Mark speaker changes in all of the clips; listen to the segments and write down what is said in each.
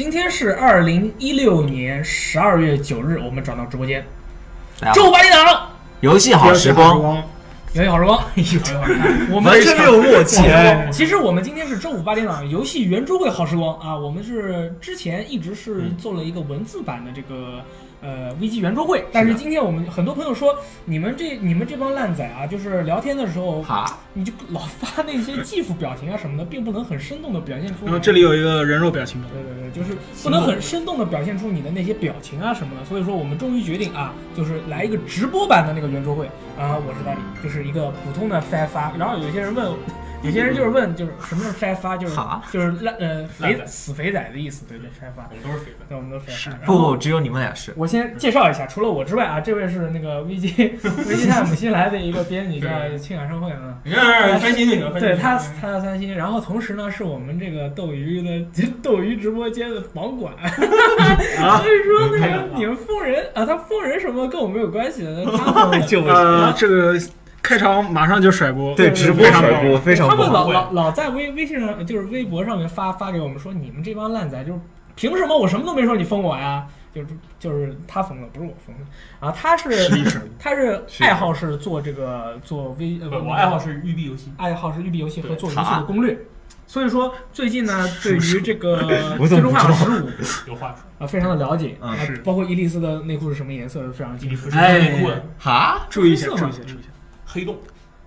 Speaker 1: 今天是二零一六年十二月九日，我们转到直播间，
Speaker 2: 然后
Speaker 1: 周五八点档，
Speaker 2: 哎游戏好啊时光，
Speaker 3: 光，
Speaker 1: 游戏好时光，游戏好时光，我们
Speaker 2: 完全没有默契
Speaker 1: 我。们其实我们今天是周五八点档游戏圆桌会好时光啊，我们是之前一直是做了一个文字版的这个呃危机圆桌会，但是今天我们很多朋友说你们这你们这帮烂仔啊，就是聊天的时候
Speaker 2: 哈，
Speaker 1: 你就老发那些技术表情啊什么的，并不能很生动的表现出。
Speaker 3: 然后这里有一个人肉表情包，
Speaker 1: 对对对，就是不能很生动的表现出你的那些表情啊什么的，所以说我们终于决定啊，就是来一个直播版的那个圆桌会啊，我是大力，就是一个普通的发发，然后有些人 问，有些人就是问，就是什么是发发，就是
Speaker 2: 哈
Speaker 1: 就是烂呃
Speaker 3: 烂
Speaker 1: 肥
Speaker 3: 仔
Speaker 1: 死肥仔的意思，对对发发
Speaker 3: 我，们都是肥粉。
Speaker 1: 对我们都是发发。然
Speaker 2: 不
Speaker 1: 后
Speaker 2: 不，只有你们俩是。
Speaker 1: 我先介绍一下，除了我之外啊，这位是那个 危机危机探母新来的一个编辑，叫
Speaker 3: 对
Speaker 1: 青海商会啊。
Speaker 3: 你看，翻新那个，
Speaker 1: 对他，他的三星，然后同时呢，是我们这个斗鱼的斗鱼直播间的房管，
Speaker 3: 啊
Speaker 1: 所以说那
Speaker 3: 太好
Speaker 1: 个
Speaker 3: 了
Speaker 1: 你们封人啊，他封人什么跟我没有关系 的，他封人
Speaker 2: 就
Speaker 3: 呃，这个开场马上就甩锅，
Speaker 2: 对
Speaker 1: 对
Speaker 2: 直播
Speaker 3: 非常
Speaker 2: 甩锅非常
Speaker 1: 他
Speaker 2: 不
Speaker 1: 们老
Speaker 2: 好。
Speaker 1: 老老在微微信上就是微博上面发发给我们说，你们这帮烂仔就是凭什么我什么都没说你封我呀？就是就是他封的，不是我封的。然后他
Speaker 3: 实力
Speaker 1: 是
Speaker 3: 甩锅。
Speaker 1: 他是爱好是做这个做微，呃
Speaker 4: 我爱好是育碧游戏，
Speaker 1: 爱好是育碧游戏和
Speaker 4: 对
Speaker 1: 做游戏
Speaker 2: 好啊
Speaker 1: 的攻略。所以说，最近呢，对于这个《
Speaker 2: 我
Speaker 1: 最
Speaker 2: 怎么
Speaker 1: 终
Speaker 2: 不知道
Speaker 1: 幻想十五》
Speaker 4: 有话说，
Speaker 1: 啊，非常的了解
Speaker 2: 嗯
Speaker 1: 啊
Speaker 3: 是，
Speaker 1: 包括伊丽丝的内裤是什么颜色是非常
Speaker 4: 吉
Speaker 1: 清
Speaker 4: 利
Speaker 1: 楚。
Speaker 4: 服是内裤的
Speaker 2: 哈，
Speaker 3: 注意一下，
Speaker 1: 黑
Speaker 3: 注
Speaker 1: 色嘛
Speaker 3: 意一下，注意一下。
Speaker 4: 黑洞，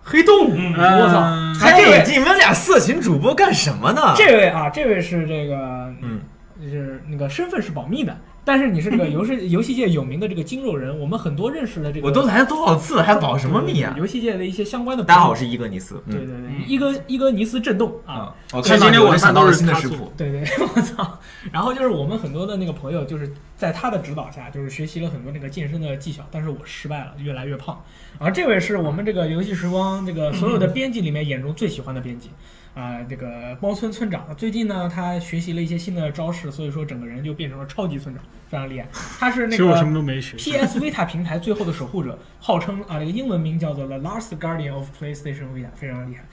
Speaker 1: 黑洞，
Speaker 4: 嗯
Speaker 1: 我操！
Speaker 3: 嗯
Speaker 1: 还这位
Speaker 2: 你们俩色情主播干什么呢？
Speaker 1: 这位啊，这位是这个，
Speaker 2: 嗯，
Speaker 1: 就是那个身份是保密的，但是你是这 个游戏游戏界有名的这个精肉人，我们很多认识的这个，
Speaker 2: 我都来了多少次了，还保什么密
Speaker 1: 对
Speaker 2: 啊？
Speaker 1: 游戏界的一些相关的，
Speaker 2: 大家好，我，是伊格尼斯。
Speaker 1: 对对
Speaker 2: 嗯
Speaker 1: 对
Speaker 4: 嗯，
Speaker 1: 伊格伊格尼斯震动啊，
Speaker 2: 啊，我
Speaker 3: 看到你我就
Speaker 2: 想
Speaker 3: 想
Speaker 2: 到
Speaker 3: 到
Speaker 2: 了
Speaker 3: 了
Speaker 2: 新
Speaker 3: 新
Speaker 2: 的
Speaker 3: 的
Speaker 2: 食
Speaker 3: 食
Speaker 2: 谱
Speaker 3: 谱。
Speaker 1: 对对， 我操！然后就是我们很多的那个朋友，就是在他的指导下，就是学习了很多那个健身的技巧，但是我失败了，越来越胖。然后这位是我们这个游戏时光这个所有的编辑里面眼中最喜欢的编辑。啊、这个猫村村长最近呢，他学习了一些新的招式，所以说整个人就变成了超级村长，非常厉害。他是那
Speaker 3: 其实我什么
Speaker 1: 个
Speaker 3: 都没学。
Speaker 1: PS Vita 平台最后的守护者，号称啊，这个英文名叫做 The Last Guardian of PlayStation Vita，非常厉害。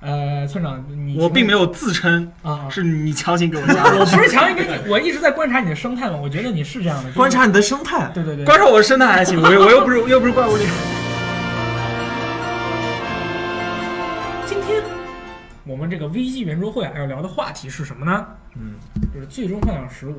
Speaker 1: 呃，村长，你
Speaker 3: 我并没
Speaker 1: 有
Speaker 3: 有自称，
Speaker 1: 啊，啊
Speaker 3: 是你强行给 我加
Speaker 1: 我
Speaker 3: 的。
Speaker 1: 不是强行给你，我一直在观察你的生态嘛，我觉得你是这样的。就是
Speaker 2: 观，察你的生态。
Speaker 1: 对对对，
Speaker 3: 关照我生态还行，我又我又不是又不是怪物猎人。
Speaker 1: 今天我们这个 V G 圆桌会啊，要聊的话题是什么呢？
Speaker 2: 嗯，
Speaker 1: 就是《最终幻想十五》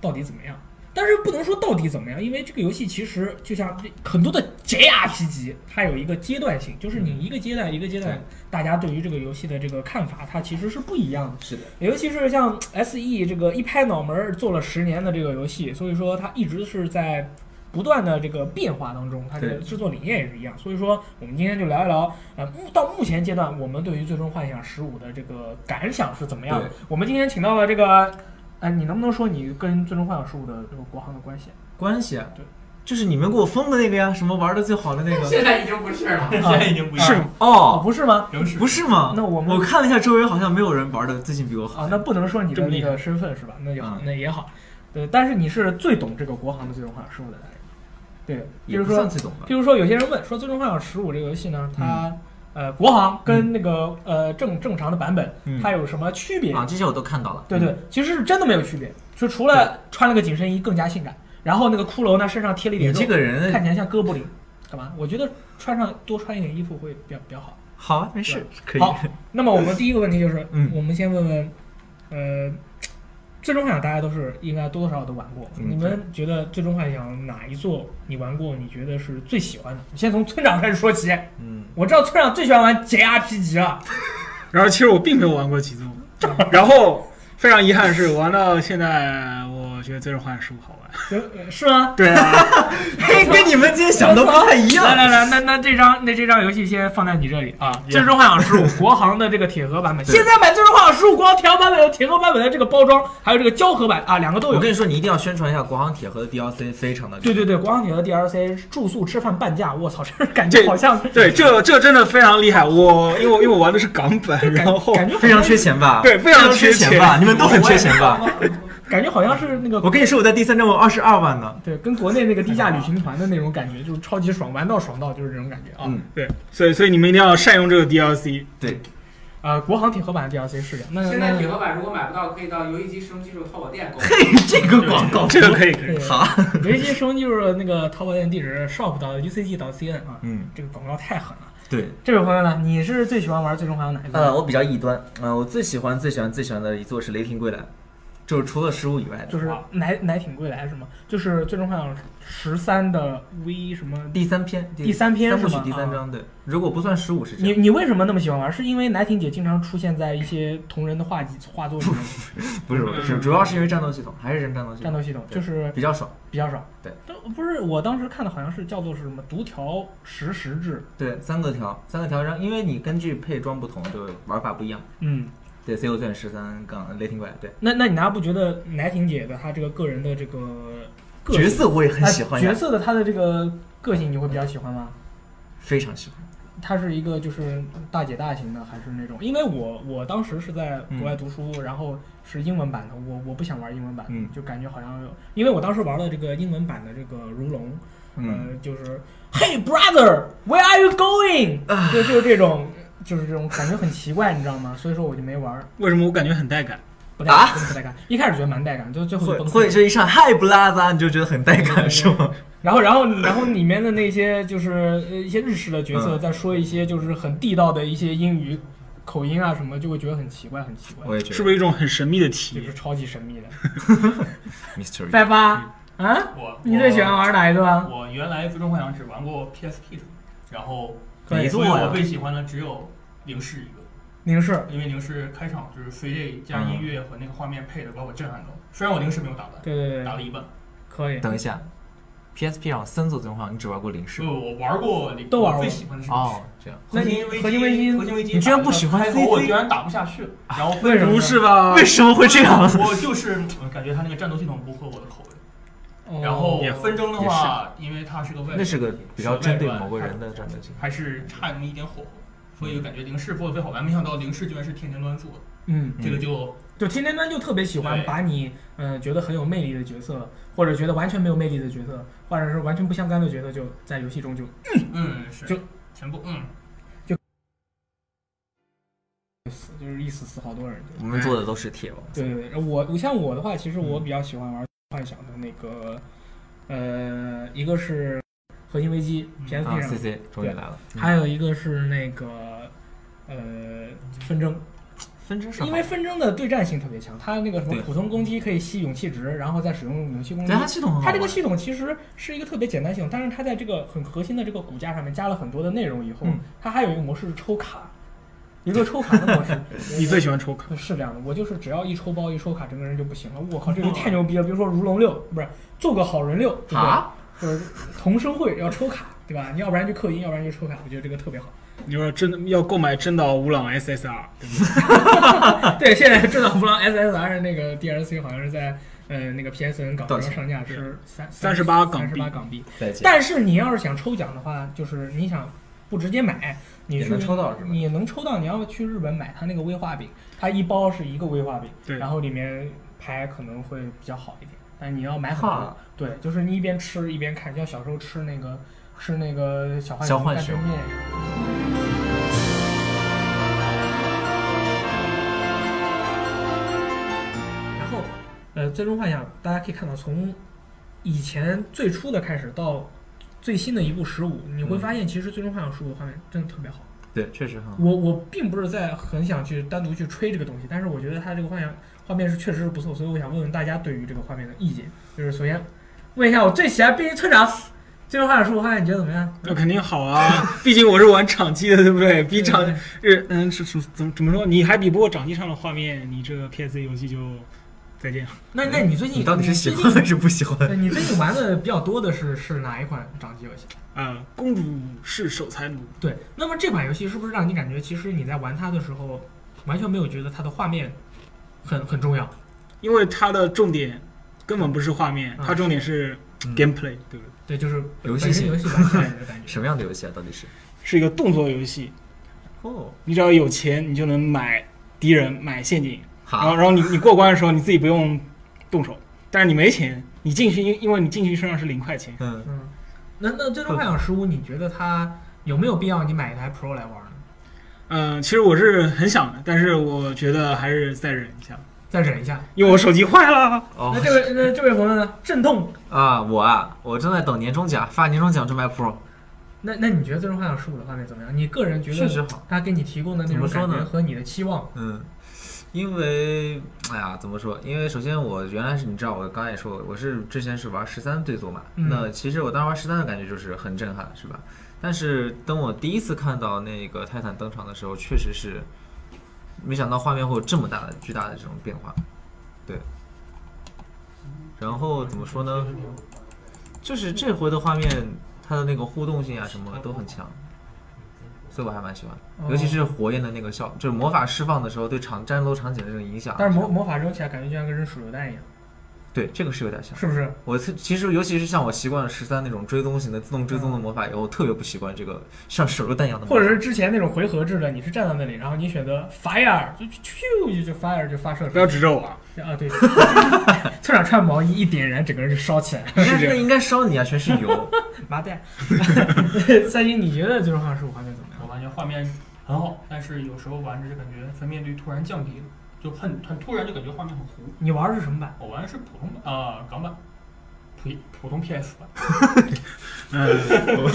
Speaker 1: 到底怎么样？但是不能说到底怎么样，因为这个游戏其实就像很多的 JRPG，它有一个阶段性，就是
Speaker 2: 嗯
Speaker 1: 你一个阶段一个阶段，大家对于这个游戏的这个看法，它其实是不一样的。
Speaker 2: 是的，
Speaker 1: 尤其是像 S E 这个一拍脑门儿做了十年的这个游戏，所以说它一直是在不断的这个变化当中，它的
Speaker 2: 对
Speaker 1: 制作理念也是一样。所以说，我们今天就聊一聊，呃，目到目前阶段，我们对于《最终幻想十五》的这个感想是怎么样的
Speaker 2: 对？
Speaker 1: 我们今天请到了这个，呃，你能不能说你跟《最终幻想十五》的这个国行的关系？
Speaker 2: 关系啊
Speaker 1: 对，
Speaker 2: 就是你们给我封的那个呀，什么玩的最好的那个。
Speaker 5: 现在已经不是了。
Speaker 4: 现在已经不
Speaker 1: 是
Speaker 4: 是
Speaker 1: 吗哦，
Speaker 2: 哦，
Speaker 1: 不是吗？
Speaker 4: 有是
Speaker 2: 不是吗？
Speaker 1: 那我们
Speaker 2: 我看了一下周围，好像没有人玩的最近比我好。
Speaker 1: 啊，那不能说你
Speaker 3: 这
Speaker 1: 的
Speaker 3: 么
Speaker 1: 那
Speaker 3: 厉害
Speaker 1: 个身份是吧？那就好，
Speaker 2: 嗯
Speaker 1: 那也好。对，但是你是最懂这个国行的《最终幻想十五》的人。对，比
Speaker 2: 也
Speaker 1: 如
Speaker 2: 不
Speaker 1: 说
Speaker 2: 算最懂吧
Speaker 1: 譬。如说，有些人问说，《最终幻想十五》这个游戏呢，它、呃国行跟那个、呃正正常的版本、
Speaker 2: 嗯
Speaker 1: 它有什么区别？
Speaker 2: 啊，嗯这些我都看到了。
Speaker 1: 对对，其实是真的没有区别，就除了穿了个紧身衣更加性感，然后那个骷髅呢身上贴了一
Speaker 2: 你
Speaker 1: 点肉，
Speaker 2: 这个
Speaker 1: 看
Speaker 2: 人
Speaker 1: 起来像哥布林，干嘛？我觉得穿上多穿一点衣服会比较比较好。
Speaker 2: 好啊，没事，可以。
Speaker 1: 好，那么我们第一个问题就是，
Speaker 2: 嗯
Speaker 1: 我们先问问，呃，最终幻想大家都是应该多多少少都玩过，
Speaker 2: 嗯
Speaker 1: 你们觉得最终幻想哪一座你玩过？你觉得是最喜欢的？先从村长开始说起。
Speaker 2: 嗯，
Speaker 1: 我知道村长最喜欢玩 JRPG 了，
Speaker 3: 然后其实我并没有玩过 极纵，然后非常遗憾是玩到现在，我觉得《最终幻想十五》好玩。
Speaker 1: 呃 是吗？
Speaker 3: 对啊，
Speaker 2: 嘿， 跟你们今天想的不太一
Speaker 1: 来
Speaker 2: 样。
Speaker 1: 来来，那那这张那这张游戏先放在你这里啊！
Speaker 3: Yeah
Speaker 1: 最终幻想十五国行的这个铁盒版本，
Speaker 2: 对
Speaker 1: 现在买最终幻想十五国行铁盒版本有铁盒版本的这个包装，还有这个胶盒版啊，两个都
Speaker 2: 我
Speaker 1: 有
Speaker 2: 跟。你说，你一定要宣传一下国行铁盒的 DLC，非常的
Speaker 1: 对对对，国行铁盒 DLC 住宿吃饭半价，我操， 这感觉
Speaker 3: 这
Speaker 1: 好像
Speaker 3: 对，这这真的非常厉害。我因为我因为我玩的是港 本，然后
Speaker 1: 感觉好像
Speaker 2: 非常缺钱吧？
Speaker 3: 对非常
Speaker 2: 缺
Speaker 3: 缺钱
Speaker 2: 吧？你们都很缺钱 吧？
Speaker 1: 感觉好像是那个
Speaker 2: 我跟你说，我在第三章我二十二万呢。
Speaker 1: 对，跟国内 那个低价旅行团的那种感觉，就是超级爽，玩到爽到就是这种感觉啊。
Speaker 2: 嗯，
Speaker 3: 对，所以所以你们一定要善用这个 DLC。
Speaker 2: 对，
Speaker 1: 呃，国行铁盒版的 DLC 是这样。那
Speaker 5: 现在
Speaker 1: 那
Speaker 5: 铁盒版如果买不到，可以到游戏机实用技术淘宝店购买。
Speaker 2: 嘿，这个广告，
Speaker 3: 这个可以可以。
Speaker 1: 对
Speaker 2: 好，
Speaker 1: 游戏机实用技术那个淘宝店地址 shop 到 ucg 到 cn 啊，
Speaker 2: 嗯，
Speaker 1: 这个广告太狠了。
Speaker 2: 对，
Speaker 1: 这位朋友呢，你是最喜欢玩最终幻想哪一
Speaker 2: 呃，
Speaker 1: 个？
Speaker 2: 我比较异端，呃，我最喜欢最喜欢最喜欢的一座是《雷霆归来》，就是除了失误以外的
Speaker 1: 就是奶奶挺归来是吗？就是最终幻想十三的 V 什么
Speaker 2: 第三篇，
Speaker 1: 第三篇
Speaker 2: 三
Speaker 1: 是
Speaker 2: 部曲
Speaker 1: 吗？
Speaker 2: 第三
Speaker 1: 啊
Speaker 2: 章，对，如果不算失误是这
Speaker 1: 你
Speaker 2: 样，
Speaker 1: 你为什么那么喜欢玩？是因为奶挺姐经常出现在一些同人的画集画作里面，
Speaker 2: 不是不是，主要是因为战斗系统，还是人战斗系
Speaker 1: 战
Speaker 2: 统
Speaker 1: 斗系统
Speaker 2: 对
Speaker 1: 就是
Speaker 2: 比较爽，
Speaker 1: 比较少。
Speaker 2: 对，
Speaker 1: 但不是我当时看的好像是叫做是什么“独条十十制
Speaker 2: 对，三个条，三个条，然后因为你根据配装不同，就玩法不一样，”。
Speaker 1: 嗯，
Speaker 2: 对，C O 卷十三杠雷霆归来，对，
Speaker 1: 那那你难道不觉得奶挺姐的她这个个人的这个个性
Speaker 2: 角色我也很
Speaker 1: 哎
Speaker 2: 喜欢呀
Speaker 1: 角，色的她的这个个性，你会比较喜欢吗？
Speaker 2: 非常喜欢，
Speaker 1: 她是一个就是大姐大型的，还是那种？因为我我当时是在国外读书，然后是英文版的，我我不想玩英文版的，
Speaker 2: 嗯
Speaker 1: 就感觉好像有，因为我当时玩了这个英文版的这个如龙，
Speaker 2: 嗯，
Speaker 1: 呃，就是 Hey brother, where are you going？就
Speaker 2: 啊
Speaker 1: 就是这种，就是这种感觉很奇怪，你知道吗？所以说我就没玩儿，
Speaker 3: 为什么我感觉很带感？
Speaker 1: 不带
Speaker 2: 啊
Speaker 1: 感，真的不带感。一开始觉得蛮带感，就最后就
Speaker 2: 会
Speaker 1: 崩溃呃
Speaker 2: 会
Speaker 1: 了。
Speaker 2: 这一上嗨不拉杂，你就觉得很带感是吗？
Speaker 1: 然后，然后，然后里面的那些就是呃一些日式的角色
Speaker 2: 嗯
Speaker 1: 在说一些就是很地道的一些英语口音啊什么，就会觉得很奇怪，很奇怪，
Speaker 2: 也觉
Speaker 3: 是不是一种很神秘的体
Speaker 1: 就
Speaker 3: 验
Speaker 1: 是？超级神秘
Speaker 4: 嗯
Speaker 1: 的。
Speaker 2: mystery。
Speaker 1: 拜八啊，
Speaker 4: 我
Speaker 1: 你最喜欢玩哪一段？
Speaker 4: 我原来最终幻想只玩过 PSP 的，然后
Speaker 1: 可以
Speaker 2: 没
Speaker 4: 所
Speaker 2: 错
Speaker 4: 以
Speaker 2: 呀
Speaker 4: 我最喜欢的只有零式一个，
Speaker 1: 凝视
Speaker 4: 因为零式开场就是 CJ 加音乐和那个画面配的把我震撼到，虽然我零式没有打完，
Speaker 1: 对对
Speaker 4: 打
Speaker 1: 对，
Speaker 4: 了一半，
Speaker 1: 可以。
Speaker 2: 等一下，PSP 上有三座最终幻想，你只玩过零
Speaker 4: 所
Speaker 2: 式
Speaker 4: 以我玩过零，
Speaker 1: 都玩
Speaker 4: 我
Speaker 1: 过
Speaker 4: 最喜欢的是零式
Speaker 2: 哦。，这样
Speaker 1: 那你
Speaker 4: 核
Speaker 1: 核心
Speaker 4: 心
Speaker 1: 危
Speaker 4: 危
Speaker 1: 机
Speaker 4: 机，核心危机，
Speaker 2: 你居然不喜欢
Speaker 4: 打到开头我
Speaker 2: CC
Speaker 4: 居然打不下去，然后
Speaker 1: 为什么呢？
Speaker 3: 不是吧？
Speaker 2: 为什么 会这样？
Speaker 4: 我就是嗯感觉他那个战斗系统不合我的口味。
Speaker 1: 哦，
Speaker 4: 然后
Speaker 3: 也。
Speaker 4: 纷争的话，因为它是个外
Speaker 2: 那是个比较针对某个人的战斗嗯机。
Speaker 4: 还是差那么一点火候，所以感觉零式做的最好玩。没想到零式居然是天天端做的，
Speaker 1: 嗯。
Speaker 4: 这个就
Speaker 1: 就天天端就特别喜欢
Speaker 4: 对
Speaker 1: 把你嗯、呃觉得很有魅力的角色，或者觉得完全没有魅力的角色，或者是完全不相干的角色，就在游戏中就
Speaker 4: 嗯是
Speaker 1: 就
Speaker 4: 全部嗯
Speaker 1: 死，就是一死死好多人。
Speaker 2: 我们做的都是铁王，
Speaker 1: 对对对，我我像我的话，其实我比较喜欢玩幻想的那个，呃，一个是核心危机
Speaker 4: 嗯
Speaker 1: PSP
Speaker 2: 啊
Speaker 1: 上的，
Speaker 2: ，CC 终于来了。嗯
Speaker 1: 还有一个是那个呃纷争，
Speaker 2: 分支上，
Speaker 1: 因为纷争的对战性特别强，它那个什么
Speaker 2: 对
Speaker 1: 普通攻击可以吸勇气值，然后再使用勇气攻击
Speaker 2: 对。它系统很好
Speaker 1: 它
Speaker 2: 玩，
Speaker 1: 这个系统其实是一个特别简单系统，但是它在这个很核心的这个骨架上面加了很多的内容以后，
Speaker 2: 嗯
Speaker 1: 它还有一个模式是抽卡，一个抽卡的模 式
Speaker 3: 你最喜欢抽卡？
Speaker 1: 是这样的，我就是只要一抽包一抽卡，整个人就不行了。我靠，这个太牛逼了！比如说如龙六，不是做个好人六，对不对？
Speaker 2: 啊，
Speaker 1: 就是同生会要抽卡，对吧？你要不然就氪金，要不然就抽卡，我觉得这个特别好。
Speaker 3: 你说真的要购买真岛无朗 SSR，
Speaker 1: 对，现在《正道无狼 SSR》那个 DLC 好像是在呃那个 PSN 港
Speaker 2: 多少
Speaker 1: 上上
Speaker 2: 钱
Speaker 1: 架是三
Speaker 3: 38
Speaker 1: 三
Speaker 3: 港币
Speaker 1: 十八港币。
Speaker 2: 再见。
Speaker 1: 但是你要是想抽奖的话，就是你想不直接买，你
Speaker 2: 也
Speaker 1: 是
Speaker 2: 能抽到是吗？
Speaker 1: 你能抽到。你要去日本买它那个威化饼，它一包是一个威化饼，
Speaker 3: 对
Speaker 1: 然后里面牌可能会比较好一点。但你要买很多
Speaker 2: 哈，
Speaker 1: 对，就是你一边吃一边看，就像小时候吃那个吃那个小浣
Speaker 2: 小浣
Speaker 1: 干脆
Speaker 2: 熊
Speaker 1: 面一样。然后，呃，最终幻想大家可以看到，从以前最初的开始到最新的一部十五，你会发现其实最终幻想十五的画面真的特别好。
Speaker 2: 对，确实很好。
Speaker 1: 我我并不是在很想去单独去吹这个东西，但是我觉得它这个画面画面是确实是不错，所以我想问问大家对于这个画面的意见。就是首先问一下我最喜欢变形村长，最终幻想十五画面你觉得怎么样？
Speaker 2: 呃
Speaker 3: 那肯定好啊， 毕竟我是玩掌机的，对不对？比掌日嗯是是怎么怎么说？你还比不过掌机上的画面，你这个 PS 游戏就再见。
Speaker 1: 那那你最近
Speaker 2: 你到底是喜
Speaker 1: 最近
Speaker 2: 欢还是不喜
Speaker 1: 呃
Speaker 2: 欢？
Speaker 1: 你最近玩的比较多的是是哪一款掌机游戏？
Speaker 3: 啊，公主是守财奴，
Speaker 1: 对，那么这款游戏是不是让你感觉其实你在玩它的时候，完全没有觉得它的画面很很重要？
Speaker 3: 因为它的重点根本不是画面，
Speaker 1: 嗯
Speaker 3: 它重点是
Speaker 2: 嗯
Speaker 3: gameplay，对不对？
Speaker 1: 对，就是
Speaker 2: 游戏
Speaker 1: 本身
Speaker 2: 性
Speaker 1: 游戏玩起来的感觉。
Speaker 2: 什么样的游戏啊？到底 是？
Speaker 3: 是一个动作游戏，
Speaker 2: 哦，
Speaker 3: 你只要有钱，你就能买敌人、买陷阱，
Speaker 1: 啊
Speaker 3: 然后
Speaker 2: 好，
Speaker 3: 然后你你过关的时候你自己不用动手，但是你没钱，你进去因因为你进去身上是零块钱，
Speaker 2: 嗯，
Speaker 1: 嗯，那那最终幻想十五，你觉得它有没有必要你买一台 Pro 来玩呢？
Speaker 3: 嗯、其实我是很想的，但是我觉得还是再忍一下，
Speaker 1: 再忍一下。
Speaker 3: 因为我手机坏了。
Speaker 2: 哦
Speaker 1: 那这位那这位朋友呢？阵痛。
Speaker 2: 啊，我啊，我正在等年终奖，发年终奖就卖 Pro，
Speaker 1: 那那你觉得《最终幻想十五》的画面怎么样？你个人觉
Speaker 2: 确
Speaker 1: 得
Speaker 2: 实好。
Speaker 1: 他给你提供的那种
Speaker 2: 怎么
Speaker 1: 感
Speaker 2: 说
Speaker 1: 觉
Speaker 2: 呢
Speaker 1: 和你的期望，
Speaker 2: 嗯，因为哎呀，怎么说？因为首先我原来是你知道，我刚才也说，我是之前是玩十三对坐嘛。
Speaker 1: 嗯
Speaker 2: 那其实我当时玩十三的感觉就是很震撼，是吧？但是等我第一次看到那个泰坦登场的时候，确实是没想到画面会有这么大的巨大的这种变化。对。然后怎么说呢？就是这回的画面，它的那个互动性啊什么都很强，所以我还蛮喜欢。尤
Speaker 1: 哦
Speaker 2: 其是火焰的那个效，就是魔法释放的时候对场战斗场景的这种影响。
Speaker 1: 哦但是魔魔法扔起来感觉就像个扔手榴弹一样，
Speaker 2: 对这个是有点像。
Speaker 1: 是不是？
Speaker 2: 我是其实尤其是像我习惯了十三那种追踪型的自动追踪的魔法以后，我特别不习惯这个像手榴弹一样的
Speaker 1: 嗯
Speaker 2: 魔法。
Speaker 1: 或者是之前那种回合制的，你是站在那里，然后你选择 fire 就就就就 fire 就发射出
Speaker 3: 不要指着我啊，
Speaker 1: 来啊，对， 村长穿毛衣一点燃，整个人就烧起来。
Speaker 2: 应该
Speaker 3: 是这样
Speaker 2: 那应该烧你啊，全是 油。
Speaker 1: 麻袋。三星，你觉得《最终幻想十五》画面怎么样？
Speaker 4: 我感觉画面很好，但是有时候玩着就感觉分辨率突然降低了，就很很突然就感觉画面很糊。
Speaker 1: 你玩的是什么版？
Speaker 4: 我玩的是普通版啊、港版，普普通 PS 版，
Speaker 3: 嗯，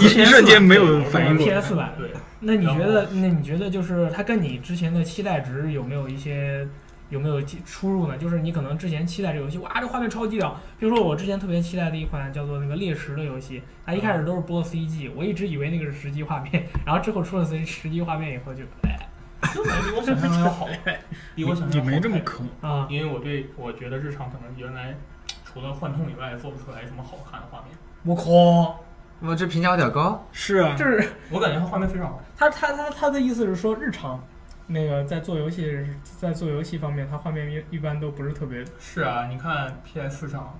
Speaker 3: 一一瞬间没有反应过 来。
Speaker 1: PS 版。
Speaker 4: 对，
Speaker 1: 那你觉得？那你觉得就是它跟你之前的期待值有没有一些有没有出入呢？就是你可能之前期待这游戏，哇，这画面超级屌。比如说我之前特别期待的一款叫做那个猎食的游戏，它一开始都是播 CG，我一直以为那个是实际画面，然后之后出了 C 实际画面以后就，哎
Speaker 4: 就感觉比我想象的要 好，比我想象
Speaker 3: 你
Speaker 4: 的要好
Speaker 3: 没这么
Speaker 4: 太多
Speaker 3: 坑，
Speaker 1: 啊，
Speaker 4: 因为我对我觉得日常可能原来除了幻痛以外，做不出来什么好看的画面。
Speaker 1: 我靠，
Speaker 2: 我这评价有点高，
Speaker 3: 是啊，
Speaker 1: 就是
Speaker 4: 我感觉它画面非常好，
Speaker 1: 他他他他的意思是说，日常那个在做游戏，在做游戏方面，它画面一一般都不是特别
Speaker 4: 是啊，你看 PS 上，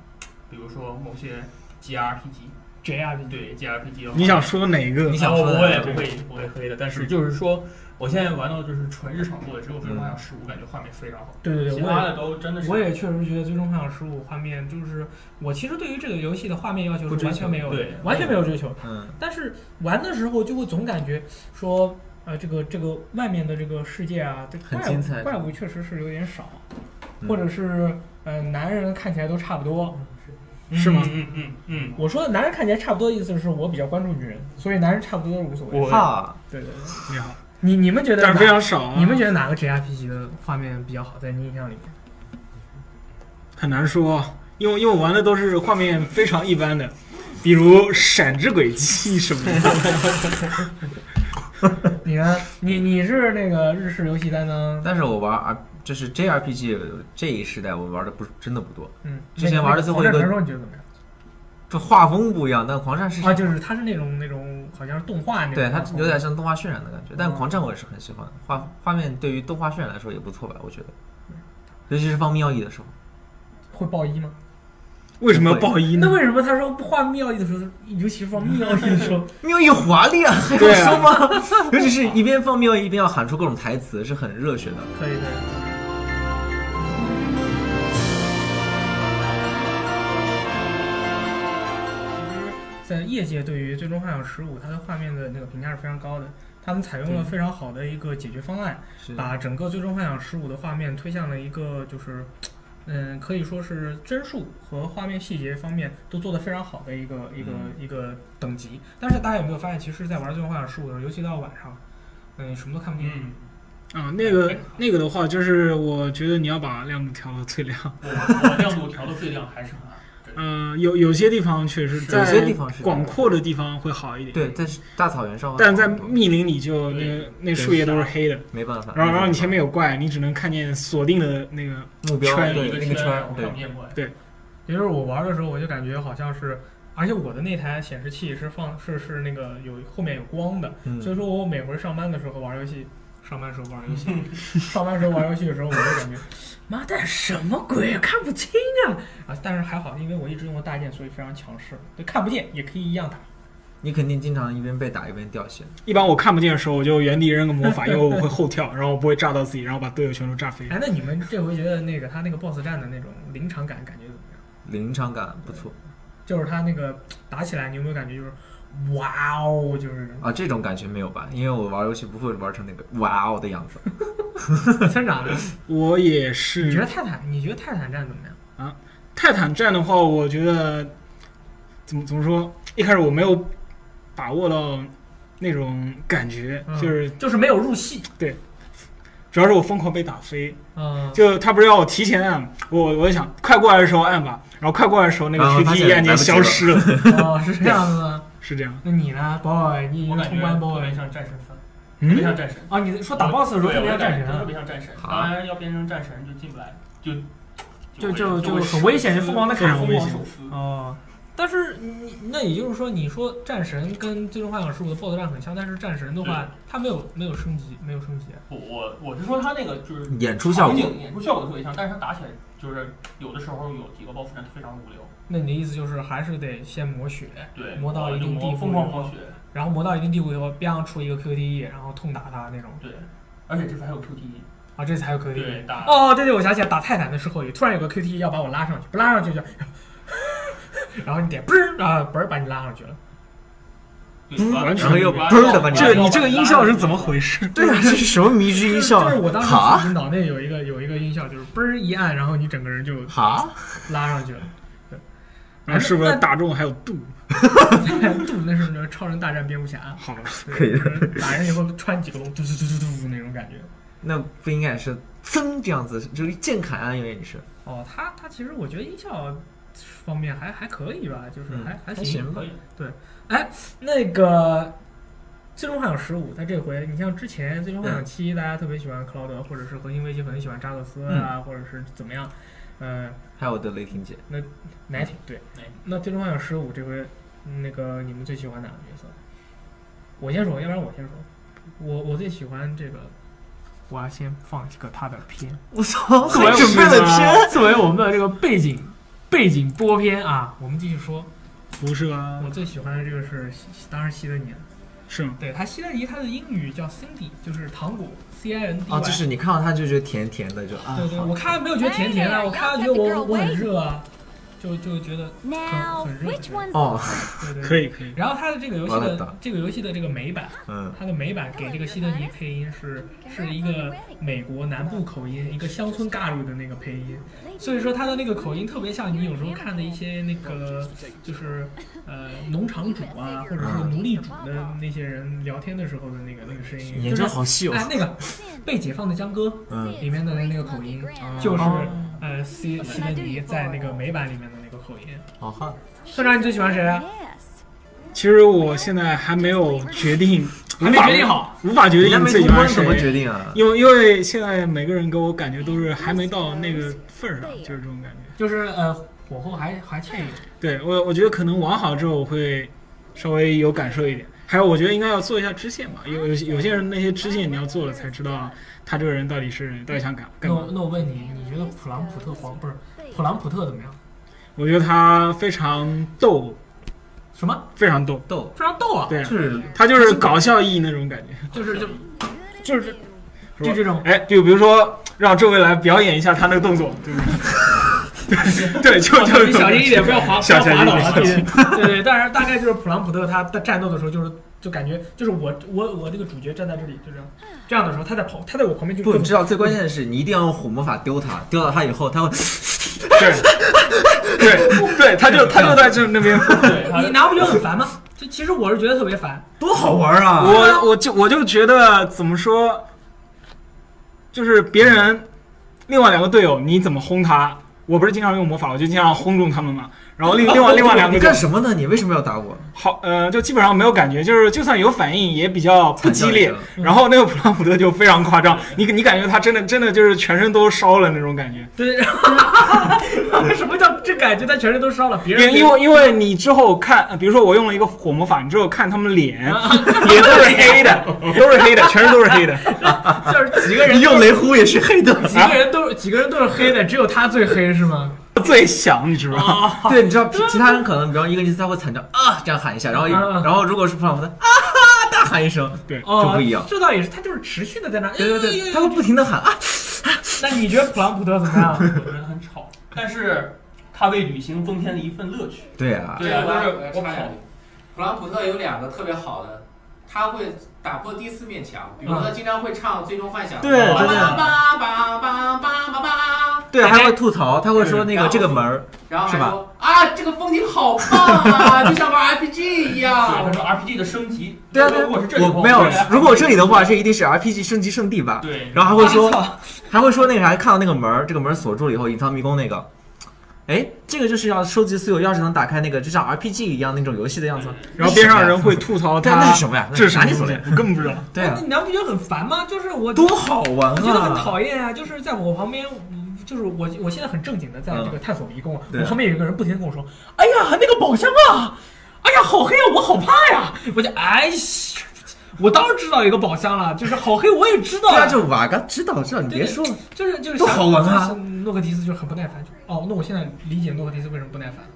Speaker 4: 比如说某些 GRPG，
Speaker 1: JRPG。
Speaker 4: 对 GRPG，的话
Speaker 3: 你想说哪个
Speaker 2: 你？想说的
Speaker 4: 我也不会不会黑的，但是就是说，我现在玩到就是纯日常做的，只有《最终幻想十五》感觉画面非常好，
Speaker 1: 对对
Speaker 4: 其
Speaker 1: 对，我
Speaker 4: 他的都真的
Speaker 1: 也
Speaker 4: 是
Speaker 1: 我也确实觉得《最终幻想十五》画面就是，我其实对于这个游戏的画面要求
Speaker 2: 不
Speaker 1: 是
Speaker 2: 追
Speaker 1: 完
Speaker 2: 求
Speaker 1: 全没有，
Speaker 4: 对
Speaker 1: 完全没有追求。
Speaker 2: 嗯，
Speaker 1: 但是玩的时候就会总感觉说，呃，这个这个外面的这个世界啊，这
Speaker 2: 很
Speaker 1: 怪
Speaker 2: 精彩
Speaker 1: 物怪物确实是有点少，
Speaker 2: 嗯
Speaker 1: 或者是呃，男人看起来都差不多，
Speaker 3: 是吗？
Speaker 4: 嗯嗯嗯
Speaker 1: 我说的男人看起来差不多的意思是我比较关注女人，所以男人差不多都是无所谓。
Speaker 4: 我
Speaker 2: 哈，
Speaker 1: 对对对，
Speaker 3: 你 好，
Speaker 1: 你你们觉得
Speaker 3: 但是非
Speaker 1: 哪？
Speaker 3: 常少啊。
Speaker 1: 你们觉得哪个 JRPG 的画面比较好？在你印象里面，
Speaker 3: 很难说，因为因为我玩的都是画面非常一般的，比如《闪之轨迹》什么的。
Speaker 1: 你呢？你你是那个日式游戏担当？
Speaker 2: 但是我玩 R 就是 JRPG 这一时代，我玩的不是真的不多。
Speaker 1: 嗯，
Speaker 2: 之前玩的最后一个
Speaker 1: 那那狂战传说你觉得怎么样？
Speaker 2: 这画风不一样，但狂战是
Speaker 1: 啊，就是它是那种那种好像是动画
Speaker 3: 嗯
Speaker 1: 那种，啊
Speaker 2: 对它有点像动画渲染的感觉，但
Speaker 1: 嗯
Speaker 2: 狂战我也是很喜欢，画画面对于动画渲染来说也不错吧，我觉得，尤其是放妙义的时候，
Speaker 1: 会爆衣吗？
Speaker 3: 为什么要爆衣呢
Speaker 1: 那？为什么他说不画妙意的时候，尤其是放妙意的时 候，
Speaker 2: 妙义华丽啊，还
Speaker 3: 对
Speaker 2: 用
Speaker 3: 啊
Speaker 2: 说吗？尤其是一边放妙义一边要喊出各种台词，是很热血的。
Speaker 1: 可以可以。在业界对于《最终幻想十五》它的画面的那个评价是非常高的，他们采用了非常好的一个解决方案，
Speaker 2: 是
Speaker 3: 啊
Speaker 1: 把整个《最终幻想十五》的画面推向了一个就是，嗯，可以说是帧数和画面细节方面都做得非常好的一个一个、
Speaker 2: 嗯
Speaker 1: 一个等级。但是大家有没有发现，其实，在玩《最终幻想十五》的时候，尤其到晚上，嗯，什么都看不见。
Speaker 4: 嗯，
Speaker 3: 啊，那个那个的话，就是我觉得你要把亮度调到最亮。
Speaker 4: 我我亮度调到最亮还是很暗，
Speaker 3: 嗯、有有些地方确实
Speaker 2: 有些地
Speaker 3: 在
Speaker 2: 方是
Speaker 3: 广阔的地方会好一点，
Speaker 2: 对，在大草原上，啊
Speaker 3: 但在密林里就那个那
Speaker 2: 对
Speaker 3: 树叶都是黑的，
Speaker 2: 没办法，
Speaker 3: 然后然后你前面有怪，你只能看见锁定的那个
Speaker 2: 目标
Speaker 3: 圈
Speaker 2: 对
Speaker 4: 一个
Speaker 2: 那个圈儿
Speaker 4: 我，看
Speaker 2: 对
Speaker 4: 不，见过来。
Speaker 1: 也就是我玩的时候，我就感觉好像是，而且我的那台显示器是放是是那个有后面有光的，所以
Speaker 2: 嗯，
Speaker 1: 说我每回上班的时候玩游戏，上班时候玩游戏，嗯 上班时候玩游戏的时候，我就感觉，妈蛋，什么鬼，看不清啊！啊，但是还好，因为我一直用的大键，所以非常强势，就看不见也可以一样打。
Speaker 2: 你肯定经常一边被打一边掉血，
Speaker 3: 一般我看不见的时候，我就原地扔个 魔法，因为我会后跳，然后我不会炸到自己，然后把队友全都炸飞。
Speaker 1: 哎，那你们这回觉得那个他那个 BOSS 战的那种临场感感觉怎么样？
Speaker 2: 临场感不错。
Speaker 1: 就是他那个打起来，你有没有感觉就是，哇哦， 就是
Speaker 2: 啊，这种感觉没有吧？因为我玩游戏不会玩成那个哇哦的样子。
Speaker 1: 村长呢，
Speaker 3: 我也
Speaker 1: 你觉得
Speaker 3: 是。
Speaker 1: 泰坦？你觉得泰坦战怎么样？
Speaker 3: 泰坦战的话，我觉得怎么怎么说？一开始我没有把握到那种感觉，
Speaker 1: 嗯
Speaker 3: 就是
Speaker 1: 就是没有入戏，
Speaker 3: 主要是我疯狂被打飞。
Speaker 1: 嗯，
Speaker 3: 就他不是要我提前按，我我就想快过来的时候按吧，然后快过来的时候那个
Speaker 2: 啊
Speaker 3: Q
Speaker 2: 发
Speaker 3: T
Speaker 2: 现
Speaker 3: 按
Speaker 2: 来
Speaker 3: 键
Speaker 2: 不及
Speaker 3: 消失 了，
Speaker 1: 哦，是这样子吗？
Speaker 3: 是这样。
Speaker 1: 那你呢，宝尔？你
Speaker 4: 我感
Speaker 1: 通
Speaker 4: 觉
Speaker 1: 关宝
Speaker 4: 特
Speaker 1: 尔
Speaker 4: 别像战神分，特
Speaker 3: 嗯，
Speaker 4: 别像战神。
Speaker 1: 啊？你说打 boss 的时候特别像战
Speaker 4: 对我感觉特
Speaker 1: 神，啊
Speaker 4: 别像战神。
Speaker 2: 好
Speaker 4: 当然要变成战神就进不来，就
Speaker 1: 就就
Speaker 4: 就
Speaker 1: 就
Speaker 4: 会
Speaker 1: 很危险，就
Speaker 4: 手撕
Speaker 1: 疯狂的
Speaker 3: 非
Speaker 1: 砍
Speaker 3: 常
Speaker 1: 疯
Speaker 3: 危
Speaker 1: 狂
Speaker 4: 疯
Speaker 3: 险
Speaker 4: 狂手撕。
Speaker 1: 哦，但是你那也就是说，你说战神跟最终幻想十五的 BOSS 战很像，但是战神的话
Speaker 4: 对，
Speaker 1: 它没有没有升级，没有升级。
Speaker 4: 我我我是说他那个就是
Speaker 2: 演出效
Speaker 3: 哦
Speaker 4: 场
Speaker 2: 果
Speaker 4: 景演出效果特别像，但是他打起来就是有的时候有几个 BOSS 战非常无聊，
Speaker 1: 那你的意思就是还是得先磨血，
Speaker 4: 对，
Speaker 1: 磨到一定
Speaker 4: 就磨
Speaker 1: 地步
Speaker 4: 疯狂跑血，
Speaker 1: 然后磨到一定地步以后，边上出一个 QTE，然后痛打他那种
Speaker 4: 对，而且这次还有 QTE，
Speaker 1: 啊，这才有 QTE
Speaker 4: 对。，打
Speaker 1: 哦，对对，我想起来，打泰坦的时候，有突然有个 QTE 要把我拉上去，不拉上去就， 然后你点嘣儿啊嘣儿把你拉上去了。
Speaker 4: 对把
Speaker 3: 完
Speaker 2: 全没有
Speaker 4: 把
Speaker 2: 嘣儿的把你
Speaker 4: 把
Speaker 3: 这
Speaker 4: 把
Speaker 3: 你这个音效是怎么
Speaker 4: 拉上去
Speaker 3: 回事？
Speaker 2: 对 啊，这是什么迷之音效
Speaker 1: 就
Speaker 2: 啊
Speaker 1: 是？我当时
Speaker 2: 哈
Speaker 1: 自己脑内有一个有一个音效，就是嘣儿一按，然后你整个人就
Speaker 2: 哈，
Speaker 1: 拉上去了。
Speaker 3: 然后啊是 不是打中还有度？
Speaker 1: 杜那是那个超人大战蝙蝠侠，
Speaker 3: 好了，
Speaker 2: 可以
Speaker 1: 就是打人以后穿几个龙，嘟嘟嘟嘟嘟那种感觉。
Speaker 2: 那不应该是噌这样子，就是剑砍啊，因为你是
Speaker 1: 哦，他他其实我觉得音效方面还还可以吧，就是还、还
Speaker 2: 还行吧
Speaker 4: 可以，
Speaker 1: 那个《最终幻想十五》，它这回你像之前《最终幻想七》，大家特别喜欢克劳德，或者是核心危机很喜欢扎克斯啊，或者是怎么样，呃，
Speaker 2: 还有我的雷霆姐，
Speaker 1: 奶挺对
Speaker 4: 奶挺。
Speaker 1: 那《最终幻想十五》这回，那个你们最喜欢哪个角色？我先说，要不然我先说。我我最喜欢这个，我要先放一个他的片。
Speaker 2: 我操，
Speaker 1: 作为
Speaker 2: 还
Speaker 1: 我
Speaker 2: 准备
Speaker 1: 们
Speaker 2: 了
Speaker 1: 的
Speaker 2: 片，
Speaker 1: 作为我们的这个背景背景播片啊，我们继续说。
Speaker 3: 辐射啊
Speaker 1: 我，最喜欢的这个是，当然希德尼了。
Speaker 3: 是吗？
Speaker 1: 对他，希德尼他的英语叫 Cindy，就是糖果 C I N D Y。
Speaker 2: 啊，就是你看到它就觉得甜甜的，就啊，
Speaker 1: 对对，
Speaker 2: 好
Speaker 1: 我看了没有觉得甜甜啊，我看了觉得我我很热啊，就就觉得
Speaker 6: Now,
Speaker 1: Con-
Speaker 6: which
Speaker 1: conversion.
Speaker 6: one's
Speaker 2: 哦，
Speaker 1: 对对。
Speaker 3: 可
Speaker 1: 以。
Speaker 3: 以可以，
Speaker 1: 然后他的这个游戏
Speaker 2: 完了打
Speaker 1: 的这个游戏的这个美版，
Speaker 2: 嗯，
Speaker 1: 它的美版给这个希德尼配音是是一个美国南部口音，一个乡村尬路的那个配音，所以说他的那个口音特别像你有时候看的一些那个就是呃农场主啊，或者是奴隶主的那些人聊天的时候的那个那个声音，
Speaker 2: 眼
Speaker 1: 就是
Speaker 2: 睛好细哦
Speaker 1: 哎，那个被解放的江哥
Speaker 2: 嗯，
Speaker 1: 里面的那个口音
Speaker 2: 嗯
Speaker 1: 就是
Speaker 4: 哦
Speaker 1: 呃希希德尼在那个美版里面的那个口音。
Speaker 2: 好看，
Speaker 1: 村长，你最喜欢谁啊？
Speaker 3: 其实我现在还没有决定，
Speaker 1: 还没决定，好，
Speaker 3: 无法决
Speaker 2: 人家
Speaker 3: 定
Speaker 2: 没
Speaker 3: 最
Speaker 2: 通
Speaker 3: 喜
Speaker 2: 关
Speaker 3: 欢
Speaker 2: 怎么决
Speaker 3: 谁。
Speaker 2: 定啊？
Speaker 3: 因为因为现在每个人给我感觉都是还没到那个份儿上，就是这种感觉。
Speaker 1: 就是呃火候还还欠一点。
Speaker 3: 对我，我觉得可能玩好之后我会稍微有感受一点。还有，我觉得应该要做一下支线吧，有有有些人那些支线你要做了才知道
Speaker 1: 啊
Speaker 3: 他这个人到底是到底想干干
Speaker 1: 那
Speaker 3: 嘛
Speaker 1: 我。那我问你，你觉得普朗普特黄不是普朗普特怎么样？
Speaker 3: 我觉得他非常逗，
Speaker 1: 什么
Speaker 3: 非常逗，
Speaker 2: 逗，
Speaker 1: 非常逗啊！
Speaker 3: 对，
Speaker 2: 是
Speaker 3: 他就是搞笑意那种感觉。
Speaker 1: 就是就
Speaker 3: 就是
Speaker 1: 就这种
Speaker 3: 哎，就比如说让周围来表演一下他那个动作，对不 对？对，就 就
Speaker 1: 你小心一点，不要滑，不
Speaker 3: 小
Speaker 1: 要
Speaker 3: 心
Speaker 1: 滑
Speaker 3: 一点
Speaker 1: 倒啊！
Speaker 3: 小
Speaker 1: 对
Speaker 3: 心
Speaker 1: 对 对，但是大概就是普朗普特他在战斗的时候，就是就感觉就是我我我这个主角站在这里就这样这样的时候，他在跑，他在我旁边就
Speaker 2: 不，
Speaker 1: 各
Speaker 2: 你
Speaker 1: 种
Speaker 2: 知道最关键的是，你一定要用火魔法丢它，丢到它以后，它会
Speaker 3: 对对对，他就他就在这那边。
Speaker 4: 对他
Speaker 1: 你拿不觉得很烦吗？就其实我是觉得特别烦，
Speaker 2: 多好玩啊！
Speaker 3: 我我就我就觉得怎么说，就是别人另外两个队友你怎么轰他，我不是经常用魔法，我就经常轰中他们嘛。然后另另外另外两个
Speaker 2: 你
Speaker 3: 队
Speaker 2: 干
Speaker 3: 友
Speaker 2: 什么呢？你为什么要打我？
Speaker 3: 好呃，就基本上没有感觉，就是就算有反应也比较不激烈。然后那个普拉姆德就非常夸张，你你感觉他真的真的就是全身都烧了那种感觉，
Speaker 1: 对，然后 什么叫这感觉？他全身都烧了，别
Speaker 3: 因
Speaker 1: 人
Speaker 3: 为因为因为你之后看，呃比如说我用了一个火魔法，你之后看他们脸，
Speaker 1: 啊
Speaker 3: 脸都是黑的， 都是黑的，全身都是黑的，
Speaker 1: 就是几个人都
Speaker 2: 用雷呼也是黑的。
Speaker 1: 几个人都几个人都是黑的，只有他最黑是吗？
Speaker 3: 最响，你知道吗？
Speaker 2: 对，你知道其他人可能，比方一个人他会惨叫啊这样喊一下，然后一
Speaker 1: 嗯嗯
Speaker 2: 然后如果是普朗普的啊哈大喊一声，
Speaker 1: 哦，
Speaker 2: 这不一样
Speaker 1: 这倒也是，他就是持续的在那。
Speaker 2: 对对对，他会不停的喊啊。
Speaker 1: 那你觉得普朗普特怎么 样？
Speaker 4: 我觉得很吵，但是他为旅行增添了一份乐趣。
Speaker 2: 对啊，
Speaker 4: 对啊，
Speaker 5: 我
Speaker 4: 就是我
Speaker 5: 插
Speaker 4: 跑
Speaker 5: 两句，普朗普特有两个特别好的，他会打破第四面墙，比如说他经常会唱《最终幻
Speaker 4: 啊
Speaker 5: 想》，
Speaker 3: 对
Speaker 5: 叭
Speaker 3: 真的
Speaker 5: 叭叭叭叭叭叭叭，
Speaker 2: 对，还会吐槽，他会说那
Speaker 5: 然
Speaker 2: 个
Speaker 5: 后
Speaker 2: 这个门儿，
Speaker 5: 然后还
Speaker 2: 是吧
Speaker 5: 说啊，这个风景好棒啊，就像玩 RPG 一
Speaker 4: 他
Speaker 5: 样。
Speaker 4: 说 RPG 的升级，
Speaker 2: 对啊
Speaker 4: 那
Speaker 2: 对啊
Speaker 4: 如果是这里的话
Speaker 2: 我没有
Speaker 4: 觉得，
Speaker 2: 如果这里的话，这一定是 RPG 升级圣地吧？
Speaker 4: 对，
Speaker 2: 然后还会说，还会说那个啥，看到那个门儿，这个门儿锁住了以后，隐藏迷宫那个，哎，这个就是要收集所有钥匙能打开那个，就像 RPG 一样那种游戏的样子吗。
Speaker 3: 然后边上人会吐槽
Speaker 2: 但那
Speaker 3: 他
Speaker 2: 哦是什么呀？
Speaker 3: 这是
Speaker 2: 啥
Speaker 3: 啥
Speaker 2: 你
Speaker 3: 东
Speaker 2: 所
Speaker 3: 西
Speaker 2: 谓？？
Speaker 3: 我根本不知道。
Speaker 2: 对啊，
Speaker 1: 你难不觉得很烦吗？就是我
Speaker 2: 多好玩
Speaker 1: 我觉得很
Speaker 2: 啊！
Speaker 1: 讨厌啊！就是在我旁边，嗯就是我我现在很正经的在这个探索迷宫，
Speaker 2: 嗯
Speaker 1: 啊
Speaker 2: 对啊
Speaker 1: 我旁边有一个人不停的跟我说：“哎呀，那个宝箱啊，哎呀，好黑啊，我好怕呀！”我就哎，嘘我当然知道有一个宝箱了，就是好黑，我也知道
Speaker 2: 对啊，
Speaker 1: 呀，
Speaker 2: 就瓦嘎知道知道，你别说了。
Speaker 1: 就是就是
Speaker 2: 多
Speaker 1: 想
Speaker 2: 好玩啊！
Speaker 1: 诺克迪斯就是很不耐烦。就哦，那我现在理解诺克迪斯为什么不耐烦了，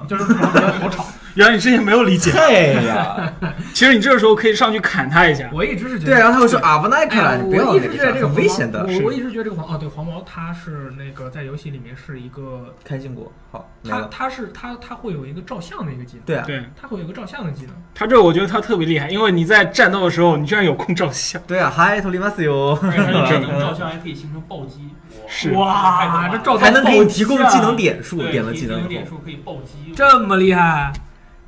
Speaker 2: 嗯，
Speaker 1: 就是可能觉得好吵。
Speaker 3: 原来你之前没有理解，
Speaker 2: 对哎呀，
Speaker 3: 其实你这个时候可以上去砍他一下。
Speaker 1: 我一直是觉
Speaker 2: 对
Speaker 1: 得
Speaker 2: 啊，然后他会说啊，不耐
Speaker 1: 哎
Speaker 2: 克
Speaker 1: 呀
Speaker 2: 了，你不要
Speaker 1: 我一直
Speaker 2: 那
Speaker 1: 觉得这
Speaker 2: 个啥，
Speaker 1: 个
Speaker 2: 很
Speaker 1: 黄
Speaker 2: 危
Speaker 1: 毛
Speaker 2: 险的。
Speaker 1: 我我一直觉得这个黄哦，对黄毛它是那个在游戏里面是一个，
Speaker 2: 开心果，好没
Speaker 1: 它
Speaker 2: 了。
Speaker 1: 它是它它会有一个照相的一个技能，
Speaker 2: 对啊，
Speaker 3: 对
Speaker 1: 它会有一个照相的技能，
Speaker 3: 他这，我觉得他特别厉害，因为你在战斗的时候，你居然有空照相。
Speaker 2: 对啊，嗨，托里马斯哟，
Speaker 4: 而且 它这种照相还可以形成暴击，
Speaker 3: 是
Speaker 1: 哇，这照
Speaker 2: 还
Speaker 1: 相啊
Speaker 2: 能给你提供技能点数，
Speaker 4: 对，
Speaker 2: 点了
Speaker 4: 你
Speaker 2: 技能
Speaker 4: 你有
Speaker 2: 以
Speaker 4: 点
Speaker 2: 后，
Speaker 4: 数可以暴击，
Speaker 1: 这么厉害，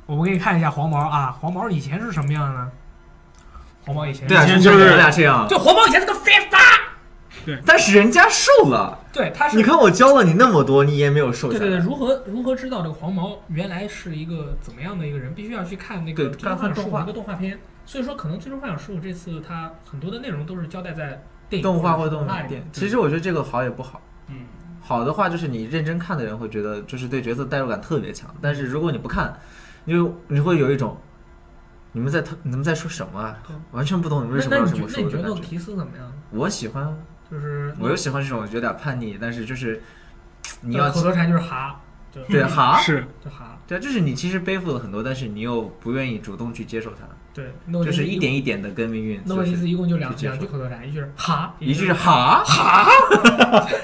Speaker 1: 我们给你看一下黄毛啊，黄毛以前是什么样的呢？黄毛以前
Speaker 2: 对啊，
Speaker 3: 以前
Speaker 2: 就
Speaker 3: 就是
Speaker 2: 像咱俩这样，
Speaker 1: 对黄毛以前是个飞发，
Speaker 2: 但是人家瘦了。
Speaker 1: 对，他是
Speaker 2: 你看我教了你那么多，你也没有瘦下
Speaker 1: 对对对，
Speaker 2: 来。
Speaker 1: 如何如何知道这个黄毛原来是一个怎么样的一个人，必须要去看那个《
Speaker 2: 对
Speaker 1: 最终
Speaker 2: 看
Speaker 1: 幻想
Speaker 2: 动
Speaker 1: 十五
Speaker 2: 画
Speaker 1: 那个动画片。所以说，可能《最终幻想十五》这次它很多的内容都是交代在电影
Speaker 2: 动画
Speaker 1: 或
Speaker 2: 或
Speaker 1: 者是
Speaker 2: 动
Speaker 1: 漫
Speaker 2: 画
Speaker 1: 里
Speaker 2: 电
Speaker 1: 面，
Speaker 2: 其实我觉得这个好也不好。
Speaker 4: 嗯，
Speaker 2: 好的话就是你认真看的人会觉得就是对角色代入感特别强，但是如果你不看，你就你会有一种你们在你们在说什么啊
Speaker 1: 对，
Speaker 2: 完全不懂你们
Speaker 1: 那
Speaker 2: 为什么
Speaker 1: 那
Speaker 2: 要
Speaker 1: 你觉
Speaker 2: 这么
Speaker 1: 那你
Speaker 2: 说
Speaker 1: 觉
Speaker 2: 的
Speaker 1: 得
Speaker 2: 感
Speaker 1: 诺克
Speaker 2: 觉。
Speaker 1: 提斯怎么样？
Speaker 2: 我喜欢啊，
Speaker 1: 就是
Speaker 2: 我又喜欢这种有点叛逆，但是就是你
Speaker 1: 那
Speaker 2: 要
Speaker 1: 口头禅就是哈，就
Speaker 2: 对啊哈，
Speaker 3: 是
Speaker 1: 就哈，
Speaker 2: 对，就是你其实背负了很多，但是你又不愿意主动去接受它，
Speaker 1: 对，诺克
Speaker 2: 就
Speaker 1: 提斯
Speaker 2: 是一点一点的跟命运，
Speaker 1: 诺克
Speaker 2: 就
Speaker 1: 提斯
Speaker 2: 是
Speaker 1: 一共就两
Speaker 2: 去接受
Speaker 1: 两句口头禅，一句是哈，
Speaker 2: 一句
Speaker 1: 句
Speaker 2: 是，哈，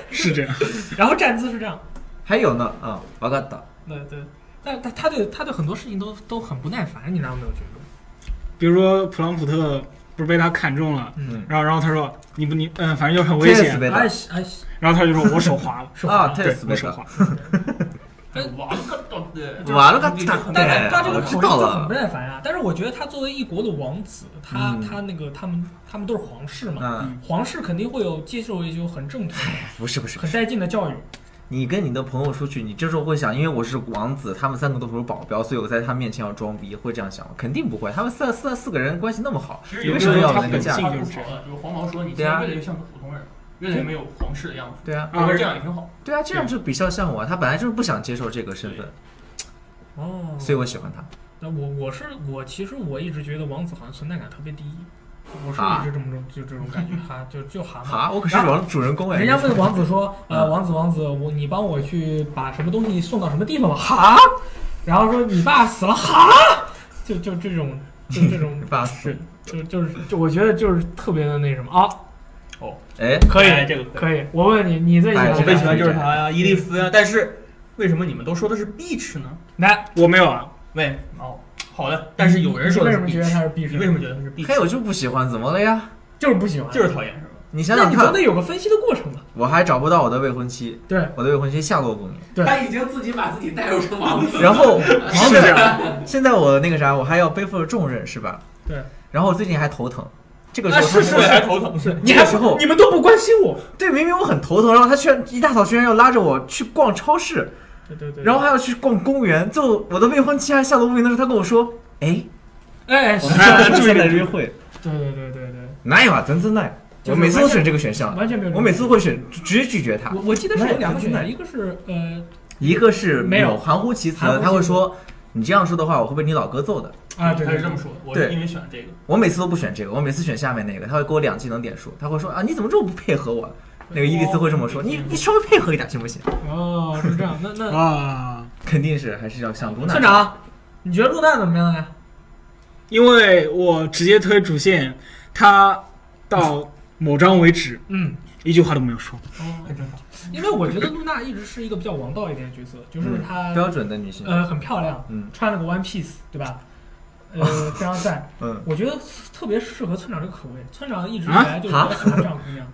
Speaker 3: 是这样，
Speaker 1: 然后站姿是这样，
Speaker 2: 还有呢，啊，瓦嘎达，
Speaker 1: 对对。但他他对他对很多事情都都很不耐烦，你知道没有觉得？
Speaker 3: 比如说普朗普特不是被他砍中了，
Speaker 2: 嗯，
Speaker 3: 然后然后他说你不你嗯，反正就很危险。
Speaker 2: 对的
Speaker 1: 哎哎，
Speaker 3: 然后他就说我手 滑了，
Speaker 1: 是吧
Speaker 2: 啊，太
Speaker 3: 对
Speaker 2: 死，
Speaker 3: 我
Speaker 2: 背
Speaker 3: 手
Speaker 2: 了。
Speaker 3: 滑。
Speaker 4: 哇，哎个到 对，
Speaker 2: 瓦了个大
Speaker 4: 但
Speaker 1: 但是他这
Speaker 2: 我
Speaker 1: 个
Speaker 2: 知
Speaker 1: 口
Speaker 2: 道
Speaker 1: 音就很
Speaker 2: 了
Speaker 1: 不。耐烦啊。但是我觉得他作为一国的王子，他、
Speaker 2: 嗯
Speaker 1: 他那个他们他们都是皇室嘛，
Speaker 2: 嗯，哎
Speaker 1: 皇室肯定会有接受一些很正统、
Speaker 2: 不是不是，
Speaker 1: 很带劲的教育。
Speaker 2: 你跟你的朋友出去，你这时候会想，因为我是王子，他们三个都是我保镖，所以我在他面前要装逼，会这样想吗？肯定不会，他们四四四个人关系那么好，
Speaker 4: 其实
Speaker 2: 你
Speaker 4: 有
Speaker 2: 为
Speaker 4: 时
Speaker 2: 什
Speaker 4: 候
Speaker 2: 么
Speaker 4: 有
Speaker 2: 要
Speaker 4: 他
Speaker 2: 那个
Speaker 4: 本
Speaker 2: 架
Speaker 4: 性
Speaker 2: 子？
Speaker 4: 就是好了，啊就是黄毛说你现在越来越像个普通人，越来越没有皇室的样子，
Speaker 2: 啊对啊，
Speaker 4: 我觉得这样也挺好。
Speaker 2: 对啊，这样就比较像我啊，他本来就是不想接受这个身份，
Speaker 1: 哦，
Speaker 2: 所以我喜欢他。
Speaker 1: 那我我是我其实我一直觉得王子好像存在感特别低，我是
Speaker 2: 啊
Speaker 1: 一直这么种就这种感觉，哈，就就蛤蟆。
Speaker 2: 哈，我可是王主人公哎，
Speaker 1: 人家问王子说：“呃，
Speaker 2: 嗯
Speaker 1: 王子，王子，我你帮我去把什么东西送到什么地方吧？”哈，然后说你爸死了，哈，就就这种，就这种
Speaker 2: 发誓，
Speaker 1: 就就是就我觉得就是特别的那什么啊，
Speaker 2: 哎，
Speaker 1: 可以
Speaker 4: 哎这个可以。
Speaker 1: 可以。我问你，你最喜欢
Speaker 2: 哎
Speaker 4: 我
Speaker 2: 我
Speaker 1: 谁
Speaker 4: 最
Speaker 2: 被
Speaker 4: 喜
Speaker 2: 喜
Speaker 4: 欢
Speaker 2: 欢
Speaker 4: 就
Speaker 2: 就是是
Speaker 4: 他
Speaker 2: 他
Speaker 4: 呀，伊利斯呀。但是为什么你们都说的是 beach 呢？
Speaker 1: 来，
Speaker 3: 我没有啊，
Speaker 4: 喂，哦，好的。但是有人说
Speaker 1: 你
Speaker 4: 的
Speaker 1: 为
Speaker 4: 是
Speaker 1: 什么觉得他
Speaker 4: beach，
Speaker 1: 是 B
Speaker 4: 你
Speaker 1: 是？
Speaker 4: 为什么觉得他是 beach？
Speaker 2: 嘿，我就不喜欢，怎么了呀？
Speaker 1: 就是不喜欢？
Speaker 4: 就是讨厌是吧？
Speaker 2: 你想
Speaker 1: 那
Speaker 2: 想
Speaker 1: 你总
Speaker 2: 看，
Speaker 1: 得有个分析的过程吧？
Speaker 2: 我还找不到我的未婚妻，
Speaker 1: 对，
Speaker 2: 我的未婚妻下落不明。
Speaker 1: 对
Speaker 5: 他已经自己把自己带入成王子了，
Speaker 2: 然后
Speaker 3: 是这样，
Speaker 2: 现在我那个啥，我还要背负着重任，是吧？
Speaker 1: 对。
Speaker 2: 然后我最近还头疼，这个
Speaker 1: 啊
Speaker 2: 时候他
Speaker 1: 是
Speaker 2: 跟我
Speaker 4: 还头疼
Speaker 1: 是
Speaker 2: 这个时候
Speaker 1: 你们都不关心我。
Speaker 2: 对，明明我很头疼，然后他居然一大早居然要拉着我去逛超市，
Speaker 1: 对对对。
Speaker 2: 然后还要去逛公园。最后我的未婚妻还下落不明的时候，他跟我说：“哎，
Speaker 1: 哎，是
Speaker 2: 我们下周现在约会。
Speaker 1: 对对对对对，”
Speaker 2: 哪有啊，真真奈，
Speaker 1: 就
Speaker 2: 我
Speaker 1: 是
Speaker 2: 每次都选这个选项，
Speaker 1: 完全没有这种。
Speaker 2: 啊我每次会选直接拒绝他
Speaker 1: 我。我记得是有两个选
Speaker 2: 那
Speaker 1: 项，
Speaker 2: 也
Speaker 1: 一个是呃
Speaker 2: 一个是
Speaker 1: 没有
Speaker 2: 含糊其辞
Speaker 1: 含糊，其
Speaker 2: 他会
Speaker 1: 辞
Speaker 2: 说：“你这样说的话，我会被你老哥揍的。”
Speaker 1: 啊，对
Speaker 4: 他
Speaker 1: 对对
Speaker 4: 是这 么说的，我是
Speaker 2: 对
Speaker 4: 因为选了这个。
Speaker 2: 我每次都不选这个，我每次选下面那个，他会给我两技能点数，他会说啊你怎么这么不配合我？那个伊丽丝会这么说，你你稍微配合一点行不行？
Speaker 1: 哦，是这样。那那
Speaker 3: 啊，
Speaker 2: 肯定是还是要像露娜
Speaker 1: 村，长，你觉得陆娜怎么样呀？
Speaker 3: 因为我直接推主线，他到某章为止
Speaker 1: 嗯，
Speaker 3: 一句话都没有说。
Speaker 1: 哦，
Speaker 4: 很正常。
Speaker 1: 因为我觉得露娜一直是一个比较王道一点的角色，就是她
Speaker 2: 嗯标准的女性，
Speaker 1: 呃很漂亮，
Speaker 2: 嗯，
Speaker 1: 穿了个 One Piece，对吧？呃，非常赞。
Speaker 2: 嗯，
Speaker 1: 我觉得特别适合村长这个口味。村长一直以
Speaker 2: 啊
Speaker 1: 来就是比较喜欢这样嗯姑 娘。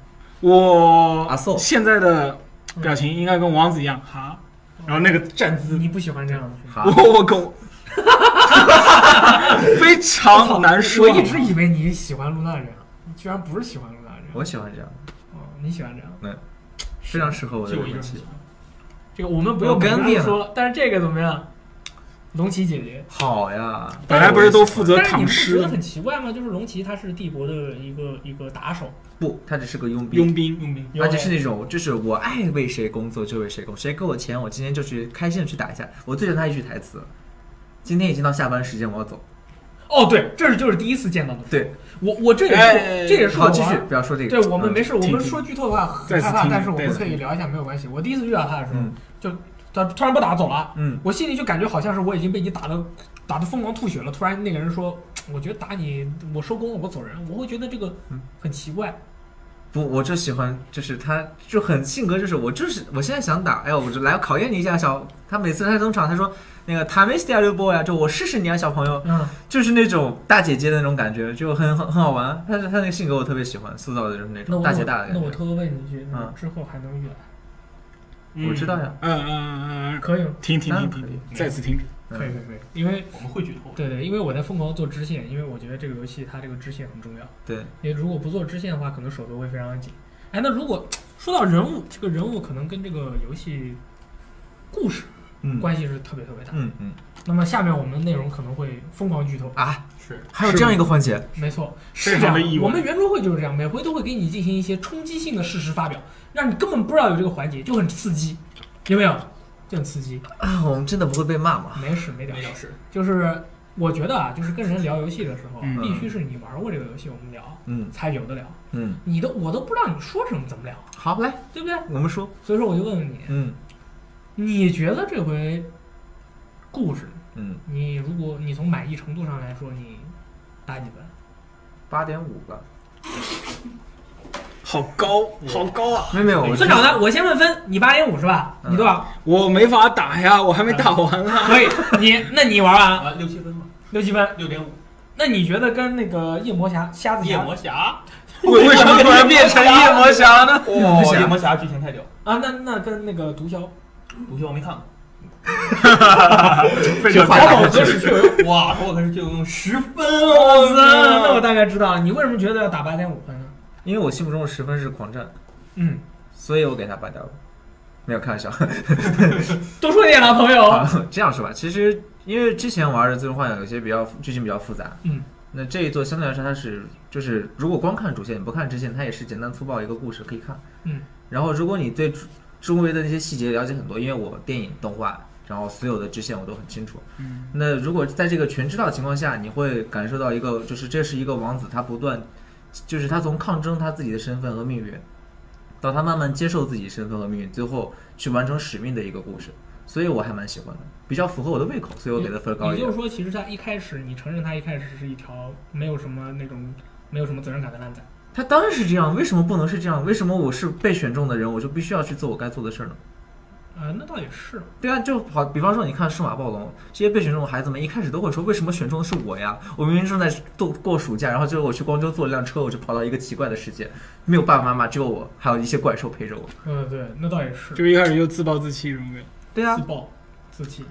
Speaker 2: 阿
Speaker 3: 我
Speaker 2: 宋
Speaker 3: 现在的表情应该跟王子一样，
Speaker 1: 哈，
Speaker 3: 然后那个站姿，
Speaker 1: 你不喜欢这样的？
Speaker 2: 好
Speaker 3: 我我跟我非常难说。
Speaker 1: 我一直以为你喜欢露娜这样，你居然不是喜欢露娜这样。
Speaker 2: 我喜欢这样，
Speaker 1: 哦，你喜欢这样。
Speaker 2: 非常适合我的
Speaker 4: 就我一个
Speaker 2: 人
Speaker 4: 人
Speaker 2: 气
Speaker 4: 喜。
Speaker 1: 这个我们不用
Speaker 2: 我跟
Speaker 1: 每
Speaker 2: 你
Speaker 1: 个人
Speaker 2: 了
Speaker 1: 说了，但是这个怎么样？龙骑姐姐，
Speaker 2: 好呀，
Speaker 3: 本来不是都负责
Speaker 1: 但是你
Speaker 3: 躺
Speaker 1: 们不觉
Speaker 3: 尸
Speaker 1: 得很奇怪吗？就是龙骑他是帝国的一个一个打手，
Speaker 2: 不，他只是个佣兵，
Speaker 3: 佣兵，佣兵，
Speaker 2: 而且是那种，啊就是我爱为谁工作就为谁工作，谁给我钱我今天就去开心的去打一下。我最喜欢他一句台词：“今天已经到下班时间，我要走。
Speaker 1: 哦，对，这是就是第一次见到的。
Speaker 2: 对，
Speaker 1: 我我这也是、
Speaker 3: 哎
Speaker 1: 这也”是
Speaker 2: 好，
Speaker 1: 我
Speaker 2: 继续
Speaker 1: 玩，
Speaker 2: 不要说这个。
Speaker 1: 对我们
Speaker 2: 嗯
Speaker 1: 没事，我
Speaker 3: 听
Speaker 1: 们
Speaker 3: 听
Speaker 1: 说剧透的话很
Speaker 3: 再次
Speaker 1: 害怕，
Speaker 3: 听
Speaker 1: 但是我
Speaker 3: 再
Speaker 1: 们
Speaker 3: 次
Speaker 1: 可以
Speaker 3: 听
Speaker 1: 聊一下，没有关系。我第一次遇到他的时候，
Speaker 2: 嗯
Speaker 1: 他突然不打走了，
Speaker 2: 嗯，
Speaker 1: 我心里就感觉好像是我已经被你打的打的疯狂吐血了。突然那个人说，我觉得打你，我收工了，我走人，我会觉得这个
Speaker 2: 嗯
Speaker 1: 很奇怪。
Speaker 2: 不，我就喜欢，就是他就很性格，就是我就是我现在想打，哎呦，我就来考验你一下小。他每次他登场，他说那个 t a m i s t a l boy 啊，就我试试你啊，小朋友，
Speaker 1: 嗯，
Speaker 2: 就是那种大姐姐的那种感觉，就很很很好玩。但是他那个性格我特别喜欢，塑造的就是那
Speaker 1: 那
Speaker 2: 种
Speaker 1: 我
Speaker 2: 大姐大的感
Speaker 1: 那我
Speaker 2: 觉。
Speaker 1: 偷偷问你一句，
Speaker 2: 嗯
Speaker 1: 你之后还能遇到？
Speaker 2: 我知道呀，
Speaker 3: 嗯嗯嗯嗯，
Speaker 1: 可以吗，
Speaker 3: 停停
Speaker 2: 当然
Speaker 3: 停
Speaker 2: 可以
Speaker 3: 停，再次停止。
Speaker 2: 嗯
Speaker 1: 可以，可以，可以，因为
Speaker 4: 我们会剧透。
Speaker 1: 对对，因为我在疯狂地做支线，因为我觉得这个游戏它这个支线很重要。
Speaker 2: 对，
Speaker 1: 因为如果不做支线的话，可能手头会非常紧。哎，那如果说到人物，这个人物可能跟这个游戏故事
Speaker 2: 嗯
Speaker 1: 关系是特别特别大。
Speaker 2: 嗯嗯
Speaker 1: 那么下面我们的内容可能会疯狂剧透，
Speaker 2: 啊，
Speaker 4: 是，
Speaker 2: 还有这样一个环节，
Speaker 1: 没错，是
Speaker 3: 非
Speaker 1: 这
Speaker 3: 常的
Speaker 1: 样
Speaker 3: 意
Speaker 1: 的。
Speaker 3: 外
Speaker 1: 我们圆桌会就是这样，每回都会给你进行一些冲击性的事实发表，让你根本不知道有这个环节，就很刺激，有没有？就很刺激，
Speaker 2: 啊，我们真的不会被骂吗？
Speaker 1: 没事没点
Speaker 4: 没
Speaker 1: 事
Speaker 4: 小。时，
Speaker 1: 就是我觉得啊，就是跟人聊游戏的时候，
Speaker 3: 嗯
Speaker 1: 必须是你玩过这个游戏，我们聊
Speaker 2: 嗯
Speaker 1: 才有的聊。
Speaker 2: 嗯，
Speaker 1: 你都我都不知道你说什么，怎么聊，
Speaker 2: 好，来，
Speaker 1: 对不对？
Speaker 2: 我们说，
Speaker 1: 所以说我就问问你，
Speaker 2: 嗯
Speaker 1: 你觉得这回故事，
Speaker 2: 嗯，
Speaker 1: 你如果你从满意程度上来说，你打几分？
Speaker 2: 八点五吧，
Speaker 3: 好高，好高啊！
Speaker 2: 没有没有，我
Speaker 1: 村长呢？我先问分，你八点五是吧？
Speaker 2: 嗯
Speaker 1: 你多少？
Speaker 3: 我没法打呀，我还没打完 啊。
Speaker 1: 可以，你那你玩完
Speaker 4: 啊，六七分吧，
Speaker 1: 六七分，
Speaker 4: 六点五。
Speaker 1: 那你觉得跟那个夜魔侠瞎子
Speaker 4: 夜
Speaker 1: 侠
Speaker 4: 魔侠，
Speaker 3: 为为什么突然变成夜魔侠呢？
Speaker 2: 哦
Speaker 4: 夜魔侠剧情太屌，
Speaker 1: 啊，那那跟那个毒枭
Speaker 4: 毒枭我没看过。
Speaker 3: 非
Speaker 2: 这
Speaker 3: 常
Speaker 2: 话
Speaker 3: 高
Speaker 2: 打
Speaker 1: 宝
Speaker 2: 不
Speaker 1: 哥
Speaker 2: 出
Speaker 1: 是
Speaker 2: 去
Speaker 1: 确有。
Speaker 4: 哇，我可是就用十分
Speaker 1: 哇
Speaker 4: 哦，
Speaker 1: 塞，那我大概知道了，你为什么觉得要打八点五分呢？
Speaker 2: 因为我心目中的十分是狂战，
Speaker 1: 嗯，
Speaker 2: 所以我给他八点五，没有开玩笑。
Speaker 1: 多说一点了，朋友。
Speaker 2: 啊， 这样说吧，其实因为之前玩的《最终幻想》有些比较剧情比较复杂，
Speaker 1: 嗯，
Speaker 2: 那这一座相对来说它是就是如果光看主线你不看支线，它也是简单粗暴一个故事可以看，
Speaker 1: 嗯，
Speaker 2: 然后如果你对周围的那些细节了解很多，因为我电影动画。然后所有的支线我都很清楚。
Speaker 3: 嗯，
Speaker 2: 那如果在这个全知道的情况下，你会感受到一个，就是这是一个王子，他不断，就是他从抗争他自己的身份和命运，到他慢慢接受自己身份和命运，最后去完成使命的一个故事。所以我还蛮喜欢的，比较符合我的胃口，所以我给的分高一
Speaker 1: 也就
Speaker 2: 点
Speaker 1: 是。说，其实他一开始，你承认他一开始是一条没有什么那种没有什么责任感的烂仔。
Speaker 2: 他当然是这样，为什么不能是这样？为什么我是被选中的人，我就必须要去做我该做的事儿呢？
Speaker 1: 呃，那倒也是，
Speaker 2: 对啊，就好，比方说你看数码暴龙，这些被选中的孩子们一开始都会说，为什么选中的是我呀？我明明正在度过暑假，然后就是我去光州坐了辆车，我就跑到一个奇怪的世界，没有爸爸妈妈，只有我，还有一些怪兽陪着我。
Speaker 1: 呃，对，那倒也是，
Speaker 3: 就一开始就自暴自弃什么的。
Speaker 2: 对啊
Speaker 1: 自，暴自弃，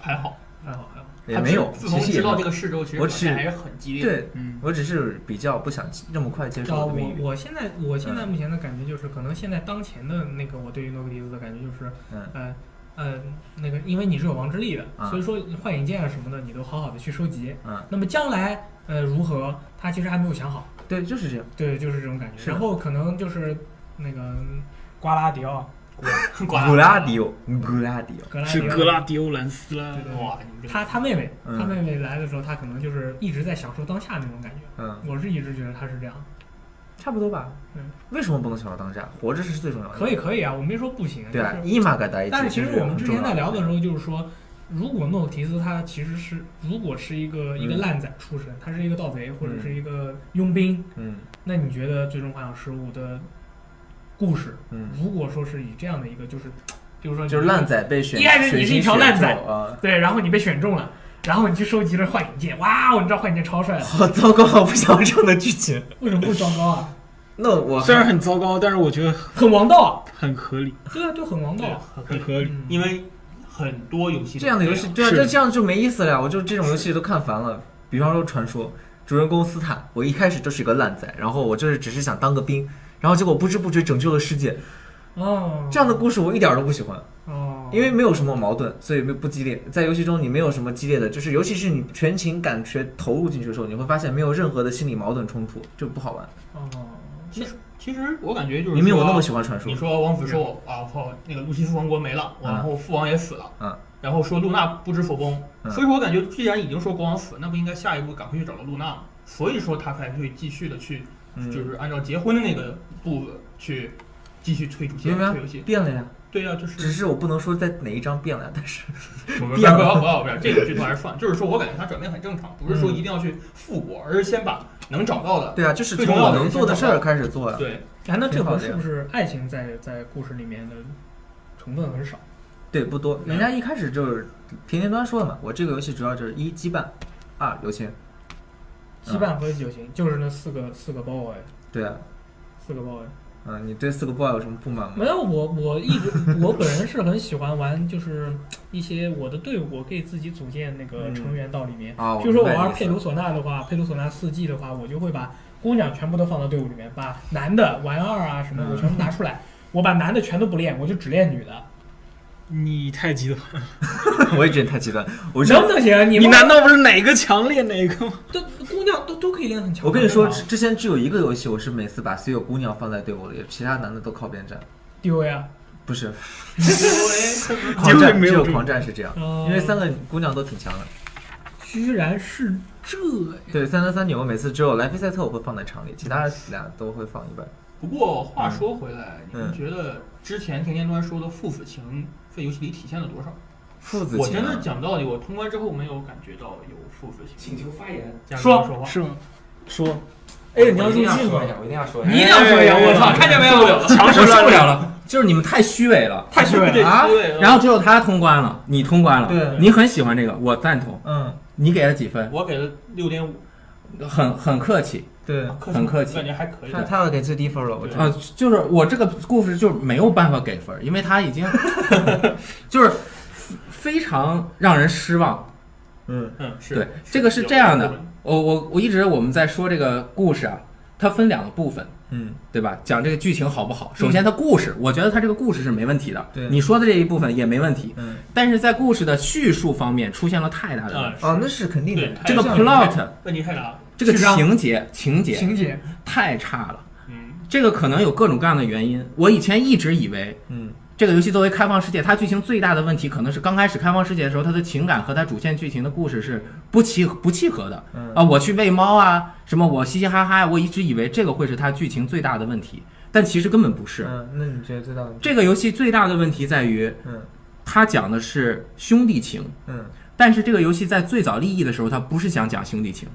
Speaker 4: 还好。
Speaker 1: 还好还好。
Speaker 2: 也没有，
Speaker 4: 自从
Speaker 2: 其实
Speaker 4: 知
Speaker 2: 也没
Speaker 4: 道这
Speaker 2: 有。
Speaker 4: 个事之后，其实
Speaker 2: 我
Speaker 4: 表现
Speaker 2: 只
Speaker 4: 还是很激烈的。
Speaker 2: 对，
Speaker 3: 嗯，
Speaker 2: 我只是比较不想那么快接受
Speaker 1: 啊，
Speaker 2: 我的嗯命
Speaker 1: 我
Speaker 2: 运。
Speaker 1: 我现在我现在目前的感觉就是，可能现在当前的那个我对于诺克迪斯的感觉就是，
Speaker 2: 嗯
Speaker 1: 呃呃，那个因为你是有王之力的，
Speaker 2: 啊
Speaker 1: 所以说幻影剑啊什么的，你都好好的去收集。
Speaker 2: 嗯
Speaker 1: 那么将来呃如何，他其实还没有想好。
Speaker 2: 对，就是这样。
Speaker 1: 对，就是这种感觉。
Speaker 2: 是的
Speaker 1: 然后可能就是那个瓜拉迪奥，
Speaker 4: 瓜
Speaker 1: 啊
Speaker 2: 古拉迪奥，古拉迪奥，
Speaker 1: 格拉
Speaker 3: 是
Speaker 1: 迪奥
Speaker 3: 格拉迪欧兰斯啦
Speaker 1: 对。对对，
Speaker 4: 哇，你们这个
Speaker 1: 他他妹妹，
Speaker 2: 嗯
Speaker 1: 他妹妹来的时候，他可能就是一直在享受当下那种感觉。
Speaker 2: 嗯，
Speaker 1: 我是一直觉得他是这样，
Speaker 2: 差不多吧。
Speaker 1: 嗯，
Speaker 2: 为什么不能享受当下？活着是最重要的。
Speaker 1: 可以，可以啊，我没说不行啊，
Speaker 2: 对啊，
Speaker 1: 就是。
Speaker 2: 一码改达一。
Speaker 1: 但是其实我们之前在聊的时
Speaker 2: 候，
Speaker 1: 候，就是说，如果诺克提斯他其实是，如果是一个一个
Speaker 2: 嗯
Speaker 1: 烂仔出身，他是一个盗贼或者
Speaker 2: 嗯
Speaker 1: 是一个佣兵，
Speaker 2: 嗯
Speaker 1: 那你觉得《最终幻想十五》的故事，
Speaker 2: 嗯，
Speaker 1: 如果说是以这样嗯的一个，就是，比如说你
Speaker 2: 就是烂仔被选，
Speaker 1: 一开始你是一条烂仔
Speaker 2: 啊，
Speaker 1: 对，然后你被选中了，然后你去收集了幻影剑，哇，我你知道幻影剑超帅的，
Speaker 2: 好糟糕，啊我不想这样的剧情。
Speaker 1: 为什么不糟糕啊？
Speaker 2: 那我
Speaker 3: 虽然很糟糕，但是我觉得
Speaker 1: 很王道，啊
Speaker 3: 很合理，
Speaker 1: 对啊，就很王道。
Speaker 3: 很合理。
Speaker 1: 嗯
Speaker 4: 因为很多游戏
Speaker 2: 这样的游戏，对啊，
Speaker 3: 是
Speaker 2: 这这样就没意思了呀！我就这种游戏都看烦了。比方说《传说》，主人公斯坦，我一开始就是个烂仔，然后我就是只是想当个兵，然后结果不知不觉拯救了世界。
Speaker 1: 哦，
Speaker 2: 这样的故事我一点儿都不喜欢，
Speaker 1: 哦，
Speaker 2: 因为没有什么矛盾，所以没有不激烈。在游戏中你没有什么激烈的，就是尤其是你全情感全投入进去的时候，你会发现没有任何的心理矛盾冲突，就不好玩。
Speaker 1: 哦，
Speaker 4: 其实其实我感觉就是
Speaker 2: 明明我
Speaker 4: 说
Speaker 2: 那么喜欢《传说
Speaker 4: 你》，说王子说啊，靠，那个路西斯王国没了，
Speaker 2: 嗯
Speaker 4: 然后父王也死了，
Speaker 2: 嗯，
Speaker 4: 然后说露娜不知所踪，
Speaker 2: 嗯
Speaker 4: 所以说我感觉既然已经说国王死，那不应该下一步赶快去找到露娜吗？所以说他才会继续的去，就
Speaker 2: 嗯，
Speaker 4: 是按照结婚的那个步子去继续推主线
Speaker 2: 明白
Speaker 4: 推游戏。
Speaker 2: 变了呀，
Speaker 4: 对呀、就是
Speaker 2: 只是我不能说在哪一章变了呀，但是
Speaker 4: 不
Speaker 2: 变了
Speaker 4: 要不要不要，这个剧透还是算。就是说我感觉他转变很正常，不是说
Speaker 2: 嗯
Speaker 4: 一定要去复国，而是先把能找到的。
Speaker 2: 对啊，就是从我能做的事儿开始做呀。
Speaker 4: 对，
Speaker 1: 哎，那这
Speaker 2: 挺好
Speaker 1: 回
Speaker 2: 的呀
Speaker 1: 是不是爱情在在故事里面的成分很少？
Speaker 2: 对，不多。人家一开始就是甜甜端说的嘛，我这个游戏主要就是一羁绊，二友情。嗯
Speaker 1: 羁绊和友情就是那四个四个 boy，
Speaker 2: 对啊，
Speaker 1: 四个 boy。
Speaker 2: 嗯，你对四个 boy 有什么不满吗
Speaker 1: 没？有，我我一直我本人是很喜欢玩，就是一些我的队伍，我可以自己组建那个
Speaker 2: 嗯
Speaker 1: 成员到里面。
Speaker 2: 啊，
Speaker 1: 比如说我
Speaker 2: 明白
Speaker 1: 玩
Speaker 2: 你的意
Speaker 1: 佩
Speaker 2: 思
Speaker 1: 鲁索纳的话，佩鲁索纳四季的话，我就会把姑娘全部都放到队伍里面，把男的玩二啊什么的我全部
Speaker 2: 嗯
Speaker 1: 拿出来，我把男的全都不练，我就只练女的，
Speaker 3: 你太极端，
Speaker 2: 我也觉得太极端。我
Speaker 1: 能
Speaker 2: 这
Speaker 1: 不能行？啊你
Speaker 3: 你
Speaker 1: 们
Speaker 3: 难道不是哪个强烈哪个吗？
Speaker 1: 都姑娘都都可以练很强的？
Speaker 2: 我跟你说，
Speaker 1: 对吧
Speaker 2: 之之前只有一个游戏，我是每次把所有姑娘放在队伍里，其他男的都靠边站。
Speaker 1: 丢呀，
Speaker 2: 不是
Speaker 3: 结
Speaker 2: 狂
Speaker 3: 尾
Speaker 2: 战，
Speaker 3: 没
Speaker 2: 只
Speaker 3: 有
Speaker 2: 有
Speaker 3: 这种
Speaker 2: 狂战是这样，
Speaker 1: 因
Speaker 2: 因为三个姑娘都挺强的。
Speaker 1: 居然是这
Speaker 2: 对，三三三女，我每次只有莱菲赛特我会放在场里，其他俩都会放一半。
Speaker 4: 不过话说回来，你
Speaker 2: 嗯
Speaker 4: 们觉得之前田天端说的父子情在游戏里体现了多少？
Speaker 2: 父子
Speaker 4: 我
Speaker 2: 情
Speaker 4: 真的
Speaker 2: 啊，
Speaker 4: 讲道理，我通关之后没有感觉到有父子情。
Speaker 5: 请求发言。
Speaker 4: 嘉宾
Speaker 1: 说
Speaker 4: 说话，
Speaker 3: 是吗？说
Speaker 1: 哎，你要
Speaker 6: 我
Speaker 1: 入
Speaker 6: 一定要
Speaker 1: 镜
Speaker 6: 说一
Speaker 1: 了
Speaker 6: 下，，我一定要说一
Speaker 1: 你
Speaker 6: 下，
Speaker 1: 一定要说呀！我操，
Speaker 2: 哎
Speaker 4: 看见没有？了，
Speaker 6: 我 受不了了，就是你们太虚伪了。
Speaker 1: 太虚伪了。
Speaker 4: 对呃
Speaker 2: 啊
Speaker 4: 虚伪嗯了。
Speaker 6: 然后只有他通关了，你通关了，
Speaker 2: 对
Speaker 6: 你很喜欢这个，我赞同。
Speaker 2: 嗯，
Speaker 6: 你给了几分？
Speaker 4: 我给了六点五，
Speaker 6: 很很客气
Speaker 2: 对，
Speaker 6: 很客气
Speaker 4: 我感觉还可以。
Speaker 2: 他他要给最低分了，我觉得。
Speaker 6: 啊、就是我这个故事就没有办法给分，因为他已经 就是非常让人失望。
Speaker 2: 嗯
Speaker 4: 嗯，是
Speaker 6: 对，这个是这样的，我我我一直我们在说这个故事啊，它分两个部分，
Speaker 2: 嗯，
Speaker 6: 对吧？讲这个剧情好不
Speaker 4: 嗯
Speaker 6: 好？首先，它故事，我觉得它这个故事是没问题的。
Speaker 2: 对
Speaker 6: 你说的这一部分也没问题，
Speaker 2: 嗯，
Speaker 6: 但是在故事的叙述方面出现了太大的问
Speaker 4: 啊
Speaker 6: 题。，
Speaker 2: 哦，那是肯定
Speaker 4: 对
Speaker 2: 的。，
Speaker 6: 这个
Speaker 4: 太像了
Speaker 6: plot
Speaker 4: 问题太大了。
Speaker 6: 这个
Speaker 1: 是这样
Speaker 6: 情节情节
Speaker 1: 情节
Speaker 6: 太差了，
Speaker 4: 嗯，
Speaker 6: 这个可能有各种各样的原因。我以前一直以为。
Speaker 2: 嗯
Speaker 6: 这个游戏作为开放世界，它剧情最大的问题可能是刚开始开放世界的时候，它的情感和它主线剧情的故事是不契不契合的。
Speaker 2: 嗯
Speaker 6: 啊，我去喂猫啊，什么我嘻嘻哈哈呀，我一直以为这个会是它剧情最大的问题，但其实根本不是。
Speaker 2: 嗯，那你觉得最大的问题？
Speaker 6: 这个游戏最大的问题在于，
Speaker 2: 嗯
Speaker 6: 它讲的是兄弟情，
Speaker 2: 嗯，
Speaker 6: 但是这个游戏在最早立意的时候，它不是想讲兄弟情。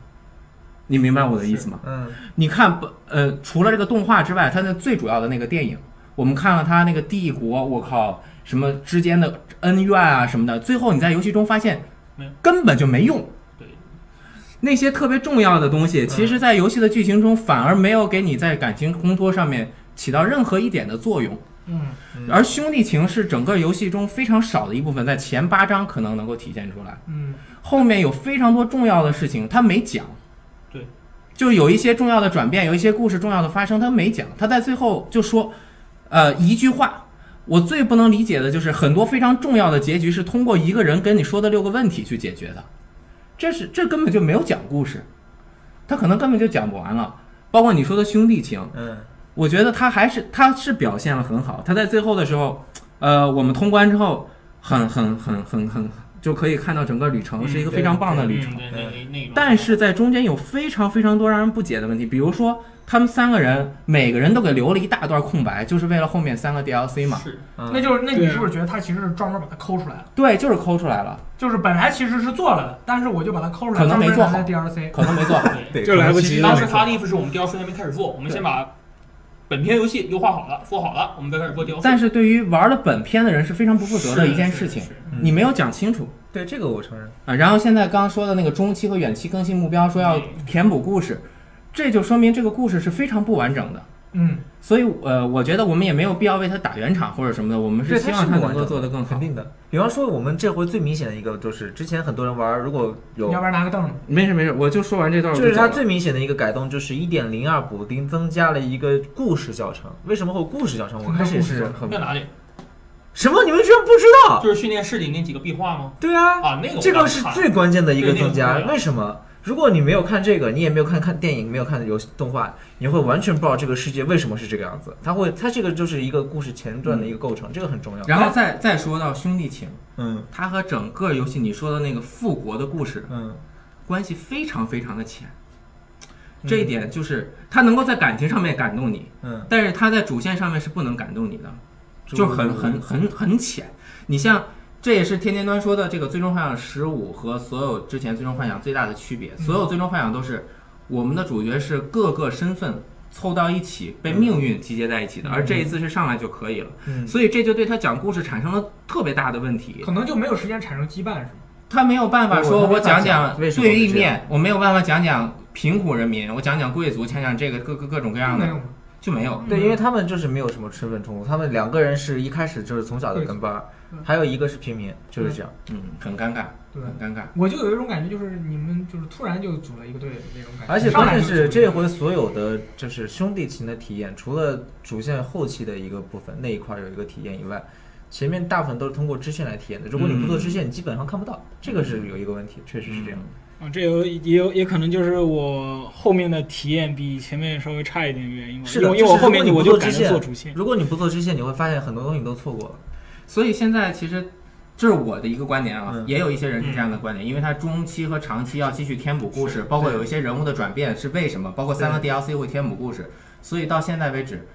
Speaker 6: 你明白我的意思吗？
Speaker 2: 嗯
Speaker 6: 你看不，呃，除了这个动画之外，它的最主要的那个电影，我们看了它那个帝国，我靠，什么之间的恩怨啊什么的，最后你在游戏中发现
Speaker 4: 没有，
Speaker 6: 根本就没用。
Speaker 4: 对，
Speaker 6: 那些特别重要的东西，其实在游戏的剧情中反而没有给你在感情烘托上面起到任何一点的作用。
Speaker 1: 嗯，
Speaker 2: 嗯
Speaker 6: 而兄弟情是整个游戏中非常少的一部分，在前八章可能能够体现出来。
Speaker 1: 嗯，
Speaker 6: 后面有非常多重要的事情他没讲，
Speaker 4: 对，
Speaker 6: 就有一些重要的转变，有一些故事重要的发生他没讲，他在最后就说，呃，一句话。我最不能理解的就是很多非常重要的结局是通过一个人跟你说的六个问题去解决的，这是这根本就没有讲故事，他可能根本就讲不完了。包括你说的兄弟情，
Speaker 2: 嗯
Speaker 6: 我觉得他还是他是表现了很好，他在最后的时候，呃，我们通关之后，很很很很很就可以看到整个旅程
Speaker 4: 嗯
Speaker 6: 是一个非常棒的
Speaker 4: 嗯，
Speaker 6: 旅程，
Speaker 4: 对那那那种。
Speaker 6: 但是在中间有非常非常多让人不解的问题，比如说他们三个人每个人都给留了一大段空白，就是为了后面三个 DLC 嘛，
Speaker 4: 是
Speaker 2: 嗯，
Speaker 1: 那就是那你
Speaker 3: 对
Speaker 1: 是不是觉得他其实是专门把它抠出来了？
Speaker 6: 对，就是抠出来了，
Speaker 1: 就是本来其实是做了的，但是我就把它抠出来，
Speaker 6: 可能没做
Speaker 1: 专
Speaker 6: 好
Speaker 1: 门拿来 DLC。
Speaker 6: 可能 没做好。
Speaker 4: 对，
Speaker 2: 对
Speaker 3: 就来不
Speaker 2: 可能
Speaker 3: 及
Speaker 2: 是
Speaker 4: 当时他的意思是我们 DLC 还没开始做，我们先把本篇游戏优化好了，做好了，我们再开始做 DLC。
Speaker 6: 但是对于玩了本片的人是非常不负责的一件事情，
Speaker 4: 是是是
Speaker 2: 嗯
Speaker 6: 你没有讲清楚，
Speaker 2: 对这个我承认。
Speaker 6: 啊，然后现在刚刚说的那个中期和远期更新目标，说要填补故事，这就说明这个故事是非常不完整的。
Speaker 1: 嗯，
Speaker 6: 所以呃，我觉得我们也没有必要为它打圆场或者什么的，我们
Speaker 2: 对，
Speaker 6: 希望它
Speaker 2: 它
Speaker 6: 能
Speaker 2: 能
Speaker 6: 够
Speaker 2: 够
Speaker 6: 做
Speaker 2: 做
Speaker 6: 得
Speaker 2: 得
Speaker 6: 更
Speaker 2: 更
Speaker 6: 好
Speaker 2: 肯。定的。比方说，我们这回最明显的一个就是，之前很多人玩，如果有
Speaker 1: 要不然拿个凳子。
Speaker 6: 没事没事，我就说完这段我
Speaker 2: 就是
Speaker 6: 走了
Speaker 2: 它最明显的一个改动，就是一点零二补丁增加了一个故事教程。为什么会有故事教程？我开始也是很
Speaker 4: 在哪里？
Speaker 2: 什么？你们居然不知道？
Speaker 4: 就是训练室里那几个壁画吗？
Speaker 2: 对啊，
Speaker 4: 啊，那个我
Speaker 2: 这
Speaker 4: 倒
Speaker 2: 个是
Speaker 4: 看
Speaker 2: 最关键的一个增加
Speaker 4: 对那个我。看了
Speaker 2: 为什么？如果你没有看这个，你也没有看看电影，没有看游戏动画，你会完全不知道这个世界为什么是这个样子。它会，它这个就是一个故事前传的一个构成，这个很重要。
Speaker 6: 然后再再说到兄弟情，
Speaker 2: 嗯
Speaker 6: 它和整个游戏你说的那个复国的故事
Speaker 2: 嗯，
Speaker 6: 关系非常非常的浅，这一点就是它能够在感情上面感动你，
Speaker 2: 嗯，
Speaker 6: 但是它在主线上面是不能感动你的，就是很很
Speaker 2: 嗯
Speaker 6: 很很浅。你像这也是天天端说的这个《最终幻想十五》和所有之前《最终幻想》最大的区别，所有《最终幻想》都是我们的主角是各个身份凑到一起被命运集结在一起的，而这一次是上来就可以了，
Speaker 2: 嗯
Speaker 6: 所以这就对他讲故事产生了特别大的问题。
Speaker 1: 可能就没有时间产生羁绊，是吗？
Speaker 6: 他没有办法说，我讲讲
Speaker 2: 为什么会
Speaker 6: 对立
Speaker 2: 这样
Speaker 6: 面，我没有办法讲讲贫苦人民，我讲讲贵族，讲讲这个各各各种各样
Speaker 1: 没
Speaker 6: 的
Speaker 1: 有，
Speaker 6: 就没有。
Speaker 2: 对，因为他们就是没有什么身份冲突，他们两个人是一开始就是从小的跟班儿，还有一个是平民，就是这样。
Speaker 6: 嗯，很尴尬，
Speaker 1: 对
Speaker 6: 很尴尬。
Speaker 1: 我就有一种感觉，就是你们就是突然就组了一个队的那种感觉，
Speaker 2: 而且
Speaker 1: 上
Speaker 2: 关
Speaker 1: 来
Speaker 2: 键
Speaker 1: 就是组了一
Speaker 2: 这
Speaker 1: 个队
Speaker 2: 回所有的就是兄弟情的体验，除了主线后期的一个部分那一块儿有一个体验以外，前面大部分都是通过支线来体验的。如果你不做支
Speaker 1: 嗯
Speaker 2: 线，你基本上看不到，这个是有一个问题，确实是这样。
Speaker 3: 啊，这有也有也可能就是我后面的体验比前面稍微差一点的原因吧。
Speaker 2: 是的
Speaker 3: 因为
Speaker 2: 就
Speaker 3: 因
Speaker 2: 是
Speaker 3: 为我后面
Speaker 2: 如果
Speaker 3: 我
Speaker 2: 你不
Speaker 3: 就
Speaker 2: 做
Speaker 3: 改
Speaker 2: 支
Speaker 3: 成
Speaker 2: 线
Speaker 3: 做主线，
Speaker 2: 如果你不做支线，你会发现很多东西你都错过了。
Speaker 1: 嗯
Speaker 6: 所以现在其实这是我的一个观点啊，
Speaker 2: 嗯
Speaker 6: 也有一些人是这样的
Speaker 1: 嗯
Speaker 6: 观点，因为它中期和长期要继续填补故事，包括有一些人物的转变是为什么，包括三个 DLC 会填补故事，所以到现在为止，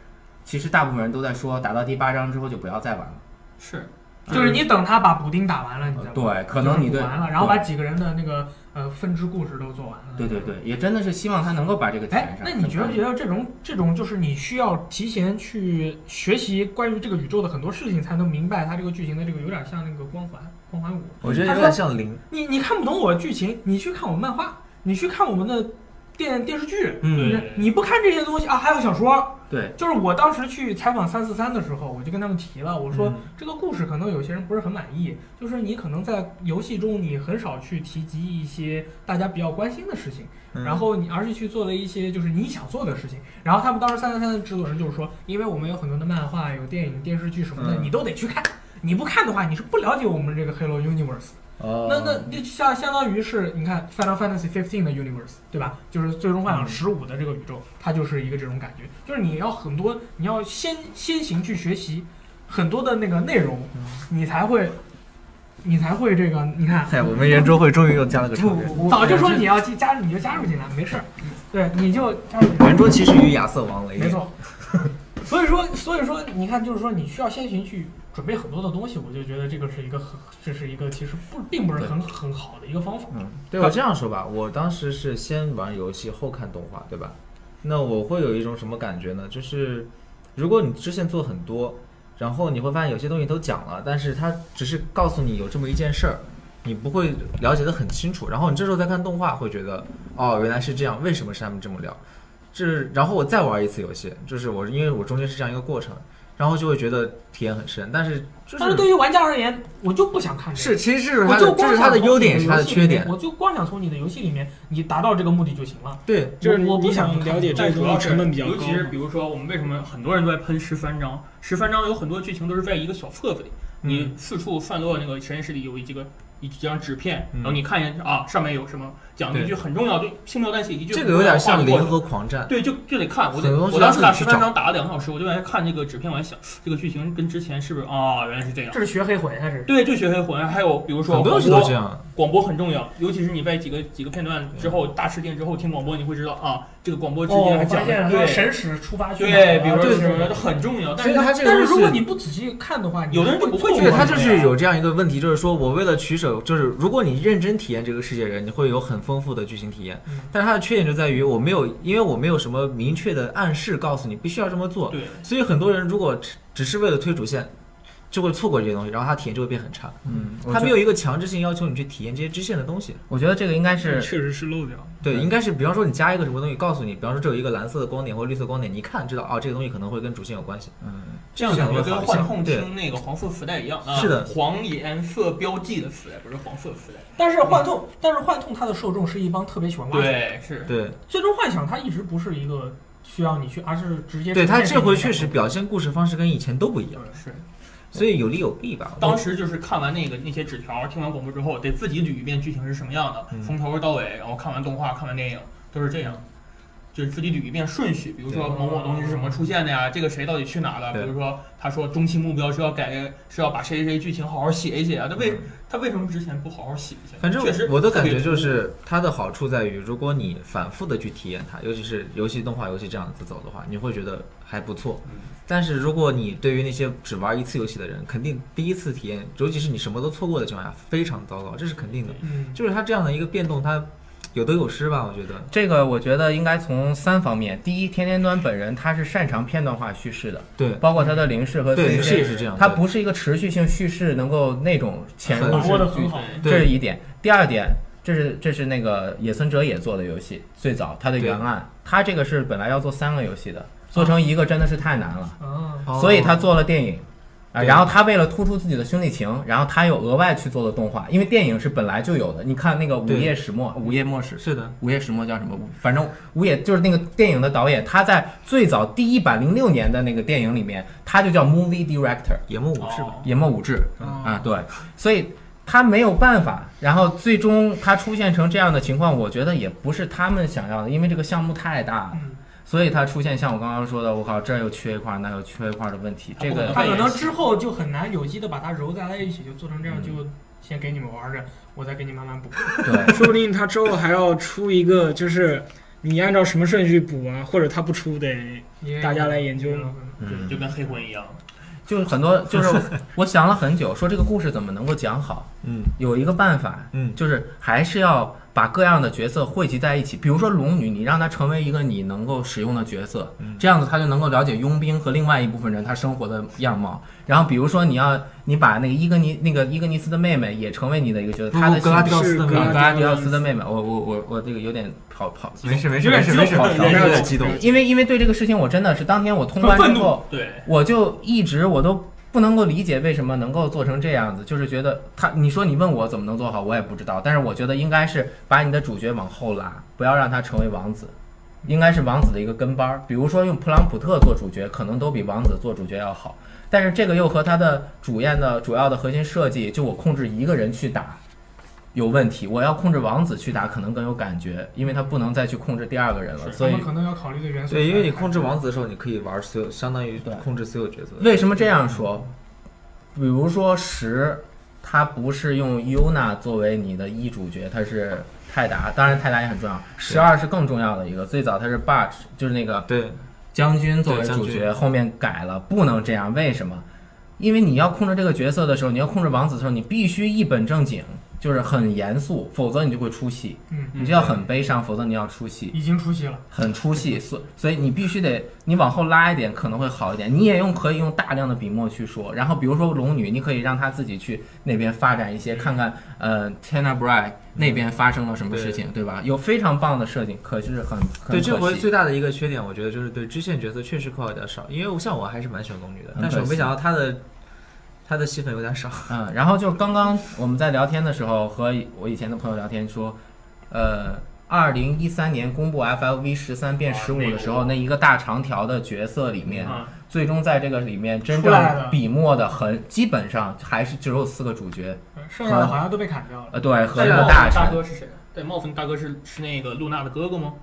Speaker 6: 其实大部分人都在说，打到第八章之后就不要再玩了。
Speaker 4: 是
Speaker 1: 就是你等他把补丁打完了，你再玩
Speaker 6: 呃对，可能你对
Speaker 1: 就是补完了，然后把几个人的那个呃分支故事都做完了。
Speaker 6: 对对对，也真的是希望他能够把这个
Speaker 1: 哎
Speaker 6: 填，上。
Speaker 1: 那你觉不觉得这种这种就是你需要提前去学习关于这个宇宙的很多事情，才能明白它这个剧情的这个有点像那个光环光环五。
Speaker 2: 我觉得
Speaker 1: 他
Speaker 2: 有
Speaker 1: 说
Speaker 2: 点像零，
Speaker 1: 你你看不懂我的剧情，你去看我漫画，你去看我们的电电视剧，
Speaker 6: 嗯，
Speaker 4: 对
Speaker 1: 你不看这些东西啊，还有小说。
Speaker 6: 对，
Speaker 1: 就是我当时去采访三四三的时候，我就跟他们提了，我说、
Speaker 2: 嗯
Speaker 1: 这个故事可能有些人不是很满意，就是你可能在游戏中你很少去提及一些大家比较关心的事情。
Speaker 2: 嗯
Speaker 1: 然后你而是去做了一些就是你想做的事情。然后他们当时三三三的制作人就是说，因为我们有很多的漫画、有电影、电视剧什么的，
Speaker 2: 嗯
Speaker 1: 你都得去看。你不看的话，你是不了解我们这个 Hello Universe。
Speaker 2: 哦，
Speaker 1: 那那那相相当于是你看 Final Fantasy fifteen 的 Universe，对吧？就是最终幻
Speaker 2: 嗯
Speaker 1: 想十五的这个宇宙，它就是一个这种感觉，就是你要很多，你要先先行去学习很多的那个内容，
Speaker 2: 嗯
Speaker 1: 你才会，你才会这个，你看
Speaker 2: 嗨，我们圆桌会终于又加了个
Speaker 1: 不
Speaker 2: 成员。
Speaker 1: 不不，早就说你要进加入，你就加入进来，没事儿。
Speaker 4: 嗯
Speaker 1: 对，你就加入进来，
Speaker 2: 圆桌其实与亚瑟王雷，
Speaker 1: 没， 错。所以说，所以说，你看，就是说，你需要先行去准备很多的东西，我就觉得这个是一个很，这是一个其实不并不是很很好的一个方法。
Speaker 2: 嗯，对我这样说吧，我当时是先玩游戏后看动画，对吧？那我会有一种什么感觉呢？就是如果你支线做很多，然后你会发现有些东西都讲了，但是它只是告诉你有这么一件事儿，你不会了解的很清楚。然后你这时候再看动画，会觉得哦，原来是这样，为什么是他们这么聊？这然后我再玩一次游戏，就是我因为我中间是这样一个过程，然后就会觉得体验很深。但是就
Speaker 1: 但是
Speaker 2: 是
Speaker 1: 对于玩家而言，我就不想看这个。
Speaker 2: 是，其实这是
Speaker 1: 我
Speaker 2: 它
Speaker 1: 就
Speaker 2: 的，
Speaker 1: 光
Speaker 2: 这是
Speaker 1: 想
Speaker 2: 它的
Speaker 1: 从
Speaker 2: 优
Speaker 1: 你
Speaker 2: 点，是它的
Speaker 1: 游戏里
Speaker 2: 缺
Speaker 1: 面
Speaker 2: 点。
Speaker 1: 我就光想从你的游戏里面，你达到这个目的就行了。
Speaker 2: 对，
Speaker 3: 就是
Speaker 1: 我
Speaker 3: 你
Speaker 1: 不想
Speaker 3: 想了解这
Speaker 4: 但
Speaker 3: 个
Speaker 4: 主
Speaker 3: 东西
Speaker 4: 要是
Speaker 3: 成本比较
Speaker 4: 尤其是
Speaker 3: 高。
Speaker 4: 比如说，我们为什么很多人都在喷十三章？十三章有很多剧情都是在一个小册子里，
Speaker 3: 嗯
Speaker 4: 你四处散落那个实验室里有一几个一几张纸片，
Speaker 2: 嗯
Speaker 4: 然后你看一下啊，上面有什么，讲了一句很重要，就轻描淡写一句
Speaker 2: 这
Speaker 4: 很
Speaker 2: 个
Speaker 4: 重要
Speaker 2: 有
Speaker 4: 的话
Speaker 2: 点
Speaker 4: 就过去了，
Speaker 2: 像零和狂战。
Speaker 4: 对，就就得看，我得
Speaker 2: 很多
Speaker 4: 我当时打
Speaker 2: 需要自己去
Speaker 4: 十三章打了两个小时，我就在看这个纸片，我还想这个剧情跟之前是不是啊、原来是这样。
Speaker 1: 这是学黑魂还是？
Speaker 4: 对，就学黑魂，还有比如说
Speaker 2: 很多
Speaker 4: 广
Speaker 2: 游戏都这
Speaker 4: 播，
Speaker 2: 样。
Speaker 4: 广播很重要，尤其是你在几个几个片段之后大事件之后听广播，你会知道啊，这个广播之间
Speaker 1: 哦
Speaker 4: 还，
Speaker 1: 发
Speaker 4: 讲
Speaker 1: 现
Speaker 4: 了
Speaker 1: 了
Speaker 4: 对
Speaker 1: 神使出发去哪儿
Speaker 4: 对，
Speaker 1: 了啊
Speaker 4: 比如说
Speaker 1: 这
Speaker 4: 什
Speaker 1: 种
Speaker 4: 么很重要，但
Speaker 2: 所以
Speaker 4: 是
Speaker 2: 它这个
Speaker 1: 但是
Speaker 2: 东
Speaker 1: 如
Speaker 2: 西
Speaker 1: 果你不仔细看的话，你
Speaker 4: 有的人就不
Speaker 1: 错
Speaker 4: 会去
Speaker 2: 对
Speaker 1: 过
Speaker 2: 它
Speaker 4: 看
Speaker 1: 的
Speaker 2: 就是有这样一个问题，就是说我为了取舍，就是如果你认真体验这个世界人，你会有很丰富的剧情体验
Speaker 1: 嗯。
Speaker 2: 但是它的缺点就在于我没有，因为我没有什么明确的暗示告诉你必须要这么做，
Speaker 4: 对
Speaker 2: 所以很多人如果只只是为了推主线，就会错过这些东西，然后它体验就会变很差。
Speaker 6: 嗯，
Speaker 2: 它没有一个强制性要求你去体验这些支线的东西。
Speaker 6: 我觉得这个应该是
Speaker 3: 确实是漏掉了。
Speaker 2: 对，应该是比方说你加一个什么东西，告诉你，比方说这有一个蓝色的光点或者绿色光点，你一看知道哦，这个东西可能会跟主线有关系，
Speaker 6: 嗯，
Speaker 2: 这样才
Speaker 4: 感
Speaker 2: 会
Speaker 4: 觉跟
Speaker 2: 好一
Speaker 4: 幻
Speaker 2: 些。
Speaker 4: 痛
Speaker 2: 对，
Speaker 4: 听那个黄色磁带一样啊，
Speaker 2: 是的
Speaker 4: 黄颜色标记的磁带，不是黄色磁带。
Speaker 1: 但是幻痛，
Speaker 3: 嗯
Speaker 1: 但是幻痛它的受众是一帮特别喜欢挖掘。
Speaker 4: 对，是
Speaker 2: 对
Speaker 1: 最终幻想它一直不是一个需要你去，而是直接
Speaker 2: 对，它
Speaker 1: 呈现
Speaker 2: 这回
Speaker 1: 给你的
Speaker 2: 确实表现故事方式跟以前都不一样，
Speaker 4: 是。
Speaker 2: 所以有利有弊吧。
Speaker 4: 当时就是看完那个那些纸条，听完广播之后，得自己捋一遍剧情是什么样的，
Speaker 2: 嗯
Speaker 4: 从头到尾，然后看完动画，看完电影，都是这样，就是自己捋一遍顺序，比如说
Speaker 1: 对
Speaker 4: 某某东西是怎么出现的呀，这个谁到底去哪了？
Speaker 2: 对
Speaker 4: 比如说他说中期目标是要改，是要把谁谁谁剧情好好写一写啊，他为、
Speaker 2: 嗯
Speaker 4: 他为什么之前不好好写一下？
Speaker 2: 反正
Speaker 4: 确实
Speaker 2: 我的感
Speaker 4: 特
Speaker 2: 觉
Speaker 4: 别
Speaker 2: 就是，它的好处在于，如果你反复的去体验它，尤其是游戏、动画、游戏这样子走的话，你会觉得还不错。但是如果你对于那些只玩一次游戏的人，肯定第一次体验，尤其是你什么都错过的情况下，非常糟糕，这是肯定的。
Speaker 1: 嗯，
Speaker 2: 就是它这样的一个变动，它有得有失吧，我觉得。
Speaker 6: 这个我觉得应该从三方面：第一，天天端本人他是擅长片段化叙事的，
Speaker 2: 对
Speaker 6: 包括他
Speaker 1: 嗯
Speaker 6: 的零式和
Speaker 2: 对，是
Speaker 6: CC，
Speaker 2: 是这样的。
Speaker 6: 它不是一个持续性叙事能够那种潜入
Speaker 2: 很
Speaker 1: 把握的
Speaker 6: 式
Speaker 1: 很好。
Speaker 6: 这是
Speaker 2: 对
Speaker 6: 一点。第二点，这是这是那个野村哲也做的游戏，最早它的原案，它这个是本来要做三个游戏的，做成一个真的是太难了，
Speaker 1: 啊，
Speaker 2: 哦
Speaker 6: 所以他做了电影。啊，
Speaker 2: 对
Speaker 6: 然后他为了突出自己的兄弟情，然后他又额外去做了动画，因为电影是本来就有的。你看那个《午
Speaker 2: 对
Speaker 6: 夜始末》，《午夜末世》
Speaker 2: 哦是的，
Speaker 6: 午夜石墨叫什么？反正午夜就是那个电影的导演，他在最早第一版零六年的那个电影里面，他就叫 movie director，
Speaker 2: 野木武士吧。
Speaker 4: 哦
Speaker 6: 野末武志啊，对，所以他没有办法。然后最终他出现成这样的情况，我觉得也不是他们想要的，因为这个项目太大了，
Speaker 1: 嗯
Speaker 6: 所以他出现像我刚刚说的，我靠，这儿又缺一块儿，那又缺一块儿的问题，这个
Speaker 1: 它可能之后就很难有机的把它揉杂在一起，就做成这样，就先给你们玩着，我再给你慢慢补。
Speaker 6: 对。
Speaker 3: 说不定他之后还要出一个，就是你按照什么顺序补啊，或者他不出得
Speaker 1: 也有
Speaker 3: 大家来研究
Speaker 1: 可能
Speaker 4: 就
Speaker 2: 嗯
Speaker 4: 就跟黑魂一样，
Speaker 6: 就是很多，就是我想了很久，说这个故事怎么能够讲好，
Speaker 2: 嗯
Speaker 6: 有一个办法，
Speaker 2: 嗯，
Speaker 6: 就是还是要把各样的角色汇集在一起。比如说龙女，你让她成为一个你能够使用的角色，这样子她就能够了解佣兵和另外一部分人她生活的样貌。然后比如说你要你把那个伊格尼那个伊格尼斯的妹妹也成为你的一个角色，
Speaker 2: 不
Speaker 6: 她的
Speaker 2: 不，格拉
Speaker 6: 性
Speaker 2: 迪奥斯的
Speaker 3: 格
Speaker 2: 名
Speaker 6: 格
Speaker 3: 拉
Speaker 2: 字
Speaker 3: 迪
Speaker 6: 拉迪奥斯的妹妹，我我我我这个有点跑跑，
Speaker 2: 没事没事
Speaker 3: 有点
Speaker 2: 没事没
Speaker 3: 激
Speaker 2: 事，
Speaker 3: 动
Speaker 2: 有
Speaker 3: 有点
Speaker 2: 点
Speaker 3: 激
Speaker 2: 激
Speaker 3: 动
Speaker 2: 动。
Speaker 6: 因为因为对这个事情我真的是当天我通关
Speaker 3: 很
Speaker 6: 之
Speaker 3: 愤怒
Speaker 6: 后，
Speaker 4: 对，
Speaker 6: 我就一直我都不能够理解为什么能够做成这样子，就是觉得他，你说你问我怎么能做好，我也不知道。但是我觉得应该是把你的主角往后拉，不要让他成为王子，应该是王子的一个跟班儿。比如说用普朗普特做主角，可能都比王子做主角要好。但是这个又和他的主演的主要的核心设计，就我控制一个人去打。有问题，我要控制王子去打，可能更有感觉，因为他不能再去控制第二个人了。
Speaker 4: 是
Speaker 1: 他
Speaker 6: 所以
Speaker 1: 们可能要考虑的元素。
Speaker 2: 对，因为你控制王子的时候，你可以玩所有，相当于
Speaker 6: 对
Speaker 2: 控制所有角色。
Speaker 6: 为什么这样说？比如说十，它不是用 Yuna 作为你的一主角，它是泰达，当然泰达也很重要。十二是更重要的一个，最早它是 Butch，就是那个
Speaker 2: 对，
Speaker 6: 将军作为
Speaker 2: 对将
Speaker 6: 主
Speaker 2: 军
Speaker 6: 角，后面改了，不能这样。为什么？因为你要控制这个角色的时候，你要控制王子的时候，你必须一本正经，就是很严肃，否则你就会出戏。
Speaker 1: 嗯，
Speaker 6: 你就要很悲伤，否则你要出戏。
Speaker 1: 已经出戏了。
Speaker 6: 很出戏，所所以你必须得你往后拉一点可能会好一点。你也用可以用大量的笔墨去说，然后比如说龙女，你可以让她自己去那边发展一些，看看呃 Tana Bry 那边发生了什么事情，对吧？有非常棒的设定，可是很很
Speaker 2: 对，这
Speaker 6: 可
Speaker 2: 回
Speaker 6: 惜
Speaker 2: 最大的一个缺点，我觉得就是对支线角色确实刻画有点少，因为我像我还是蛮喜欢龙女的
Speaker 6: 很，
Speaker 2: 但是
Speaker 6: 可
Speaker 2: 我没
Speaker 6: 惜
Speaker 2: 想到她的她的戏份有点少。
Speaker 6: 嗯，然后就是刚刚我们在聊天的时候，和我以前的朋友聊天说，呃，二零一三年公布 FLV 十三变
Speaker 4: 啊
Speaker 6: 十五
Speaker 4: 那个
Speaker 6: 的时候，那一个大长条的角色里面，
Speaker 4: 啊
Speaker 6: 最终在这个里面真
Speaker 1: 出来了
Speaker 6: 正笔墨的很，基本上还是只有四个主角，
Speaker 1: 呃剩
Speaker 2: 啊
Speaker 1: 下的好像都被砍掉了。
Speaker 6: 呃，对，和一
Speaker 4: 戴
Speaker 6: 个
Speaker 4: 帽子大
Speaker 6: 大臣，
Speaker 4: 哥是谁？戴帽子那大哥是是那个露娜的哥哥吗？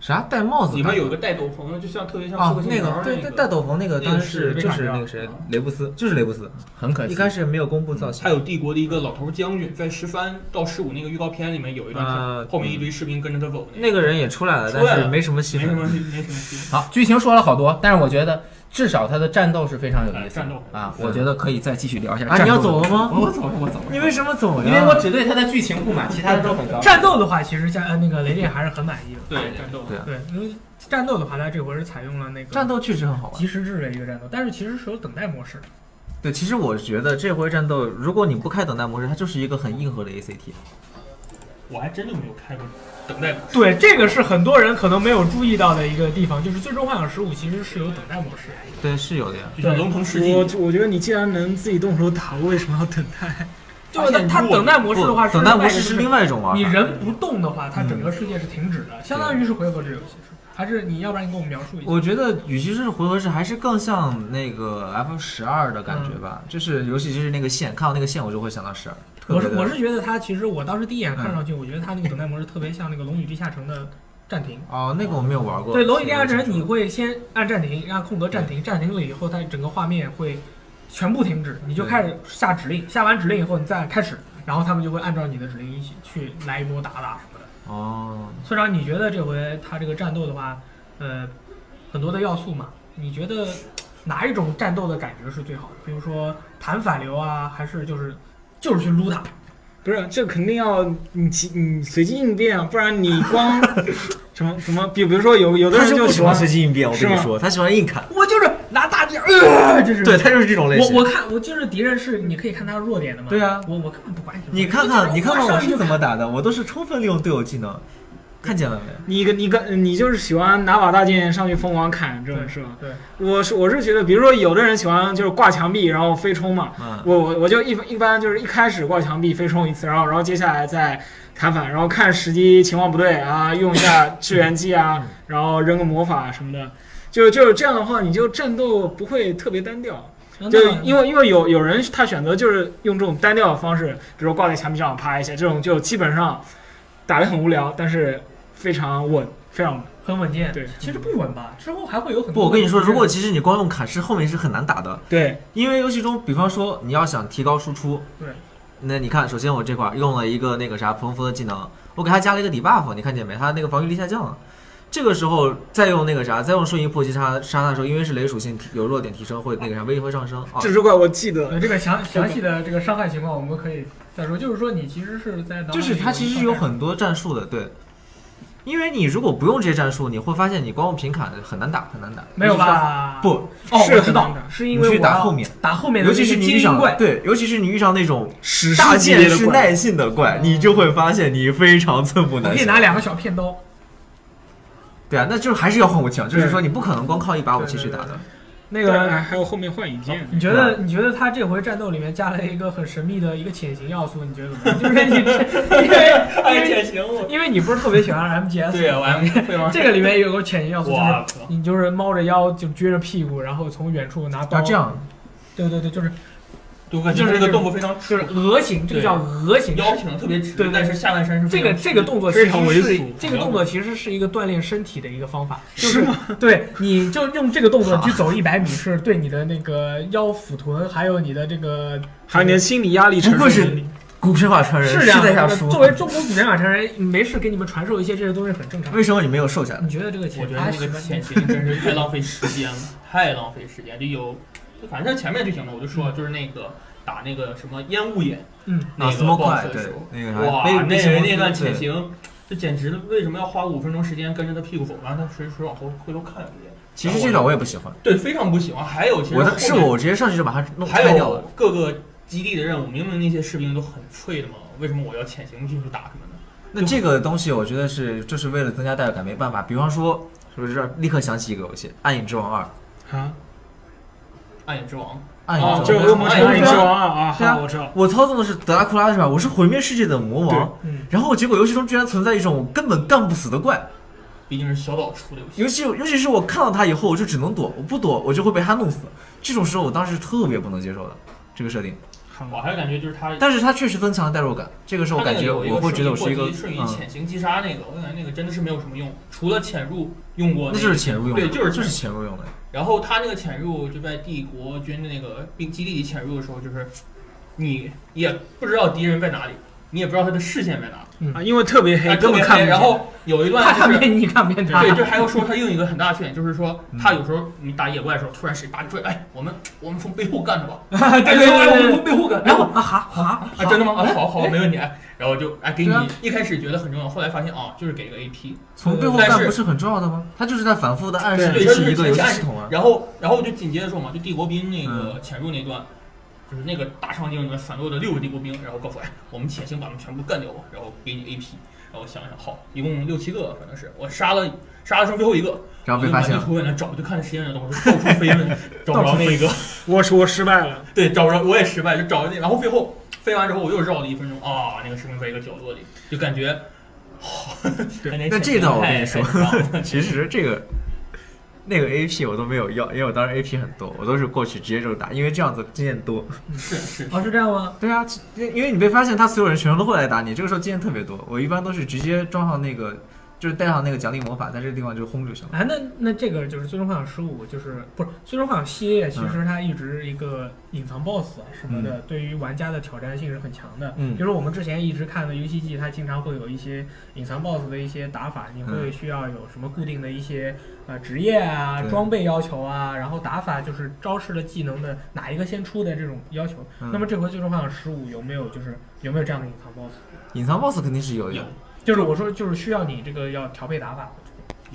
Speaker 2: 啥戴帽子？
Speaker 4: 里面有一个戴斗篷的，就像特别像刺
Speaker 2: 啊
Speaker 4: 客，信
Speaker 2: 那
Speaker 4: 条
Speaker 2: 个对
Speaker 4: 那
Speaker 2: 戴戴斗篷那个
Speaker 4: 那个
Speaker 2: 当
Speaker 4: 是
Speaker 2: 时
Speaker 4: 被
Speaker 2: 就
Speaker 1: 砍
Speaker 2: 是
Speaker 1: 掉
Speaker 2: 那
Speaker 1: 了
Speaker 2: 个谁
Speaker 6: 啊
Speaker 2: 雷布斯，就是雷布斯，
Speaker 6: 很可惜。
Speaker 2: 一开始没有公
Speaker 6: 嗯
Speaker 2: 布造型
Speaker 4: 还。有帝国的一个老头将军，在十三到十五那个预告片里面有一段，
Speaker 1: 啊
Speaker 2: 呃
Speaker 4: 后面一堆士兵跟着他走
Speaker 1: 嗯
Speaker 4: 那个，
Speaker 2: 那个人也出来了，
Speaker 4: 出来
Speaker 2: 但是
Speaker 4: 了
Speaker 2: 没什么戏
Speaker 4: 没什
Speaker 2: 份。
Speaker 4: 么没什么戏。
Speaker 6: 好，剧情说了好多，但是我觉得至少他的战斗是非常有意思的
Speaker 4: 哎 战斗
Speaker 6: 啊，我觉得可以再继续聊一下。
Speaker 2: 啊，
Speaker 6: 战
Speaker 2: 你要
Speaker 6: 斗的
Speaker 2: 走了吗？
Speaker 6: 我走了，我走了，
Speaker 2: 你为什么走呀？
Speaker 6: 因为我只对他的剧情不满，其他的都很高。
Speaker 1: 战斗的话，其实加呃那个雷电还是很满意的。
Speaker 4: 对，战斗
Speaker 2: 对
Speaker 1: 对，因为战斗的话，它这回是采用了那个
Speaker 2: 战斗确实很好玩。
Speaker 1: 即时制的一个战斗，但是其实是有等待模式的。
Speaker 2: 对，其实我觉得这回战斗，如果你不开等待模式，它就是一个很硬核的 ACT。
Speaker 4: 我还真就没有开过等待模式。
Speaker 1: 对，这个是很多人可能没有注意到的一个地方，就是《最终幻想十五》其实是有等待模式。
Speaker 2: 对，是有的呀。
Speaker 4: 就像龙腾世 纪，
Speaker 3: 我我觉得你既然能自己动手打，为什么要等 待？
Speaker 1: 就是它它等待模式的话是
Speaker 2: 不等待模式是
Speaker 1: 另
Speaker 2: 另
Speaker 1: 外
Speaker 2: 外一种玩
Speaker 1: 一个嗯
Speaker 2: 法。
Speaker 1: 你人不动的话，它整个世界是停止的，相当于是回合制游戏。是吧还是你要不然你给我们描述一下？
Speaker 2: 我觉得，与其是回合制，还是更像那个 F 十二的感觉
Speaker 1: 嗯
Speaker 2: 吧。就是，尤其是那个线，看到那个线，我就会想到十二。特
Speaker 1: 我是
Speaker 2: 别的
Speaker 1: 我是觉得它其实我当时第一眼看上去，我觉得它那个等待模式特别像那个《龙与地下城》的暂停。
Speaker 2: 哦，那个我没有玩过。
Speaker 1: 对，《龙与地下城》你会先按暂停，让空格暂停，暂停了以后，它整个画面会全部停止，你就开始下指令，下完指令以后你再开始，然后他们就会按照你的指令一起去来一波打打什么的。
Speaker 2: 哦，
Speaker 1: 村长，你觉得这回他这个战斗的话，呃，很多的要素嘛，你觉得哪一种战斗的感觉是最好的？比如说弹反流啊，还是就是就是去撸他？
Speaker 3: 不是，这肯定要你即你随机应变啊，不然你光什么什么，比比如说有有的
Speaker 1: 哦
Speaker 2: 他
Speaker 3: 人
Speaker 2: 是
Speaker 3: 就
Speaker 2: 不
Speaker 3: 喜
Speaker 2: 喜
Speaker 3: 欢
Speaker 2: 欢随机应变，我
Speaker 3: 是
Speaker 2: 跟你
Speaker 3: 吗
Speaker 2: 说，他喜欢硬砍。
Speaker 1: 我就是拿大剑，呃，这是
Speaker 2: 对他就是这种类型。
Speaker 1: 我我看我就是敌人是你可以看他弱点的嘛。
Speaker 2: 对啊
Speaker 1: 我我根本不管你。
Speaker 2: 你看
Speaker 1: 我
Speaker 2: 看，你看看我
Speaker 1: 上去
Speaker 2: 是
Speaker 1: 就
Speaker 2: 怎么打的，我都是充分利用队友技能，看见了没？
Speaker 3: 你跟你跟你就是喜欢拿把大剑上去疯狂砍，这种是吧？
Speaker 1: 对，
Speaker 3: 我是我是觉得，比如说有的人喜欢就是挂墙壁然后飞冲嘛，
Speaker 2: 嗯，
Speaker 3: 我我我就一一般就是一开始挂墙壁飞冲一次，然后然后接下来再弹反，然后看时机情况不对啊，用一下支援技啊，然后扔个魔法什么的，就就这样的话，你就战斗不会特别单调。
Speaker 1: 嗯
Speaker 3: 就
Speaker 1: 那
Speaker 3: 因为因为有有人他选择就是用这种单调的方式，比如挂在墙壁上啪一下，这种就基本上打得很无聊，但是非常稳，非常稳。
Speaker 1: 很稳健。
Speaker 3: 对
Speaker 1: 其实不稳吧，之后还会有很
Speaker 2: 不，
Speaker 1: 多。
Speaker 2: 我跟你说，如果其实你光用砍是后面是很难打的，
Speaker 3: 对，
Speaker 2: 因为游戏中，比方说你要想提高输出，
Speaker 1: 对，
Speaker 2: 那你看，首先我这块儿用了一个那个啥彭福的技能，我给他加了一个 debuff，你看见没？他那个防御力下降了。这个时候再用那个啥，再用瞬移破击杀杀他的时候，因为是雷属性提有弱点提升，会那个啥威力会上升啊。
Speaker 3: 这只怪我记得
Speaker 1: 呃这个详详细的这个伤害情况，我们可以再说。就是说你其实是在脑海里
Speaker 2: 就是它其实有很多战术的，对。因为你如果不用这些战术，你会发现你光用平砍很难打，很难打。
Speaker 1: 没有？吧？
Speaker 2: 不，
Speaker 1: 哦，
Speaker 3: 是
Speaker 1: 我知道
Speaker 3: 很难，
Speaker 1: 是
Speaker 2: 你
Speaker 1: 因为
Speaker 2: 去
Speaker 1: 我
Speaker 2: 打
Speaker 1: 要
Speaker 2: 后面，
Speaker 1: 打后面的那
Speaker 2: 尤其
Speaker 1: 些
Speaker 2: 是你
Speaker 1: 精
Speaker 2: 遇
Speaker 1: 英
Speaker 2: 上
Speaker 1: 怪。
Speaker 2: 对，尤其是你遇上那种
Speaker 3: 史
Speaker 2: 大
Speaker 3: 诗级
Speaker 2: 剑
Speaker 3: 别的
Speaker 2: 是
Speaker 3: 怪，
Speaker 2: 耐性的怪，你就会发现你非常寸步
Speaker 1: 我
Speaker 2: 难
Speaker 1: 可以
Speaker 2: 行。
Speaker 1: 拿两个小片刀。
Speaker 2: 对啊，那就是还是要换武器啊，就是
Speaker 3: 对
Speaker 2: 说你不可能光靠一把武器去打
Speaker 1: 对
Speaker 2: 的。
Speaker 3: 那
Speaker 1: 对
Speaker 3: 个还有后面幻影剑，
Speaker 1: 你觉得你觉得他这回战斗里面加了一个很神秘的一个潜行要素，你觉得怎么样？就是你因为因
Speaker 4: 哎，
Speaker 1: 为
Speaker 4: 典型我。
Speaker 1: 因为你不是特别喜欢 MGS，
Speaker 4: 对啊，我还 会玩。
Speaker 1: 这个里面有个潜行要素，就是
Speaker 4: 哇，
Speaker 1: 你就是猫着腰，就撅着屁股，然后从远处拿刀。
Speaker 2: 那这，样，
Speaker 1: 对对对，就是
Speaker 4: 我感觉这个动作非常
Speaker 1: 就是鹅形，这个叫鹅形。
Speaker 4: 腰挺特别直，
Speaker 1: 对对
Speaker 4: 但是下半身是
Speaker 1: 这
Speaker 4: 非
Speaker 1: 个
Speaker 4: 常
Speaker 1: 这个动作其
Speaker 3: 非
Speaker 1: 实是
Speaker 3: 常猥琐
Speaker 1: 这个动作其实是一个锻炼身体的一个方法，就是对，你就用这个动作去走一百米，是对你的那个腰、腹臀，还有你的这个
Speaker 3: 还有你的心理压力承
Speaker 2: 不
Speaker 3: 受
Speaker 2: 愧
Speaker 3: 能力，
Speaker 2: 是古神法传人，
Speaker 1: 是
Speaker 2: 是
Speaker 1: 这样
Speaker 2: 在
Speaker 1: 的
Speaker 2: 呃下
Speaker 1: 那
Speaker 2: 输。
Speaker 1: 作为中国古典马城人，没事给你们传授一些这些东西很正常。
Speaker 2: 为什么你没有瘦下来？
Speaker 1: 你觉得这个
Speaker 4: 我
Speaker 1: 钱
Speaker 4: 觉得
Speaker 1: 还
Speaker 4: 那
Speaker 1: 行
Speaker 4: 个
Speaker 1: 吗
Speaker 4: 前行真 是太浪费时间了，太浪费时间。就有，就反正前面就行了。我就说，就是那个打那个什么烟雾眼，
Speaker 1: 嗯，
Speaker 4: 那
Speaker 2: 啊
Speaker 4: 个
Speaker 2: smoke
Speaker 4: boss
Speaker 2: eye，
Speaker 4: 的
Speaker 2: 对
Speaker 4: 时候，，
Speaker 2: 那个啥，
Speaker 4: 哇，
Speaker 2: 被
Speaker 4: 那
Speaker 2: 被形容
Speaker 4: 那段
Speaker 2: 对
Speaker 4: 潜行，这简直了！为什么要花五分钟时间跟着他屁股走？然后他随时往后回头看两眼，
Speaker 2: 其实这段我也不喜欢，
Speaker 4: 对，非常不喜欢。还有，其实
Speaker 2: 我的是
Speaker 4: 后面
Speaker 2: 我直接上去就把它弄
Speaker 4: 还
Speaker 2: 拆掉了
Speaker 4: 有。各个基地的任务，明明那些士兵都很脆的嘛，为什么我要潜行进去打他们呢？
Speaker 2: 那这个东西，我觉得是就是为了增加代入感，没办法。比方说，是不是立刻想起一个游戏《暗影之王二》？
Speaker 3: 啊，
Speaker 4: 暗影之王，
Speaker 2: 暗影
Speaker 3: 啊，
Speaker 2: 之
Speaker 3: 就
Speaker 2: 王
Speaker 3: 是恶魔城
Speaker 2: 暗
Speaker 3: 里
Speaker 2: 影
Speaker 3: 之
Speaker 2: 之王。
Speaker 3: 王啊啊，
Speaker 2: 对啊
Speaker 3: 好，我知道，
Speaker 2: 我操纵的是德拉库拉是吧？我是毁灭世界的魔王，
Speaker 1: 对嗯
Speaker 2: 然后结果游戏中居然存在一种我根本干不死的怪，
Speaker 4: 毕竟是小岛出的游戏，
Speaker 2: 尤其尤其是我看到他以后，我就只能躲，我不躲我就会被他弄死。这种时候我当时特别不能接受的这个设定，
Speaker 4: 我还是感觉就是他
Speaker 2: 但是它确实增强了代入感。这个时候我
Speaker 4: 他那
Speaker 2: 感
Speaker 4: 个
Speaker 2: 觉
Speaker 4: 有一个
Speaker 2: 我会觉得我是一个
Speaker 4: 瞬移，瞬移
Speaker 2: 嗯，
Speaker 4: 潜行击杀那个，我感觉那个真的是没有什么用，除了潜入用过
Speaker 2: 那
Speaker 4: 个
Speaker 2: 就是潜入用的，
Speaker 4: 对就是
Speaker 2: 就是潜入用的。
Speaker 4: 然后他那个潜入就在帝国军的那个兵基地里潜入的时候，就是你也不知道敌人在哪里，你也不知道他的视线在哪，
Speaker 3: 啊，因为特别黑，
Speaker 4: 哎
Speaker 3: 根
Speaker 4: 特
Speaker 3: 本
Speaker 4: 别
Speaker 3: 看不
Speaker 4: 黑
Speaker 3: 见。
Speaker 4: 然后有一段
Speaker 1: 他看
Speaker 4: 就
Speaker 1: 不
Speaker 4: 是。
Speaker 1: 见你看不见他，
Speaker 4: 对，就还要说他用一个很大的缺点，就是说
Speaker 2: 嗯
Speaker 4: 他有时候你打野怪的时候，突然谁把你拽，哎，我们我们从背后干他吧，
Speaker 1: 对
Speaker 4: 哎
Speaker 1: 对
Speaker 4: 哎我
Speaker 1: 对
Speaker 4: 们
Speaker 1: 对。
Speaker 4: 从背后干，
Speaker 1: 然后啊哈哈
Speaker 4: 啊，真的吗？啊，好好，没问题。哎然后就哎，给你
Speaker 1: 对啊
Speaker 4: 一开始觉得很重要，后来发现啊，就是给个 AP。
Speaker 2: 从背后
Speaker 4: 但
Speaker 2: 干
Speaker 4: 是
Speaker 2: 不是很重要的吗？它就是在反复的暗示
Speaker 4: 对
Speaker 2: 这
Speaker 4: 就是
Speaker 2: 一个游戏
Speaker 4: 暗示嗯
Speaker 2: 系统啊。
Speaker 1: 嗯
Speaker 4: 然后，然后就紧接着说嘛，就帝国兵那个潜入那段，就是那个大场景里面散落的六个帝国兵，然后告诉我，哎，我们潜行把他们全部干掉吧，然后给你 AP，然后想一想，好，一共六七个，反正是我杀了杀了剩最后一个，
Speaker 2: 然后被发现
Speaker 4: 我
Speaker 2: 了
Speaker 4: 就满地图在那找，就看实验的东西，到处飞 问，找不着那个，
Speaker 3: 我说我失败了，
Speaker 4: 对，找不着，我也失败，就找着那，然后最后飞完之后，我又绕了一分钟，啊，那个士兵在一个角落里，就感 觉，好、还能
Speaker 2: 那这段我跟你说
Speaker 4: 潜行 派还挺棒
Speaker 2: 其实这个那个 AP 我都没有要，因为我当时 AP 很多，我都是过去直接就打，因为这样子经验多。
Speaker 4: 是是
Speaker 1: 哦，是这样吗？
Speaker 2: 对啊，因因为你被发现，他所有人全都会来打你，这个时候经验特别多。我一般都是直接装上那个，就是带上那个奖励魔法，在这个地方就轰就行了。
Speaker 1: 哎，那那这个就是《最终幻想十五》，就是不是《最终幻想系列》？其
Speaker 2: 嗯
Speaker 1: 实它一直一个隐藏 BOSS 啊什么的，对于玩家的挑战性是很强的。
Speaker 2: 嗯
Speaker 1: 比如说我们之前一直看的游戏季，它经常会有一些隐藏 BOSS 的一些打法，你会需要有什么固定的一些呃职业啊、
Speaker 2: 嗯对
Speaker 1: 装备要求啊，然后打法就是招式的技能的哪一个先出的这种要求。
Speaker 2: 嗯
Speaker 1: 那么这回《最终幻想十五》有没有就是有没有这样的隐藏 BOSS？
Speaker 2: 隐藏 BOSS 肯定是有的
Speaker 4: 有。
Speaker 1: 就是我说就是需要你这个要调配打法。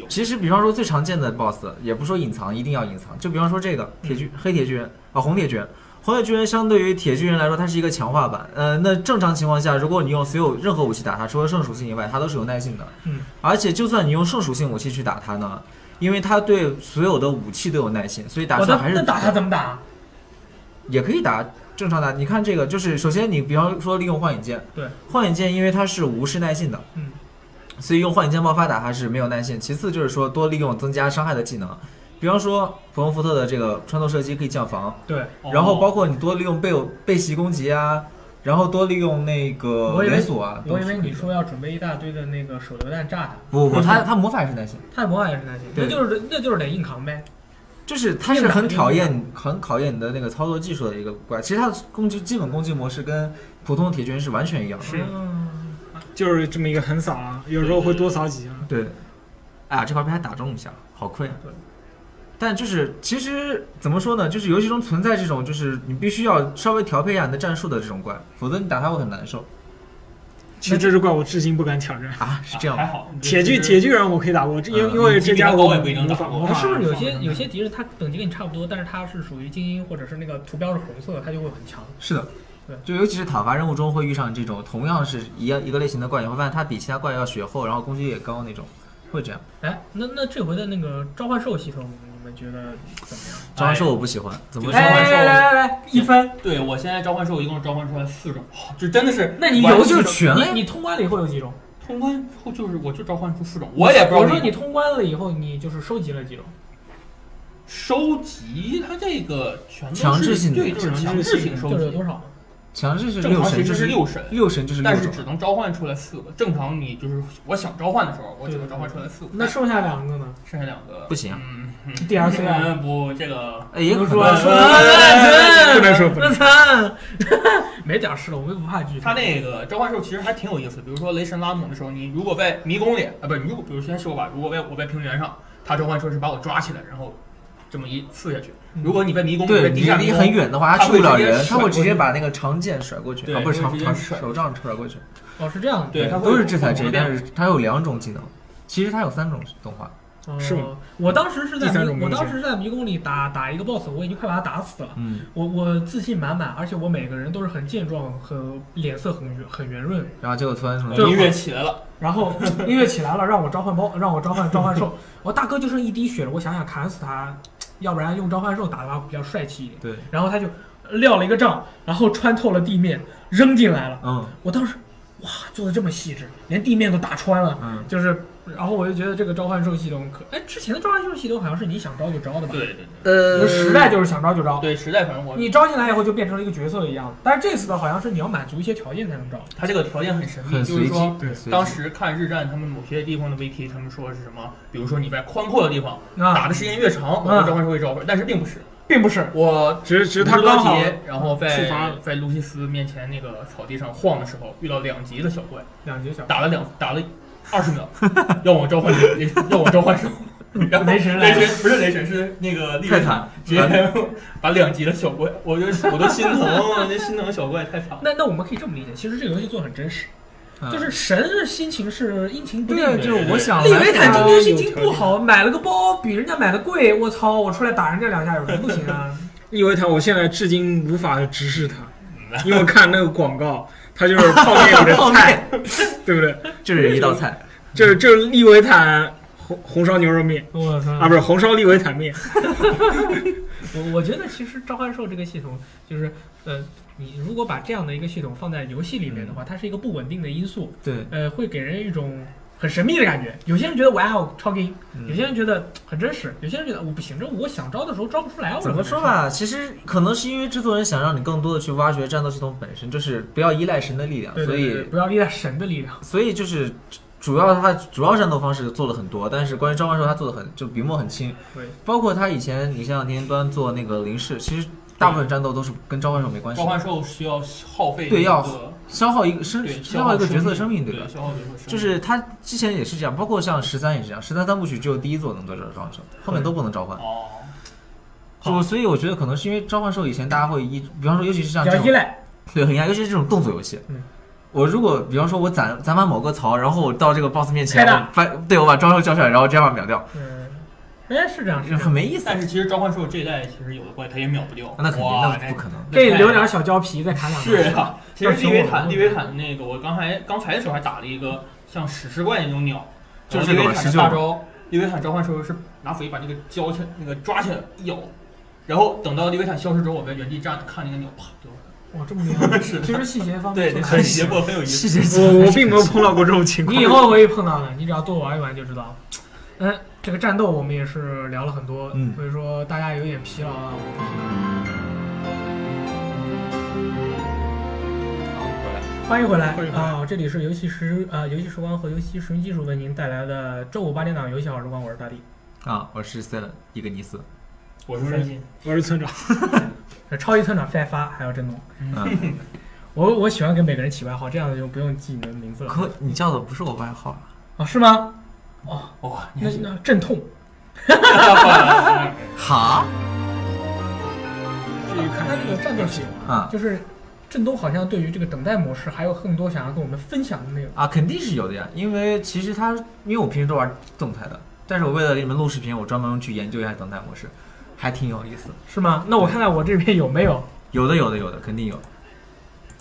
Speaker 2: 其实，比方说最常见的 BOSS，也不说隐藏一定要隐藏，就比方说这个
Speaker 1: 嗯
Speaker 2: 铁巨、黑铁巨人啊、红铁巨人。红铁巨人相对于铁巨人来说，它是一个强化版。呃，那正常情况下，如果你用所有任何武器打它，除了圣属性以外，它都是有耐性的。
Speaker 1: 嗯。
Speaker 2: 而且，就算你用圣属性武器去打它呢，因为它对所有的武器都有耐性，所以打
Speaker 1: 我
Speaker 2: 出来
Speaker 1: 的
Speaker 2: 还是
Speaker 1: 哦那打他怎么啊打？
Speaker 2: 也可以打正常打。你看这个，就是首先你比方说利用幻影剑，
Speaker 1: 对，
Speaker 2: 幻影剑因为它是无视耐性的，
Speaker 1: 嗯，
Speaker 2: 所以用幻影剑爆发打它是没有耐性。其次就是说多利用增加伤害的技能，比方说普通福特的这个穿透射击可以降防，
Speaker 1: 对，
Speaker 4: 哦
Speaker 2: 然后包括你多利用背偶背袭攻击啊，然后多利用那个
Speaker 1: 我以为
Speaker 2: 连锁啊。
Speaker 1: 我以为
Speaker 2: 都是可
Speaker 1: 你
Speaker 2: 以的
Speaker 1: 说要准备一大堆的那个手榴弹炸
Speaker 2: 不不不，它它魔法也是耐性，
Speaker 1: 他，太魔法也是那些，
Speaker 2: 对
Speaker 1: 那就是那就是得硬扛呗。
Speaker 2: 就是它是很考验很考验你的那个操作技术的一个怪。其实它的攻击基本攻击模式跟普通铁拳是完全一样的。
Speaker 1: 嗯
Speaker 3: 就是这么一个横扫啊，有时候会多扫几下。
Speaker 2: 对，哎呀，这块被他打中一下，好亏啊！
Speaker 1: 对，
Speaker 2: 但就是其实怎么说呢，就是游戏中存在这种，就是你必须要稍微调配一下你的战术的这种怪，否则你打他会很难受
Speaker 3: 其实这只怪我至今不敢挑战。
Speaker 2: 啊。是
Speaker 4: 啊
Speaker 2: 这样
Speaker 4: 还
Speaker 2: 的，
Speaker 4: 好，
Speaker 3: 铁巨铁巨人我可以打过，这因为
Speaker 2: 嗯
Speaker 3: 因为这家
Speaker 4: 你
Speaker 3: 我
Speaker 4: 你比他高也不一定
Speaker 3: 无
Speaker 4: 打
Speaker 3: 法
Speaker 4: 过
Speaker 3: 无
Speaker 1: 啊
Speaker 3: 法
Speaker 1: 是不是有
Speaker 3: 防
Speaker 1: 些
Speaker 3: 的
Speaker 1: 有些敌人他等级跟你差不多，但是他是属于精英或者是那个图标是红色的，他就会很强。
Speaker 2: 是的
Speaker 1: 对。
Speaker 2: 就尤其是讨伐任务中会遇上这种同样是一样一个类型的怪，你会发现它比其他怪要血厚，然后攻击力也高那种，会这样。
Speaker 1: 哎，那那这回的那个召唤兽系统，你们觉得怎么
Speaker 4: 哎
Speaker 1: 样？
Speaker 2: 召唤兽我不喜欢，怎么
Speaker 4: 就
Speaker 2: 说嗯
Speaker 4: 召
Speaker 2: 呢？
Speaker 4: 唤兽
Speaker 1: 来来来，一分，
Speaker 4: 哎对我现在召唤兽一共召唤出来四种，哦就真的是
Speaker 1: 那你
Speaker 4: 玩
Speaker 1: 有
Speaker 4: 四
Speaker 2: 就
Speaker 1: 几
Speaker 2: 是
Speaker 4: 种
Speaker 1: 种
Speaker 2: 全类
Speaker 1: 你你通关了以后有几种？
Speaker 4: 通关之后就是我就召唤出四种，我也不知道
Speaker 1: 我
Speaker 4: 为
Speaker 1: 说
Speaker 4: 什
Speaker 1: 你
Speaker 4: 么
Speaker 1: 通关了以后，你就是收集了几种？
Speaker 4: 收集它这个全都是
Speaker 2: 强制性的
Speaker 4: 对，就是
Speaker 3: 强
Speaker 4: 强
Speaker 3: 制性
Speaker 4: 制性收
Speaker 1: 就是有
Speaker 4: 集
Speaker 1: 多，少？
Speaker 2: 强制是
Speaker 4: 正
Speaker 2: 六
Speaker 4: 常
Speaker 2: 神，
Speaker 4: 其
Speaker 2: 就
Speaker 4: 实
Speaker 2: 是
Speaker 4: 六神，
Speaker 2: 六神就是六
Speaker 4: 但是
Speaker 2: 种，
Speaker 4: 只能召唤出来四个。正常你就是我想召唤的时候，我只能召唤出来四个，
Speaker 1: 那剩下两个呢
Speaker 4: 剩下两个
Speaker 2: 不行啊
Speaker 4: 嗯嗯
Speaker 1: ？DLC 啊。
Speaker 4: 嗯不，这个
Speaker 2: 哎，也可
Speaker 1: 不能
Speaker 2: 能
Speaker 1: 说，
Speaker 4: 嗯
Speaker 3: 不能说不
Speaker 1: 我
Speaker 3: 能
Speaker 1: 操，没点事了，我们不怕剧透。
Speaker 4: 它那个召唤兽其实还挺有意思，比如说雷神拉姆的时候，你如果在迷宫里啊，不是，你如果比如先说吧，如果在我在平原上，他召唤兽是把我抓起来，然后这么一刺下去。如果你在迷宫里，在
Speaker 2: 嗯对，
Speaker 4: 地
Speaker 2: 你
Speaker 4: 下迷
Speaker 2: 离
Speaker 4: 宫
Speaker 2: 很远的话，
Speaker 4: 他
Speaker 2: 他去不
Speaker 4: 会
Speaker 2: 了
Speaker 4: 直接
Speaker 2: 人，他
Speaker 4: 甩
Speaker 2: 会
Speaker 4: 过
Speaker 2: 直接
Speaker 4: 去
Speaker 2: 把那个长剑甩过去，
Speaker 4: 对
Speaker 2: 啊，不是
Speaker 4: 他会
Speaker 2: 长
Speaker 4: 直接
Speaker 2: 长
Speaker 4: 甩
Speaker 2: 手杖甩过去，
Speaker 1: 哦，是这样的，
Speaker 4: 对，它会
Speaker 2: 都是制裁职
Speaker 4: 这
Speaker 2: 业，但是他有两种技能，其实他有三种动画，
Speaker 1: 哦
Speaker 3: 是吗？
Speaker 1: 我当时是在
Speaker 3: 第三种
Speaker 1: 迷
Speaker 3: 攻
Speaker 1: 我
Speaker 3: 击
Speaker 1: 当时是在迷宫里打打一个 boss，我已经快把他打死了。
Speaker 2: 嗯，
Speaker 1: 我我自信满满，而且我每个人都是很健壮，很脸色很圆很圆润。
Speaker 2: 然后结果突然什么
Speaker 1: 对
Speaker 4: 音乐起来了，
Speaker 1: 然后音乐起来了，让我召唤包，让我召唤召唤兽。我大哥就剩一滴血了，我想想砍死他，要不然用召唤兽打他比较帅气一点。
Speaker 2: 对，
Speaker 1: 然后他就撂了一个杖，然后穿透了地面，扔进来了。
Speaker 2: 嗯
Speaker 1: 我当时哇做的这么细致，连地面都打穿了，
Speaker 2: 嗯，
Speaker 1: 就是，然后我就觉得这个召唤兽系统可，哎，之前的召唤兽系统好像是你想招就招的吧？
Speaker 4: 对对对
Speaker 1: 就
Speaker 2: 呃
Speaker 1: 是时代就是想招就招，
Speaker 4: 对，实在反正我
Speaker 1: 你招进来以后就变成了一个角色一样。但是这次的好像是你要满足一些条件才能招，
Speaker 4: 它这个条件很神秘，
Speaker 2: 很
Speaker 4: 就是
Speaker 2: 随机
Speaker 4: 说，
Speaker 2: 对，随
Speaker 4: 当
Speaker 2: 机
Speaker 4: 时看日战他们某些地方的 VT，他们说是什么，比如说你在宽阔的地方
Speaker 1: 啊
Speaker 4: 打的时间越长，我
Speaker 1: 啊
Speaker 4: 的召唤兽会召唤，但是并不是
Speaker 1: 并不是。
Speaker 4: 我
Speaker 3: 只只是他
Speaker 4: 五十多
Speaker 3: 刚好
Speaker 4: 级然后在
Speaker 3: 触发了
Speaker 4: 在路西斯面前那个草地上晃的时候，遇到两级的小怪，
Speaker 1: 两级小
Speaker 4: 打了两打了二十秒， 要我召唤雷， 要我召唤 兽，然后
Speaker 1: 雷神来
Speaker 4: 雷
Speaker 1: 了
Speaker 4: 神不是雷神是那个利
Speaker 2: 泰
Speaker 4: 刃
Speaker 2: 坦，啊
Speaker 4: 直接把两级的小怪，我就我都心疼，我这心疼小怪太惨了。
Speaker 1: 那那我们可以这么理解，其实这个游戏做得很真实，
Speaker 2: 嗯
Speaker 1: 就是神是心情是阴晴不
Speaker 2: 对啊，
Speaker 1: 定的。
Speaker 4: 对
Speaker 2: 就是我想
Speaker 1: 利维坦今天心
Speaker 3: 有
Speaker 1: 情
Speaker 3: 条
Speaker 1: 不
Speaker 3: 件
Speaker 1: 好，买了个包比人家买的贵，我操！我出来打人家两下有什么不行啊？
Speaker 3: 利维坦，我现在至今无法直视他，
Speaker 4: 嗯
Speaker 3: 因为我看那个广告，他就是泡面里的
Speaker 2: 泡
Speaker 3: 菜，对不对？
Speaker 2: 这是一道 菜，
Speaker 3: 就是就是利维坦红红烧牛肉面
Speaker 1: 我操
Speaker 3: 啊，不是红烧利维坦面，
Speaker 1: 我我觉得其实召唤兽这个系统就是，呃，你如果把这样的一个系统放在游戏里面的
Speaker 4: 嗯
Speaker 1: 话，它是一个不稳定的因素，
Speaker 2: 对，
Speaker 1: 呃，会给人一种很神秘的感觉。有些人觉得哇哦超 gay，有
Speaker 2: 嗯
Speaker 1: 些人觉得很真实，有些人觉得我不行，这我想招的时候招不出来。我
Speaker 2: 怎么说？吧，其实可能是因为制作人想让你更多的去挖掘战斗系统本身，就是不要依赖神的力量，
Speaker 1: 对
Speaker 2: 所
Speaker 1: 对对，
Speaker 2: 以
Speaker 1: 不要依赖神的力量。
Speaker 2: 所以就是主要他主要战斗方式做了很多，但是关于召唤兽他做的很就笔墨很轻，
Speaker 1: 对，
Speaker 2: 包括他以前你像天端做那个零式，其实大部分战斗都是跟召唤兽没关系
Speaker 4: 召，唤兽需要耗费
Speaker 2: 对
Speaker 4: 一
Speaker 2: 要
Speaker 4: 个
Speaker 2: 消耗一个生
Speaker 4: 对
Speaker 2: 消耗一个角色生命，对
Speaker 4: 对
Speaker 2: 吧？
Speaker 4: 消耗角色生命
Speaker 2: 就是他之前也是这样，包括像十三也是这样，十三三部曲只有第一座能做这个召唤兽，后面都不能召唤。
Speaker 4: 哦，
Speaker 2: 就所以我觉得可能是因为召唤兽以前大家会依，比方说尤其是像
Speaker 1: 比
Speaker 2: 这
Speaker 1: 较
Speaker 2: 种
Speaker 1: 依赖，
Speaker 2: 对，很压，尤其是这种动作游戏。
Speaker 1: 嗯
Speaker 2: 我如果比方说我攒攒满某个槽，然后我到这个 boss 面前，
Speaker 1: 开
Speaker 2: 我
Speaker 1: 大
Speaker 2: 把对我把装兽叫出来，然后这样把它秒掉，
Speaker 1: 嗯，哎，是这样，是这
Speaker 2: 很
Speaker 1: 样。
Speaker 2: 没意思。
Speaker 4: 嗯但是其实召唤兽这一代其实有的怪它也秒不掉，
Speaker 2: 那肯定，
Speaker 4: 哇
Speaker 2: 那不可能。
Speaker 1: 这留点小胶皮再砍两刀。
Speaker 4: 是啊，其实
Speaker 1: 要
Speaker 4: 利
Speaker 1: 求
Speaker 4: 维
Speaker 1: 我
Speaker 4: 坦，
Speaker 1: 们
Speaker 4: 利维坦那个，我刚才刚才的时候还打了一个像史诗怪那种鸟，
Speaker 2: 就是
Speaker 4: 然后
Speaker 2: 这
Speaker 4: 利维
Speaker 2: 个吧
Speaker 4: 坦
Speaker 2: 施
Speaker 4: 的
Speaker 2: 救
Speaker 4: 大招，利维坦召唤兽是拿斧一把那个胶起来，那个抓起来一咬，然后等到利维坦消失之后，我在原地站着看那个鸟啪掉下
Speaker 1: 哇，这么厉 害！
Speaker 4: 是
Speaker 1: 其实细节方
Speaker 4: 来，
Speaker 1: 面做
Speaker 4: 对，
Speaker 1: 得
Speaker 4: 很
Speaker 1: 很
Speaker 4: 结
Speaker 1: 细。
Speaker 4: 果很有意思。
Speaker 2: 细节
Speaker 3: 我我并没有碰到过这种情况。
Speaker 1: 嗯你以后会碰到的，你只要多玩一玩就知道。嗯，这个战斗我们也是聊了很多，
Speaker 2: 嗯
Speaker 1: 所以说大家有点疲劳啊。欢迎回来
Speaker 3: 欢迎回来
Speaker 1: 啊！这里是游戏时呃游戏时光和游戏使用技术为您带来的周五八点档游戏好时光，我是大地。
Speaker 2: 啊！我是 Seven 伊格尼斯，
Speaker 4: 我是真心，
Speaker 3: 我是村长，
Speaker 1: 呃超级村长赛发还有振东，
Speaker 2: 嗯，
Speaker 1: 我我喜欢给每个人起外号，这样就不用记你的名字了
Speaker 2: 可哦你叫的不是我外号啊，
Speaker 1: 啊？是吗？
Speaker 4: 哇，你
Speaker 1: 那那阵痛，
Speaker 2: 哈
Speaker 3: 这一看
Speaker 1: 那这个战斗系统
Speaker 2: 啊
Speaker 1: 就是振东好像对于这个等待模式还有更多想要跟我们分享的内容。
Speaker 2: 啊，肯定是有的呀，因为其实它，因为我平时都玩动态的，但是我为了给你们录视频，我专门去研究一下等待模式，还挺有意思的。
Speaker 1: 是吗？那我看看我这边有没有
Speaker 2: 有的，有的，有的，肯定有，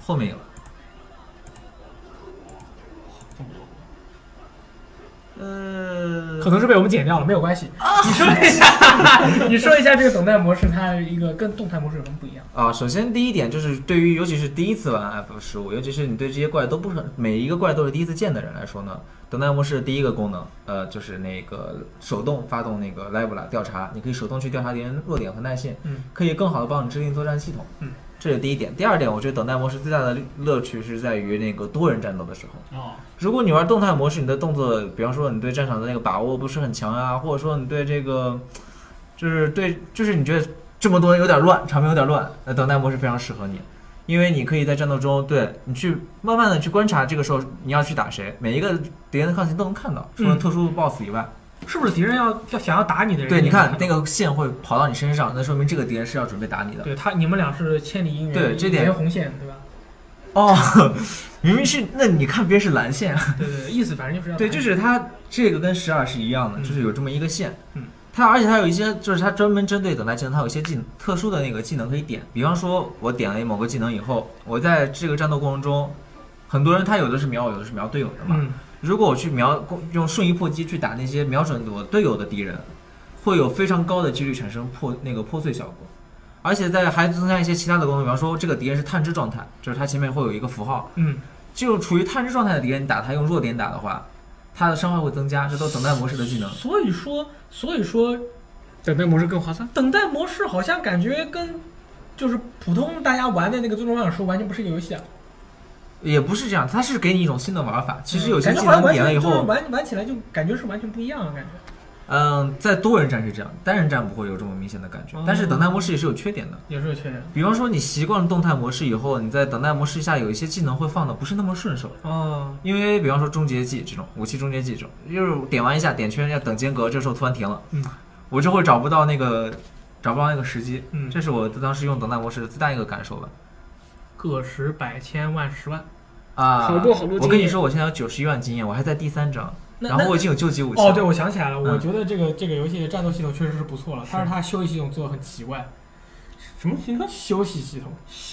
Speaker 2: 后面有。呃，
Speaker 1: 可能是被我们剪掉了，没有关系。呃啊你说一下，你说一下这个等待模式，它一个跟动态模式有什么不一样？
Speaker 2: 啊，首先第一点就是对于尤其是第一次玩 F 十五，尤其是你对这些怪都不是很每一个怪都是第一次见的人来说呢，等待模式的第一个功能，呃，就是那个手动发动那个 Level 调查，你可以手动去调查敌人弱点和耐性，
Speaker 1: 嗯，
Speaker 2: 可以更好的帮你制定作战系统，
Speaker 1: 嗯，
Speaker 2: 这是第一点。第二点，我觉得等待模式最大的乐趣是在于那个多人战斗的时候。
Speaker 4: 哦，
Speaker 2: 如果你玩动态模式，你的动作，比方说你对战场的那个把握不是很强啊，或者说你对这个，就是对，就是你觉得这么多有点乱，场面有点乱，那等待模式非常适合你，因为你可以在战斗中，对你去慢慢的去观察这个时候你要去打谁，每一个敌人的抗性都能看到，除了
Speaker 1: 嗯
Speaker 2: 特殊的 BOSS 以外，
Speaker 1: 是不是敌人要要想要打你的人？
Speaker 2: 对，你看那
Speaker 1: 个，
Speaker 2: 个线会跑到你身上，那说明这个敌人是要准备打你的。
Speaker 1: 对他，你们俩是千里姻缘，
Speaker 2: 对这点
Speaker 1: 一条红线，对 吧？
Speaker 2: 哦，明明是，那你看别是蓝线，
Speaker 1: 对对，对意思反正就是要
Speaker 2: 对，就是它这个跟十二是一样的，
Speaker 1: 嗯
Speaker 2: 就是有这么一个线。
Speaker 1: 嗯，
Speaker 2: 它而且它有一些，就是它专门针对等待技能，它有一些技能特殊的那个技能可以点。比方说，我点了某个技能以后，我在这个战斗过程中，很多人他有的是瞄我，有的是瞄队友的嘛。
Speaker 1: 嗯，
Speaker 2: 如果我去瞄攻用瞬移破击去打那些瞄准我队友的敌人，会有非常高的几率产生破那个破碎效果。而且在还增加一些其他的功能，比方说这个敌人是探知状态，就是它前面会有一个符号，
Speaker 1: 嗯，
Speaker 2: 就处于探知状态的敌人，你打他用弱点打的话，他的伤害会增加，这都等待模式的技能。
Speaker 1: 所以说，所以说，
Speaker 3: 等待模式更划算。
Speaker 1: 等待模式好像感觉跟就是普通大家玩的那个《最终幻想十》完全不是一个游戏啊。
Speaker 2: 也不是这样，它是给你一种新的玩法。其实有些
Speaker 1: 嗯感觉
Speaker 2: 技
Speaker 1: 好像
Speaker 2: 能
Speaker 1: 完
Speaker 2: 点了以
Speaker 1: 全就是
Speaker 2: 后，
Speaker 1: 玩玩起来就感觉是完全不一样的感觉。
Speaker 2: 嗯，在多人战是这样，单人战不会有这么明显的感觉
Speaker 1: 哦。
Speaker 2: 但是等待模式也是有缺点的，
Speaker 1: 也是有缺点
Speaker 2: 比方说你习惯了动态模式以后，你在等待模式下有一些技能会放的不是那么顺手。
Speaker 1: 哦，
Speaker 2: 因为比方说终结技这种武器终结技这种，就是点完一下点圈要等间隔，这时候突然停了，
Speaker 1: 嗯，
Speaker 2: 我就会找不到那个找不到那个时机，
Speaker 1: 嗯
Speaker 2: 这是我当时用等待模式的最大一个感受吧。
Speaker 1: 个十百千万十万。
Speaker 2: 啊，
Speaker 3: 好多好多经验
Speaker 2: 我跟你说，我现在有九十一万经验，我还在第三章，
Speaker 1: 那
Speaker 2: 然后我已经有救急武器了。
Speaker 1: 哦，对，我想起来了，我
Speaker 2: 嗯
Speaker 1: 觉得这个这个游戏的战斗系统确实是不错了，但是它修理系统做的很奇怪。
Speaker 4: 什么新车？
Speaker 1: 休息系统，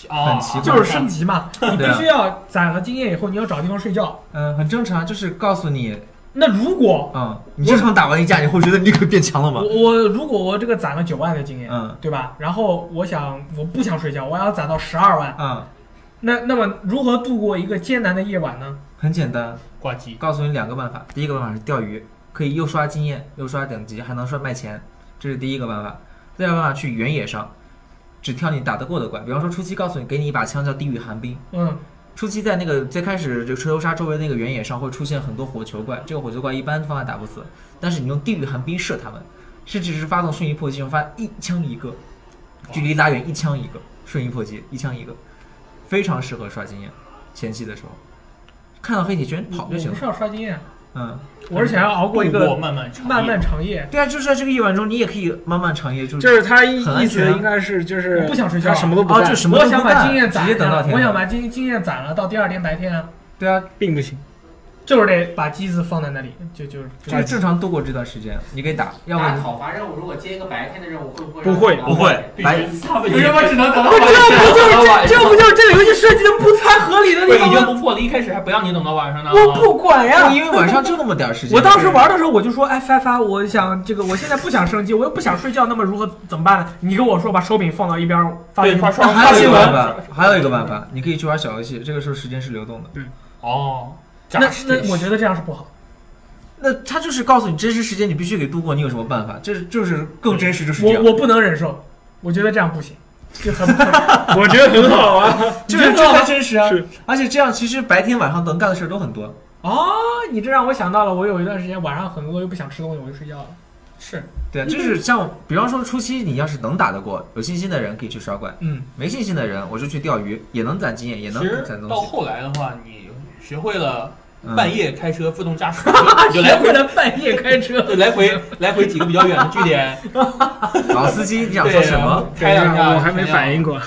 Speaker 4: 啊，
Speaker 2: 很奇怪
Speaker 1: 就是升级 嘛。你
Speaker 2: 对
Speaker 1: 必
Speaker 2: 啊
Speaker 1: 须要攒了经验以后，你要找地方睡觉。
Speaker 2: 嗯，很正常，就是告诉你，
Speaker 1: 那如果
Speaker 2: 嗯，你这场打完一架，你会觉得你可以变强了吗
Speaker 1: 我？我如果我这个攒了九万的经验，
Speaker 2: 嗯
Speaker 1: 对吧？然后我想我不想睡觉，我要攒到十二万，
Speaker 2: 嗯，
Speaker 1: 那那么如何度过一个艰难的夜晚呢？
Speaker 2: 很简单，
Speaker 4: 挂机。
Speaker 2: 告诉你两个办法。第一个办法是钓鱼，可以又刷经验，又刷等级，还能刷卖钱，这是第一个办法。第二个办法去原野上，只挑你打得过的怪。比方说初期告诉你，给你一把枪叫地狱寒冰。
Speaker 1: 嗯，
Speaker 2: 初期在那个最开始这个锤头鲨周围那个原野上会出现很多火球怪，这个火球怪一般方法打不死，但是你用地狱寒冰射它们，甚至是发动瞬移破击，发一枪一个，距离拉远一枪一个，瞬移破击一枪一个，非常适合刷经验，前期的时候，看到黑铁圈跑
Speaker 1: 我
Speaker 2: 就行
Speaker 1: 不
Speaker 2: 了。
Speaker 1: 是要刷经验，
Speaker 2: 嗯，
Speaker 1: 我是想要熬过一
Speaker 4: 度
Speaker 1: 个
Speaker 4: 漫漫长夜
Speaker 1: 漫漫长夜。
Speaker 2: 对啊，就是在这个夜晚中，你也可以漫漫长夜，就
Speaker 3: 就是他意
Speaker 2: 很安
Speaker 3: 意思
Speaker 2: 全啊
Speaker 3: 应该是就是
Speaker 1: 我不想睡觉啊
Speaker 3: 他什么都不
Speaker 2: 哦，
Speaker 3: 干
Speaker 2: 就，什么
Speaker 1: 我
Speaker 2: 都
Speaker 1: 想
Speaker 2: 不
Speaker 1: 把
Speaker 2: 干，
Speaker 1: 经验攒
Speaker 2: 直接等到
Speaker 1: 了，
Speaker 2: 天
Speaker 1: 我想
Speaker 2: 亮。
Speaker 1: 把经经验攒了，到第二天白天啊，
Speaker 2: 对啊，
Speaker 3: 并不行。
Speaker 1: 就是得把机子放在那里，就就
Speaker 2: 就是正常度过这段时间，你可以打，要不
Speaker 5: 打
Speaker 2: 然
Speaker 5: 讨伐任务，如果接一个白天的任务，会不会
Speaker 3: 不会
Speaker 5: 让
Speaker 2: 不会白
Speaker 1: 哎
Speaker 5: 为什么只能等到
Speaker 1: 不
Speaker 5: 晚上？
Speaker 1: 这 这不就是这个游戏设计的不太合理的
Speaker 4: 不是已经？不破了，一开始还不让你等到晚上呢。
Speaker 1: 我不管呀，
Speaker 2: 哎因为晚上哦就那么点儿时 间。
Speaker 1: 我当时玩的时候，我就说，哎，发发，我想这个，我现在不想升级，我又不想睡觉，那么如何怎么办呢？你跟我说，把手柄放到一边儿，发
Speaker 4: 对发
Speaker 2: 那
Speaker 4: 烧
Speaker 2: 还有一
Speaker 1: 新
Speaker 2: 个
Speaker 1: 闻
Speaker 2: 办法，还有一个办法，你可以去玩小游戏，这个时候时间是流动的。
Speaker 4: 哦，
Speaker 1: 那那我
Speaker 4: 得
Speaker 1: 觉得这样是不好。
Speaker 2: 那他就是告诉你真实时间，你必须给度过，你有什么办法？这是就是更真实，就是这
Speaker 1: 我
Speaker 2: 样。
Speaker 1: 我不能忍受，我觉得这样不行，就很不
Speaker 3: 我觉得很好啊，
Speaker 2: 就是这才真实啊
Speaker 3: 是！
Speaker 2: 而且这样其实白天晚上能干的事儿都很多。
Speaker 1: 哦，你这让我想到了，我有一段时间晚上很饿，又不想吃东西，我就睡觉了。
Speaker 4: 是
Speaker 2: 对啊，就是像比方说初期你要是能打得过，有信心的人可以去刷怪，
Speaker 1: 嗯，
Speaker 2: 没信心的人我就去钓鱼，也能攒经验，也能
Speaker 4: 其实
Speaker 2: 攒东
Speaker 4: 到
Speaker 2: 西。
Speaker 4: 后来的话，你学会了
Speaker 2: 嗯
Speaker 4: 半夜开车自 动驾驶，你就来回
Speaker 1: 的半夜开车，
Speaker 4: 就来回来回几个比较远的 据点。
Speaker 2: 老司机，你想
Speaker 4: 对，
Speaker 2: 说
Speaker 4: 啊
Speaker 2: 什么？？
Speaker 4: 开两下，
Speaker 3: 我还没反应过。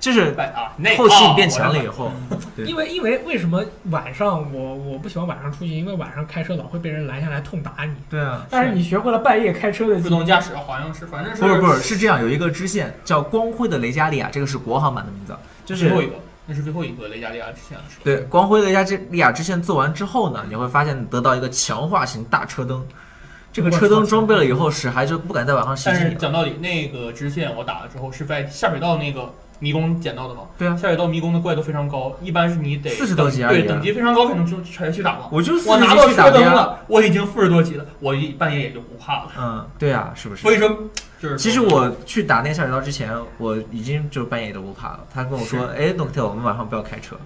Speaker 2: 就是
Speaker 4: 哎啊，那哦
Speaker 2: 后期你变强了以后，对
Speaker 1: 因为因为为什么晚上我我不喜欢晚上出去，因为晚上开车老会被人拦下来痛打你。
Speaker 2: 对啊，
Speaker 1: 但是你学会了半夜开车的
Speaker 4: 自
Speaker 1: 技
Speaker 4: 动驾驶好像是，反正是
Speaker 2: 不是不是是这样，有一个支线叫光辉的雷加利亚，这个是国行版的名字，就是
Speaker 4: 最后一个，那是最后一个雷加利亚之前的时候。
Speaker 2: 对，光辉的亚之利亚支线做完之后呢，你会发现得到一个强化型大车灯，这个车灯装备了以后，使还就不敢在晚上袭
Speaker 4: 但
Speaker 2: 击
Speaker 4: 是
Speaker 2: 你了。
Speaker 4: 讲道理，那个支线我打了之后是在下水道那个迷宫捡到的嘛？
Speaker 2: 对啊
Speaker 4: 下水道迷宫的怪都非常高，一般是你得
Speaker 2: 40多级而已啊
Speaker 4: 对，等级非常高才能去才去打嘛。
Speaker 2: 我就是
Speaker 4: 我拿
Speaker 2: 到
Speaker 4: 到车灯，了，我已经四十多级了，我一半夜也就不怕了。
Speaker 2: 嗯，对啊，是不
Speaker 4: 所以
Speaker 2: 是？
Speaker 4: 说，就是
Speaker 2: 其实我去打那下水道之前，我已经就半夜都不怕了。他跟我说：“哎，诺克特，我们晚上不要开车。”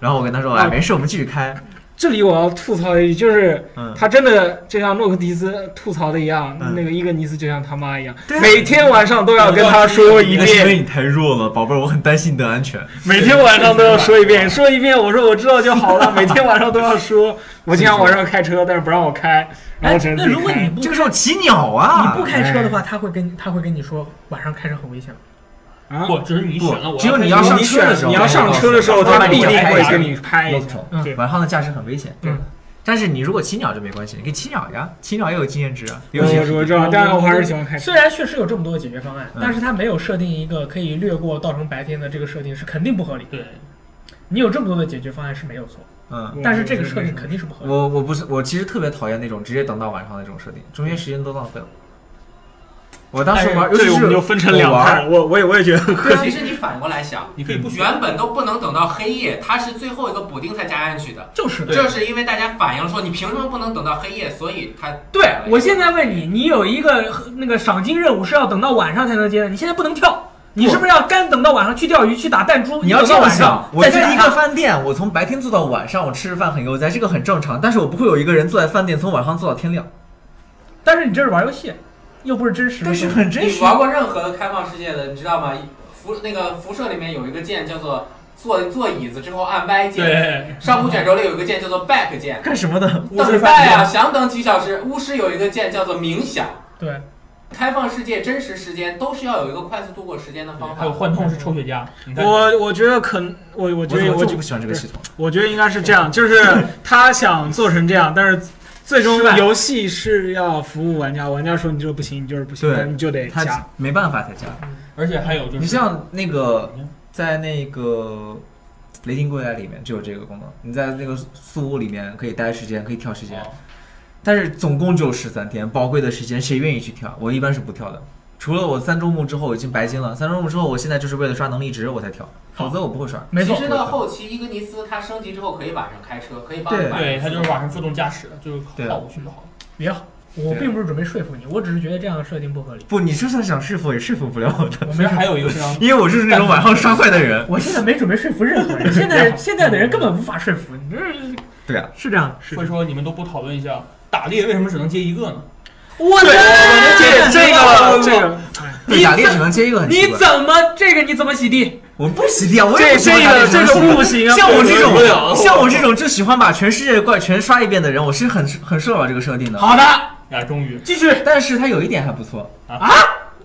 Speaker 2: 然后我跟他说：“哎，
Speaker 3: 嗯
Speaker 2: 没事，我们继续开。
Speaker 3: 这里我要吐槽一句，就是
Speaker 2: 嗯
Speaker 3: 他真的就像诺克迪斯吐槽的一样，
Speaker 2: 嗯
Speaker 3: 那个伊格尼斯就像他妈一样
Speaker 2: 对啊，
Speaker 3: 每天晚上都要跟他说 一
Speaker 2: 那是因
Speaker 3: 遍，
Speaker 2: 为你太弱了，宝贝儿，我很担心你的安全。
Speaker 3: 每天晚上都要说一遍，说一遍，我说我知道就好 了，每天晚上都要说。我经常晚上开车，但是不让我开，
Speaker 1: 哎
Speaker 3: 然后只能
Speaker 1: 那
Speaker 3: 自己
Speaker 1: 如果你
Speaker 3: 开。
Speaker 1: 不
Speaker 2: 这个时候骑鸟啊，
Speaker 1: 你不开车的话，他会跟他会跟你说晚上开车很危险。
Speaker 3: 啊，
Speaker 4: 不，只是你选了我，
Speaker 2: 不只有你要上
Speaker 3: 你
Speaker 2: 车的时
Speaker 3: 选
Speaker 2: 候
Speaker 3: 你要上车的时候，
Speaker 2: 他
Speaker 3: 他
Speaker 2: 把你
Speaker 3: 必定
Speaker 2: 开
Speaker 3: 会
Speaker 2: 一下
Speaker 3: 跟你拍一下。
Speaker 2: Local
Speaker 1: 嗯
Speaker 3: 对
Speaker 2: 晚上的驾驶很危险。
Speaker 1: 对，
Speaker 2: 但是你如果骑鸟就没关系，你可以骑啊鸟呀，骑鸟也有经验值啊。
Speaker 3: 我我我知道，但是我还是喜欢开车。
Speaker 1: 虽然确实有这么多的解决方案，
Speaker 2: 嗯
Speaker 1: 但是它没有设定一个可以略过造成白天的这个设定是肯定不合理。
Speaker 4: 对，
Speaker 1: 你有这么多的解决方案是没有错，
Speaker 2: 嗯，
Speaker 1: 但是这个设定肯定是不合理。
Speaker 2: 我我不是我其实特别讨厌那种直接等到晚上的这种设定，中间时间都浪费了。我当时玩，尤
Speaker 3: 这
Speaker 2: 其
Speaker 3: 里我
Speaker 2: 是
Speaker 3: 们就分成两派，我我也我也觉得很
Speaker 5: 对，其实你反过来想，
Speaker 4: 你可以不选。
Speaker 5: 原本都不能等到黑夜，它是最后一个补丁才加进去的。
Speaker 1: 就是的，
Speaker 4: 对
Speaker 5: 就是因为大家反映说你凭什么不能等到黑夜，所以它
Speaker 1: 对我现在问你，你有一个呃那个赏金任务是要等到晚上才能接的，你现在不能跳，你是不是要干等到晚上去钓鱼去打弹珠？
Speaker 2: 你要
Speaker 1: 等
Speaker 2: 这啊
Speaker 1: 到
Speaker 2: 样
Speaker 1: 晚
Speaker 2: 想
Speaker 1: 上，
Speaker 2: 我
Speaker 1: 再
Speaker 2: 去
Speaker 1: 去
Speaker 2: 一
Speaker 1: 打
Speaker 2: 个饭店，我从白天做到晚上，我吃着饭很悠哉，这个很正常。但是我不会有一个人坐在饭店从晚上做到天亮，
Speaker 1: 但是你这是玩游戏，又不是真实的
Speaker 2: 但
Speaker 1: 东西。
Speaker 2: 是很真
Speaker 5: 你
Speaker 2: 实。啊
Speaker 5: 玩过任何的开放世界的，你知道吗？辐那个辐射里面有一个键叫做坐坐椅子之后按 Y 键，
Speaker 4: 对，
Speaker 5: 上古卷轴里有一个键叫做 back 键，
Speaker 2: 干什么的？
Speaker 5: 等待啊，想等几小时。巫师有一个键叫做冥想。
Speaker 1: 对，
Speaker 5: 开放世界、真实时间都是要有一个快速度过时间的方
Speaker 4: 还有
Speaker 5: 法。
Speaker 4: 幻痛是抽雪茄，你看
Speaker 3: 我我觉得可能，我我
Speaker 2: 我
Speaker 3: 觉
Speaker 2: 怎
Speaker 3: 得
Speaker 2: 么
Speaker 3: 我
Speaker 2: 就
Speaker 3: 觉
Speaker 2: 不喜欢这个系统？
Speaker 3: 我觉得应该是这样，就是他想做成这样，但是最终
Speaker 2: 失败
Speaker 3: 游戏是要服务玩家，玩家说你这不行，你就是不行，
Speaker 2: 对
Speaker 3: 你就得加
Speaker 2: 他。没办法才加。
Speaker 4: 而且还有就是，
Speaker 2: 你像那个在那个雷霆归来里面就有这个功能，你在那个宿屋里面可以待时间，可以跳时
Speaker 3: 哦
Speaker 2: 间，但是总共只有十三天，宝贵的时间谁愿意去跳？我一般是不跳的。除了我三周目之后我已经白金了，三周目之后我现在就是为了刷能力值我才跳，否则我不会刷。
Speaker 1: 没错
Speaker 5: 其实到后期，伊格尼斯它升级之后可以晚上开车，可以帮你
Speaker 2: 对
Speaker 5: 晚上
Speaker 4: 对，它就是晚上自动驾驶，就是靠过去就好了。
Speaker 1: 别好，我并不是准备说服你，我只是觉得这样的设定不合理。
Speaker 2: 不，你就算想说服也说服不了我的，
Speaker 1: 我
Speaker 4: 其实
Speaker 1: 没
Speaker 4: 还有一个非常
Speaker 2: 因为我就是那种晚上刷快的 人。
Speaker 1: 我现在没准备说服任何人， 现在现在的人根本无法说服，你这是
Speaker 2: 对啊，
Speaker 1: 是这样的，是
Speaker 4: 所以说你们都不讨论一下打猎为什么只能接一个呢？
Speaker 1: 我的啊
Speaker 2: 这这个
Speaker 3: 这个
Speaker 2: 对打猎只能接一个很奇
Speaker 1: 你
Speaker 2: 怪。
Speaker 1: 怎么这个你怎么洗地？
Speaker 2: 我不洗地啊，我也
Speaker 3: 这
Speaker 2: 不喜
Speaker 3: 这
Speaker 2: 欢打猎
Speaker 3: 个
Speaker 2: 只
Speaker 3: 这
Speaker 2: 能洗地
Speaker 3: 个不行啊！
Speaker 2: 像我这
Speaker 4: 不了
Speaker 2: 种，像我这种就喜欢把全世界的怪全刷一遍的人，我是很很受不了这个设定的。
Speaker 1: 好的，
Speaker 4: 啊，终于
Speaker 1: 继续。
Speaker 2: 但是它有一点还不错
Speaker 4: 啊！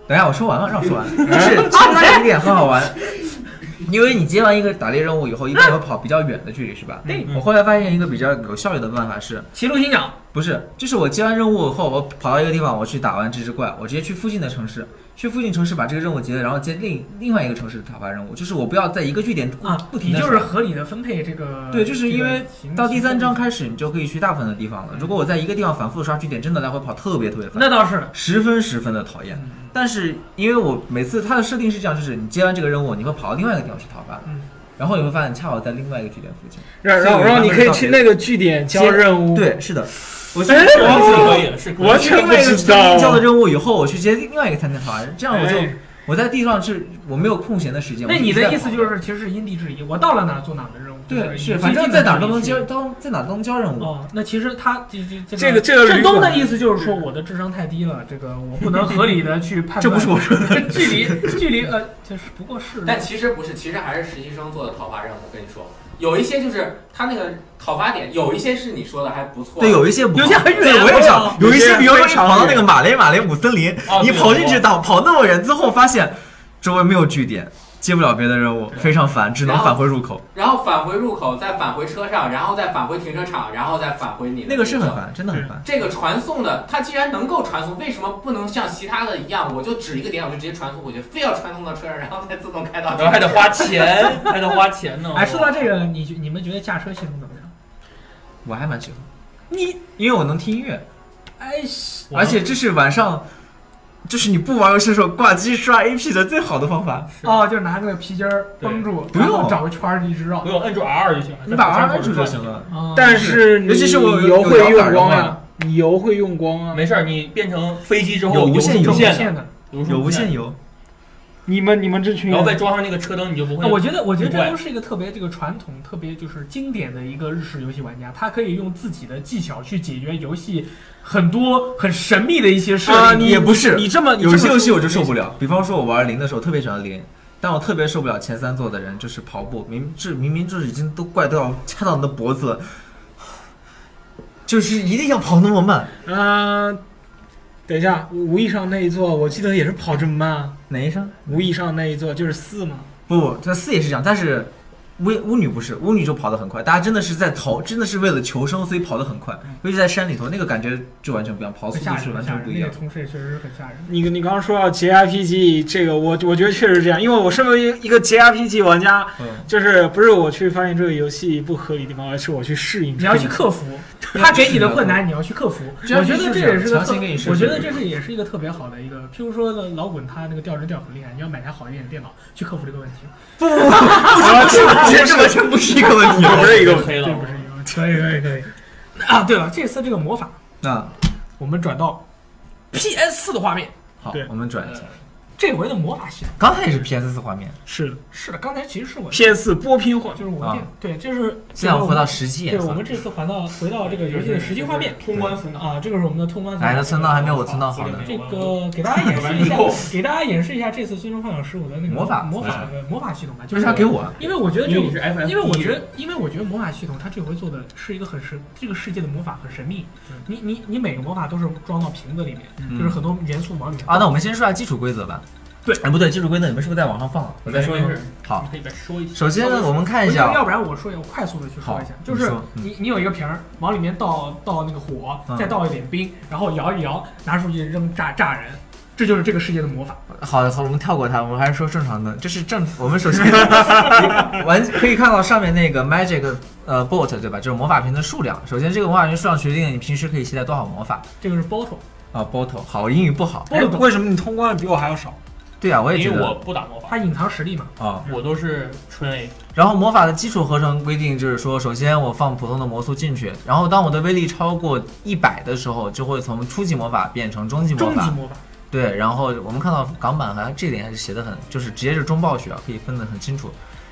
Speaker 2: 等一下，我说完了，让我说完。
Speaker 1: 嗯
Speaker 2: 就是，其实它有一点很好玩，因为你接完一个打猎任务以后，一般会跑比较远的距离，是吧？
Speaker 1: 对
Speaker 2: 我后来发现一个比较有效率的办法是，
Speaker 1: 骑鹿行鸟，
Speaker 2: 不是，就是我接完任务后，我跑到一个地方，我去打完这只怪，我直接去附近的城市，去附近城市把这个任务结了，然后接另另外一个城市打发任务，就是我不要在一个据点不
Speaker 1: 啊，
Speaker 2: 不停
Speaker 1: 你
Speaker 2: 的
Speaker 1: 就是合理的分配这个。
Speaker 2: 对，就是因为
Speaker 1: 这个
Speaker 2: 到第三章，开始，你就可以去大部分的地方了。如果我在一个地方反复刷据点，真的来回跑特别特别烦，
Speaker 1: 那嗯倒是。
Speaker 2: 十分十分的讨厌。但是因为我每次它的设定是这样，就是你接完这个任务，你会跑到另外一个地方去讨伐
Speaker 1: 嗯，
Speaker 2: 然后你会发现恰好在另外一个据点附近。
Speaker 3: 然然后然后你可以去那个据点交任务。，
Speaker 2: 对，是的，我去
Speaker 3: 哎
Speaker 2: 另
Speaker 4: 是
Speaker 2: 外一个
Speaker 4: 可以的，是可以的
Speaker 3: 我
Speaker 2: 去另外一个餐
Speaker 3: 我
Speaker 2: 厅
Speaker 3: 知道
Speaker 2: 交了任务以后，我去接另外一个餐厅讨伐，这样我就
Speaker 3: 哎
Speaker 2: 我在地上是我没有空闲的时间。
Speaker 1: 那
Speaker 2: 我
Speaker 1: 你
Speaker 2: 一直在
Speaker 1: 的意思
Speaker 2: 跑
Speaker 1: 就是，其实是因地制宜，我到了哪做哪的任务。
Speaker 2: 对，
Speaker 1: 是
Speaker 2: 是
Speaker 1: 吧
Speaker 2: 反正在哪都能。
Speaker 1: 你
Speaker 2: 交，
Speaker 1: 自己
Speaker 2: 都在哪都能交任务。
Speaker 1: 哦，那其实他这这
Speaker 3: 这个这个
Speaker 1: 振
Speaker 3: 旅
Speaker 1: 东的
Speaker 3: 馆
Speaker 1: 意思就是说，我的智商太低了，这个我不能合理的去判断。
Speaker 2: 这不是我说 的，
Speaker 1: 距离距离呃，就是不过是。
Speaker 5: 但其实不是，其实还是实习生做的讨伐任务。我跟你说，有一些就是他那个讨伐点，有一些是你说的还不错。
Speaker 2: 对，有一些不好
Speaker 1: 有些很远
Speaker 2: 对我也想，
Speaker 3: 有
Speaker 2: 有一
Speaker 3: 些
Speaker 2: 些，比如说
Speaker 3: 非
Speaker 2: 你
Speaker 3: 常
Speaker 2: 跑到那个马雷马雷姆森林
Speaker 4: 啊，
Speaker 2: 你
Speaker 4: 对
Speaker 2: 跑进去
Speaker 4: 我
Speaker 2: 打跑那么远之后，发现周围没有据点，接不了别的任务，非常烦，只能
Speaker 5: 然后
Speaker 2: 返回入口。
Speaker 5: 然后返回入口，再返回车上，然后再返回停车场，然后再返回你的
Speaker 2: 那个是很
Speaker 5: 车
Speaker 2: 烦，真的很烦。
Speaker 5: 这个传送的，它既然能够传送，为什么不能像其他的一样，我就指一个点，我就直接传送过去，非要传送到车上，然后再自动开到
Speaker 4: 然后 还得花 钱，还得花钱呢。
Speaker 1: 哎，说到这个，你觉你们觉得驾车系统怎么样？
Speaker 2: 我还蛮喜欢，
Speaker 1: 你
Speaker 2: 因为我能听音乐，
Speaker 1: 哎，
Speaker 4: 我
Speaker 2: 而且这是晚上，就是你不玩游戏的时候挂机刷 AP 的最好的方法。
Speaker 4: 是
Speaker 1: 哦，就是拿那个皮筋儿绷住，
Speaker 2: 对
Speaker 1: 然后
Speaker 2: 不用
Speaker 1: 找个圈儿一直绕
Speaker 4: 不。用摁住 R 就行了，
Speaker 2: 你把 R 摁住就行。了。
Speaker 4: 嗯
Speaker 1: 哦
Speaker 3: 但是你
Speaker 2: 尤其是我有
Speaker 3: 油会
Speaker 2: 有摇杆
Speaker 3: 用
Speaker 2: 的
Speaker 3: 光呀
Speaker 2: 话，
Speaker 3: 你油会用光啊。
Speaker 4: 没事儿，你变成飞机之后
Speaker 2: 有无
Speaker 4: 无
Speaker 2: 线
Speaker 1: 有
Speaker 2: 有
Speaker 4: 线
Speaker 1: 线
Speaker 4: 的，
Speaker 1: 的。
Speaker 2: 有无
Speaker 4: 无
Speaker 2: 限
Speaker 4: 线的，
Speaker 2: 游，
Speaker 3: 你们你们这群
Speaker 4: 然后再
Speaker 3: 人，
Speaker 4: 装上那个车灯，你就不会。
Speaker 1: 啊我觉得，我觉得
Speaker 4: 不会
Speaker 1: 这都是一个特别这个传统、特别就是经典的一个日式游戏玩家，他可以用自己的技巧去解决游戏很多很神秘的一些设
Speaker 3: 啊
Speaker 1: 定。
Speaker 3: 你
Speaker 2: 也不是
Speaker 3: 你这么
Speaker 2: 有些游戏我就
Speaker 3: 受
Speaker 2: 受不了，比方说我玩零的时候特别喜欢零，但我特别受不了前三座的人，就是跑步，明这明明就是已经都怪到掐到你的脖子了，就是一定要跑那么慢。
Speaker 3: 啊。等一下，无意上那一座，我记得也是跑这么慢啊。
Speaker 2: 哪一声？
Speaker 3: 无意上那一座就是四嘛，
Speaker 2: 不不，这四也是这样，但是巫巫女不是，巫女就跑得很快，大家真的是在逃，真的是为了求生，所以跑得很快，尤其在山里头，那个感觉就完全不一样，跑速
Speaker 1: 很吓
Speaker 2: 度
Speaker 1: 人，
Speaker 2: 是
Speaker 1: 很
Speaker 2: 完
Speaker 1: 吓
Speaker 2: 全不
Speaker 1: 人。
Speaker 2: 一
Speaker 1: 那
Speaker 2: 样
Speaker 1: 个。城市确实是很吓人。
Speaker 3: 你你刚刚说到 JRPG 这个，我我觉得确实是这样，因为我身为一个 JRPG 玩家，
Speaker 2: 嗯，
Speaker 3: 就是不是我去发现这个游戏不合理的地方，而是我去适应。
Speaker 1: 你要去克服，他给你的困难你要去克服。我
Speaker 2: 这样
Speaker 1: 觉得这也是个特
Speaker 2: 强行给你，设
Speaker 1: 我
Speaker 2: 置
Speaker 1: 觉得这是也是一个特别好的一个，譬如说呢，老滚他那个掉帧掉很厉害，你要买台好一点的电脑去克服这个问题，
Speaker 2: 不是，这这完全不是一个问题。
Speaker 4: 不是一个黑了
Speaker 1: 这。不是一个问题。可以可以可以。啊，对了，这次这个魔法，
Speaker 2: 那
Speaker 1: 我们转到 PS 四的画面，
Speaker 2: 好
Speaker 3: 对，
Speaker 2: 我们转一下，
Speaker 1: 这回的魔法系统
Speaker 2: 刚才也是 PS 四画面。
Speaker 3: 是的
Speaker 1: 是的，刚才其实是我。
Speaker 3: ，PS 波拼换
Speaker 1: 就是我
Speaker 2: 啊
Speaker 1: 电、对，就是
Speaker 2: 现在我们回到实际
Speaker 1: 对，
Speaker 2: 颜
Speaker 1: 我
Speaker 2: 色
Speaker 1: 们。这次还到回到这个游戏的实际画面
Speaker 4: 通关服呢，
Speaker 1: 啊，这个是我们的通关。
Speaker 2: 哎，那村道还没有我村道好呢。
Speaker 1: 这个给大家演示一下，给大家演示一下这次《最终幻想十五》的那个
Speaker 2: 魔法
Speaker 1: 魔法的魔法系统吧。就
Speaker 2: 为
Speaker 1: 是
Speaker 2: 啥给我啊？
Speaker 1: 因为我觉得
Speaker 4: 因
Speaker 1: 这
Speaker 4: 为你是 F F，
Speaker 1: 因为我觉得，因为我觉得魔法系统它这回做的是一个很神，这个世界的魔法很神秘。你
Speaker 2: 嗯
Speaker 1: 你你每个魔法都是装到瓶子里面，就是很多元素往里面。
Speaker 2: 啊啊，那我们先说下基础规则吧。哎，不对，技术规则你们是不是在网上放了？我再说一
Speaker 4: 没
Speaker 2: 会
Speaker 4: 事
Speaker 2: 儿。好
Speaker 4: 你，可以再说一下。
Speaker 2: 首先呢，我们看一
Speaker 1: 我觉得要
Speaker 2: 下，啊
Speaker 1: 不然我说一下，我快速的去说一下
Speaker 2: 好，
Speaker 1: 就是
Speaker 2: 你说嗯
Speaker 1: 你你有一个瓶儿，往里面倒倒那个火，
Speaker 2: 嗯
Speaker 1: 再倒一点冰，然后摇一摇，拿出去扔炸炸人，这就是这个世界的魔法。
Speaker 2: 好好，我们跳过它，我们还是说正常的。这是正，我们首先 完可以看到上面那个 magic 呃 bolt 对吧？就是魔法瓶的数量。首先，这个魔法瓶数量决定了你平时可以携带多少魔法
Speaker 1: 这个是 bottle，
Speaker 2: 啊。bottle 好，我英语不好。
Speaker 1: 哎不懂
Speaker 3: 为什么你通关的比我还要少？
Speaker 2: 对啊，我也觉
Speaker 4: 因为
Speaker 2: 得
Speaker 4: 我
Speaker 2: 啊
Speaker 4: 不打魔法，
Speaker 1: 它隐藏实力嘛。。
Speaker 2: 哦
Speaker 4: 我都是纯 A。
Speaker 2: 然后魔法的基础合成规定就是说，首先我放普通的魔速进去，然后当我的威力超过一百的时候，就会从初级魔法变成中级魔
Speaker 1: 终极
Speaker 2: 法。
Speaker 1: 魔法，
Speaker 2: 对，然后我们看到港版好像这点还是写的很，就是直接是中暴雪啊，可以分得很清楚。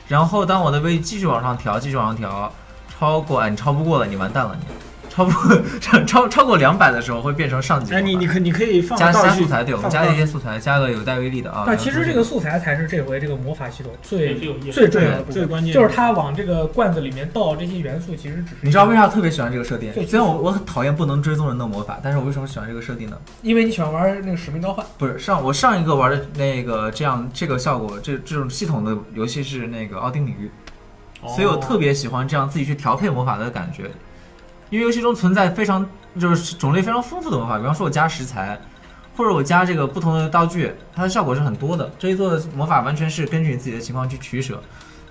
Speaker 2: 然后当我的威力继续往上调，继续往上调，超过哎你超不过了，你完蛋了你。超不超超超过两百的时候会变成上级魔
Speaker 3: 哎，
Speaker 2: 法。
Speaker 3: 你你可你可以放
Speaker 2: 加
Speaker 3: 道
Speaker 2: 加
Speaker 3: 具
Speaker 2: 素材，对我们
Speaker 3: 放
Speaker 2: 加
Speaker 3: 道
Speaker 2: 了一
Speaker 3: 具
Speaker 2: 些素材，加个有带威力的啊。
Speaker 1: 但其实这个素材才是这回这个魔法系统最
Speaker 4: 最有意思
Speaker 1: 最重要的部
Speaker 3: 最
Speaker 1: 分，
Speaker 3: 关键
Speaker 1: 就是它往这个罐子里面倒这些元素，其实只是
Speaker 2: 你知道为啥我特别喜欢这个设定
Speaker 1: 对？
Speaker 2: 虽然我我很讨厌不能追踪人的魔法，但是我为什么喜欢这个设定呢？
Speaker 1: 因为你喜欢玩那个使命召唤，
Speaker 2: 不是上我上一个玩的那个这样这个效果这这种系统的游戏是那个奥丁领域，
Speaker 4: 哦
Speaker 3: 哦
Speaker 2: 所以我特别喜欢这样自己去调配魔法的感觉，因为游戏中存在非常就是种类非常丰富的魔法，比方说我加食材，或者我加这个不同的道具，它的效果是很多的。这一座的魔法完全是根据你自己的情况去取舍，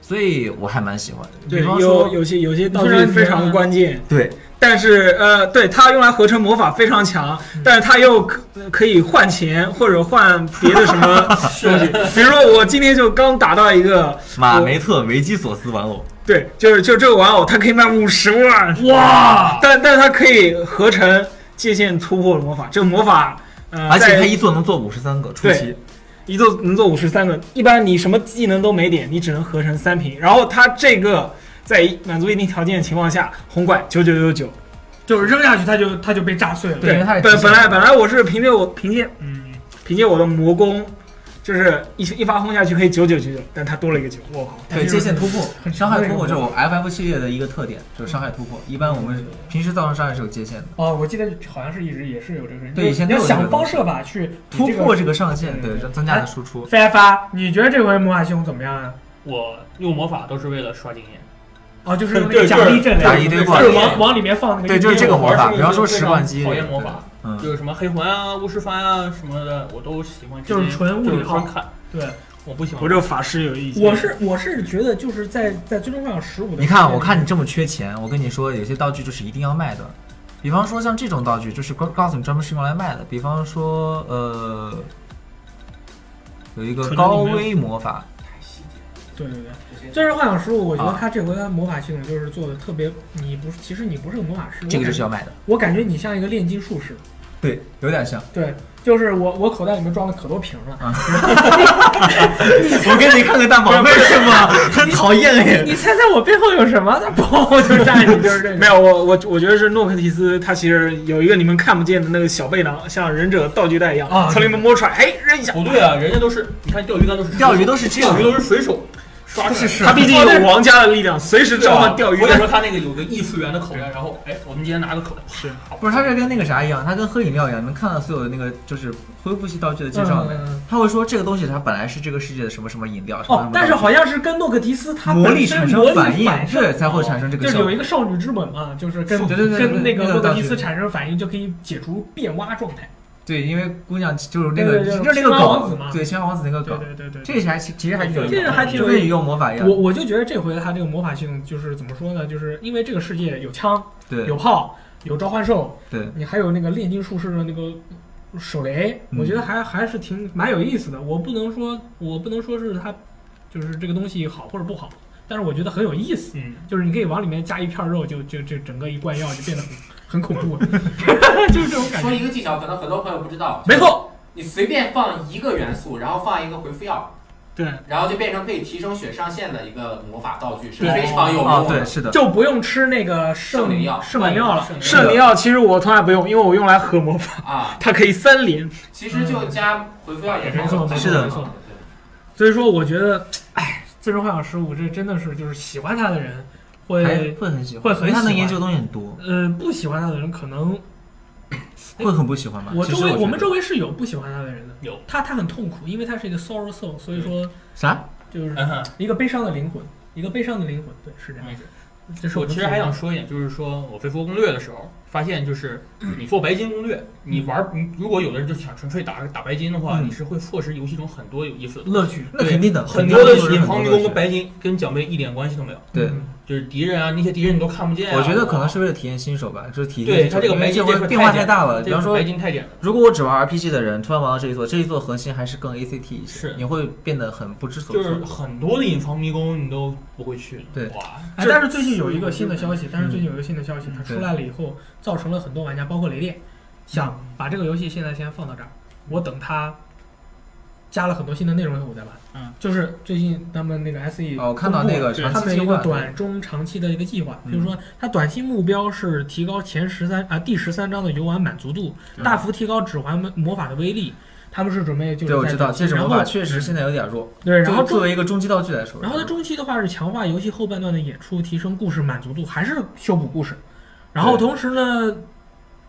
Speaker 2: 所以我还蛮喜欢的。
Speaker 3: 对，
Speaker 2: 比方
Speaker 3: 有
Speaker 2: 说
Speaker 3: 有些有些道
Speaker 1: 虽然
Speaker 3: 具
Speaker 1: 你
Speaker 3: 非常关键，
Speaker 2: 对
Speaker 3: 但是呃，对它用来合成魔法非常强，但是它又可可以换钱或者换别的什么东西。比如说，我今天就刚打到一个，
Speaker 2: 马梅特维基索斯玩偶。
Speaker 3: 对，就是就这个玩偶，它可以卖五十万，
Speaker 4: 哇，
Speaker 3: 但但它可以合成界限突破的魔法，这个魔法。呃，
Speaker 2: 而且
Speaker 3: 在
Speaker 2: 它一座能做五十三个初期，
Speaker 3: 一座能做五十三个，一般你什么技能都没点，你只能合成三瓶。然后它这个在满足一定条件的情况下，红拐九九九九。
Speaker 1: 就是扔下去它就它就被炸碎了。
Speaker 2: 对因为它是
Speaker 3: 本
Speaker 2: 极限
Speaker 3: 本来
Speaker 2: 的
Speaker 3: 本来我是凭借我凭借
Speaker 1: 嗯，
Speaker 3: 凭借我的魔功，就是一一发轰下去可以九九九九，但它多了一个九，我靠！
Speaker 2: 对界限突破、伤害突破，这
Speaker 1: 这
Speaker 2: 是我 FF 系列的一个特点，就是伤害突破。一般我们平时造成伤害是有界限的，
Speaker 1: 哦，我记得好像是一直也是有这个人，
Speaker 2: 对以前
Speaker 1: 你
Speaker 2: 都
Speaker 1: 要
Speaker 2: 有这个
Speaker 1: 想方
Speaker 2: 东西
Speaker 1: 设法去
Speaker 2: 突破这个嗯哎上限，
Speaker 1: 对
Speaker 2: 对
Speaker 1: 对，对
Speaker 2: 增加的输出。
Speaker 1: 飞发，你觉得这回魔法系统怎么样啊？
Speaker 4: 我用魔法都是为了刷经验。
Speaker 1: 哦，就是用那
Speaker 3: 对
Speaker 1: 个
Speaker 3: 就是
Speaker 1: 奖励阵
Speaker 2: 打
Speaker 1: 列，
Speaker 2: 一堆
Speaker 1: 就
Speaker 2: 怪
Speaker 1: 是往往里面放那个
Speaker 2: 对，就是这个魔法，比方说
Speaker 4: 非常
Speaker 2: 石冠机，
Speaker 4: 讨厌魔法，
Speaker 2: 嗯，
Speaker 4: 就是什么黑魂啊、巫师番啊什么的，我都喜欢直接。
Speaker 1: 就是纯物理
Speaker 4: 就是纯
Speaker 1: 号
Speaker 4: 看，
Speaker 1: 对，
Speaker 4: 我不喜欢。
Speaker 3: 我这个法师有意见，
Speaker 1: 我是我是觉得就是在在最终幻想十五的，
Speaker 2: 你看，啊我看你这么缺钱，我跟你说，有些道具就是一定要卖的。比方说像这种道具，就是告告诉你专门是用来卖的。比方说，呃，有一个
Speaker 3: 可能
Speaker 2: 高
Speaker 3: 你没有
Speaker 2: 危魔法，
Speaker 1: 对对对，
Speaker 5: 这些
Speaker 1: 最终幻想十五，我觉得
Speaker 2: 啊
Speaker 1: 它这回的魔法系统就是做的特别，你不是其实你不是个魔法师，
Speaker 2: 这个
Speaker 1: 我
Speaker 2: 就
Speaker 1: 感
Speaker 2: 是要卖的。
Speaker 1: 我感觉你像一个炼金术士，
Speaker 2: 对，有点像。
Speaker 1: 对，就是我我口袋里面装了可多瓶 了，
Speaker 2: 我给你看个蛋宝贝是 吗？很讨厌哎。
Speaker 1: 你猜猜我背后有什么？他砰就炸你，就是这个。
Speaker 3: 没有我我我觉得是诺克提斯，他其实有一个你们看不见的那个小背囊，像忍者道具袋一样，
Speaker 1: 啊
Speaker 3: 从里面摸出来，哎，扔一下。
Speaker 4: 不对啊，人家都是，你看钓鱼竿都是
Speaker 2: 钓鱼都是这样
Speaker 4: 钓鱼都是水手刷出来的。
Speaker 2: 是
Speaker 3: 他毕竟有王家的力量，随时
Speaker 4: 对
Speaker 3: 召
Speaker 4: 啊
Speaker 3: 唤钓鱼
Speaker 4: 我
Speaker 3: 的
Speaker 4: 想。说他那个有个异次元的口袋，然后哎，我们今天拿个口袋，是
Speaker 2: 不是，它这跟那个啥一样，它跟喝饮料一样，你能看到所有的那个就是恢复系道具的介绍没？
Speaker 1: 嗯
Speaker 2: 他会说这个东西它本来是这个世界的什么什么饮料，什么什
Speaker 1: 哦
Speaker 2: 么，
Speaker 1: 但是
Speaker 2: 道具
Speaker 1: 好像是跟诺克提斯他
Speaker 2: 嗯魔
Speaker 1: 本
Speaker 2: 力
Speaker 1: 身
Speaker 2: 产
Speaker 1: 魔力
Speaker 2: 生反应，
Speaker 1: 射
Speaker 2: 对，才会产生这个
Speaker 1: 就是
Speaker 2: 效
Speaker 1: 有
Speaker 2: 果
Speaker 1: 一。个少女之吻嘛，就是跟
Speaker 2: 对对对对
Speaker 1: 跟那
Speaker 2: 那
Speaker 1: 个
Speaker 2: 个
Speaker 1: 洛克
Speaker 2: 道
Speaker 1: 提
Speaker 2: 具
Speaker 1: 斯产生反应，就可以解除变蛙状态。
Speaker 2: 对，因为姑娘就是那
Speaker 1: 对
Speaker 2: 个，
Speaker 1: 对对
Speaker 2: 就是那
Speaker 1: 青
Speaker 2: 个
Speaker 1: 蛙王子
Speaker 2: 梗
Speaker 1: 嘛，
Speaker 2: 对，青蛙王子那个
Speaker 1: 对
Speaker 2: 梗，
Speaker 1: 对对对。
Speaker 2: 这个还其其实还挺有意思的，
Speaker 1: 这个还挺有
Speaker 2: 就跟你用魔法一样
Speaker 1: 我，我就觉得这回他这个魔法系统就是怎么说呢？就是因为这个世界有枪、
Speaker 2: 对
Speaker 1: 有炮、有召唤兽，
Speaker 2: 对。
Speaker 1: 你还有那个炼金术士的那个手雷，
Speaker 2: 嗯
Speaker 1: 我觉得还还是挺蛮有意思的。我不能说，我不能说是它就是这个东西好或者不好，但是我觉得很有意思。
Speaker 4: 嗯，
Speaker 1: 就是你可以往里面加一片肉，就就就整个一罐药就变得很很恐怖， 就是这种感
Speaker 5: 说
Speaker 1: 觉。
Speaker 5: 一个技巧，可能很多朋友不知道，
Speaker 1: 没错，
Speaker 5: 你随便放一个元素，然后放一个回复药，
Speaker 3: 对，
Speaker 5: 然后就变成可以提升血上限的一个魔法道具，是
Speaker 1: 对
Speaker 5: 非常有
Speaker 2: 啊，
Speaker 5: 用
Speaker 2: 对，
Speaker 5: 的。
Speaker 2: 是的，
Speaker 1: 就不用吃那个圣
Speaker 5: 圣灵药
Speaker 1: 圣灵药了。
Speaker 3: 圣灵啊药其实我从来不用，因为我用来合魔法，
Speaker 5: 啊，
Speaker 3: 它可以三连。
Speaker 5: 其实就加回复药也
Speaker 1: 没错没
Speaker 5: 好
Speaker 1: 错
Speaker 2: 是的
Speaker 5: 对
Speaker 1: 没错所以说，我觉得，哎，《最终幻想十五》这真的是就是喜欢它的人
Speaker 2: 还
Speaker 1: 会，
Speaker 2: 会很喜欢，
Speaker 1: 会很
Speaker 2: 因为他
Speaker 1: 喜
Speaker 2: 能
Speaker 1: 欢
Speaker 2: 研究的东西很多。
Speaker 1: 呃，不喜欢它的人可能
Speaker 2: 会很不喜欢吧？
Speaker 1: 我
Speaker 2: 啊其
Speaker 1: 周
Speaker 2: 实
Speaker 1: 围
Speaker 2: 觉
Speaker 1: 我们
Speaker 2: 得
Speaker 1: 周围是有不喜欢他的人的，
Speaker 4: 有
Speaker 1: 他他很痛苦，因为他是一个 sorrow soul，所以说
Speaker 2: 啥？
Speaker 1: 就是
Speaker 4: 嗯哼，
Speaker 1: 一个悲伤的灵魂，一个悲伤的灵魂，对，是这样
Speaker 4: 没。事。
Speaker 1: 这是
Speaker 4: 我
Speaker 1: 们
Speaker 4: 其实
Speaker 1: 做的
Speaker 4: 还想说一点，就是说我在做攻略的时候，发现就是你做白金攻略，你玩儿，你如果有的人就想纯粹打打白金的话，
Speaker 2: 嗯
Speaker 4: 你是会错失游戏中很多有意思的东西。
Speaker 1: 乐趣，
Speaker 2: 那肯定的，
Speaker 4: 很
Speaker 2: 多
Speaker 4: 多的
Speaker 2: 是
Speaker 4: 隐
Speaker 2: 很
Speaker 4: 藏迷
Speaker 2: 多
Speaker 4: 宫
Speaker 2: 的
Speaker 4: 跟白金跟奖杯一点关系都没有，
Speaker 2: 对，
Speaker 1: 嗯
Speaker 4: 就是敌人啊，那些敌人你都看不见啊、
Speaker 2: 我觉得可能是为了体验新手吧，就是体验
Speaker 4: 对
Speaker 2: 新手
Speaker 4: 它这个
Speaker 2: 因为
Speaker 4: 白金这
Speaker 2: 回
Speaker 4: 块
Speaker 2: 变化
Speaker 4: 太
Speaker 2: 太大了。
Speaker 4: 这
Speaker 2: 呃比
Speaker 4: 个
Speaker 2: 方说
Speaker 4: 白，金太简单了，
Speaker 2: 如果我只玩 RPG 的人，突然玩到这一座，这一座核心还是更 ACT 一些，
Speaker 4: 是
Speaker 2: 你会变得很不知所
Speaker 4: 就
Speaker 2: 措。
Speaker 4: 是很多的隐藏迷宫你都不会去。
Speaker 2: 对
Speaker 4: 哇，
Speaker 1: 哎，
Speaker 3: 这
Speaker 1: 但是最近有一个新的消息，但是最近有一个新的消息，它
Speaker 2: 嗯对
Speaker 1: 出来了以后，造成了很多玩家，包括雷电，想
Speaker 2: 嗯
Speaker 1: 把这个游戏现在先放到这儿，我等它加了很多新的内容以后我再玩。
Speaker 3: 嗯，
Speaker 1: 就是最近他们那个 E SE
Speaker 2: 哦，我看到那个
Speaker 4: 对
Speaker 2: 长
Speaker 1: 他
Speaker 2: 期
Speaker 1: 们
Speaker 2: 计
Speaker 1: 一个
Speaker 2: 划，
Speaker 1: 短中长期的一个计划，
Speaker 2: 嗯
Speaker 1: 就是说，它短期目标是提高前十三啊第十三章的游玩满足度，
Speaker 2: 对
Speaker 1: 大幅提高指环魔法的威力。他们是准备就
Speaker 2: 对，
Speaker 1: 是
Speaker 2: 我
Speaker 1: 在
Speaker 2: 知道，这种
Speaker 1: 然
Speaker 2: 魔
Speaker 1: 后
Speaker 2: 法确实现在有点弱。
Speaker 1: 对，然后
Speaker 2: 作
Speaker 1: 中
Speaker 2: 为一个中期道具来说，
Speaker 1: 然后它中期的话是强化游戏后半段的演出，提升故事满足度，还是修补故事。然后
Speaker 2: 对
Speaker 1: 同时呢，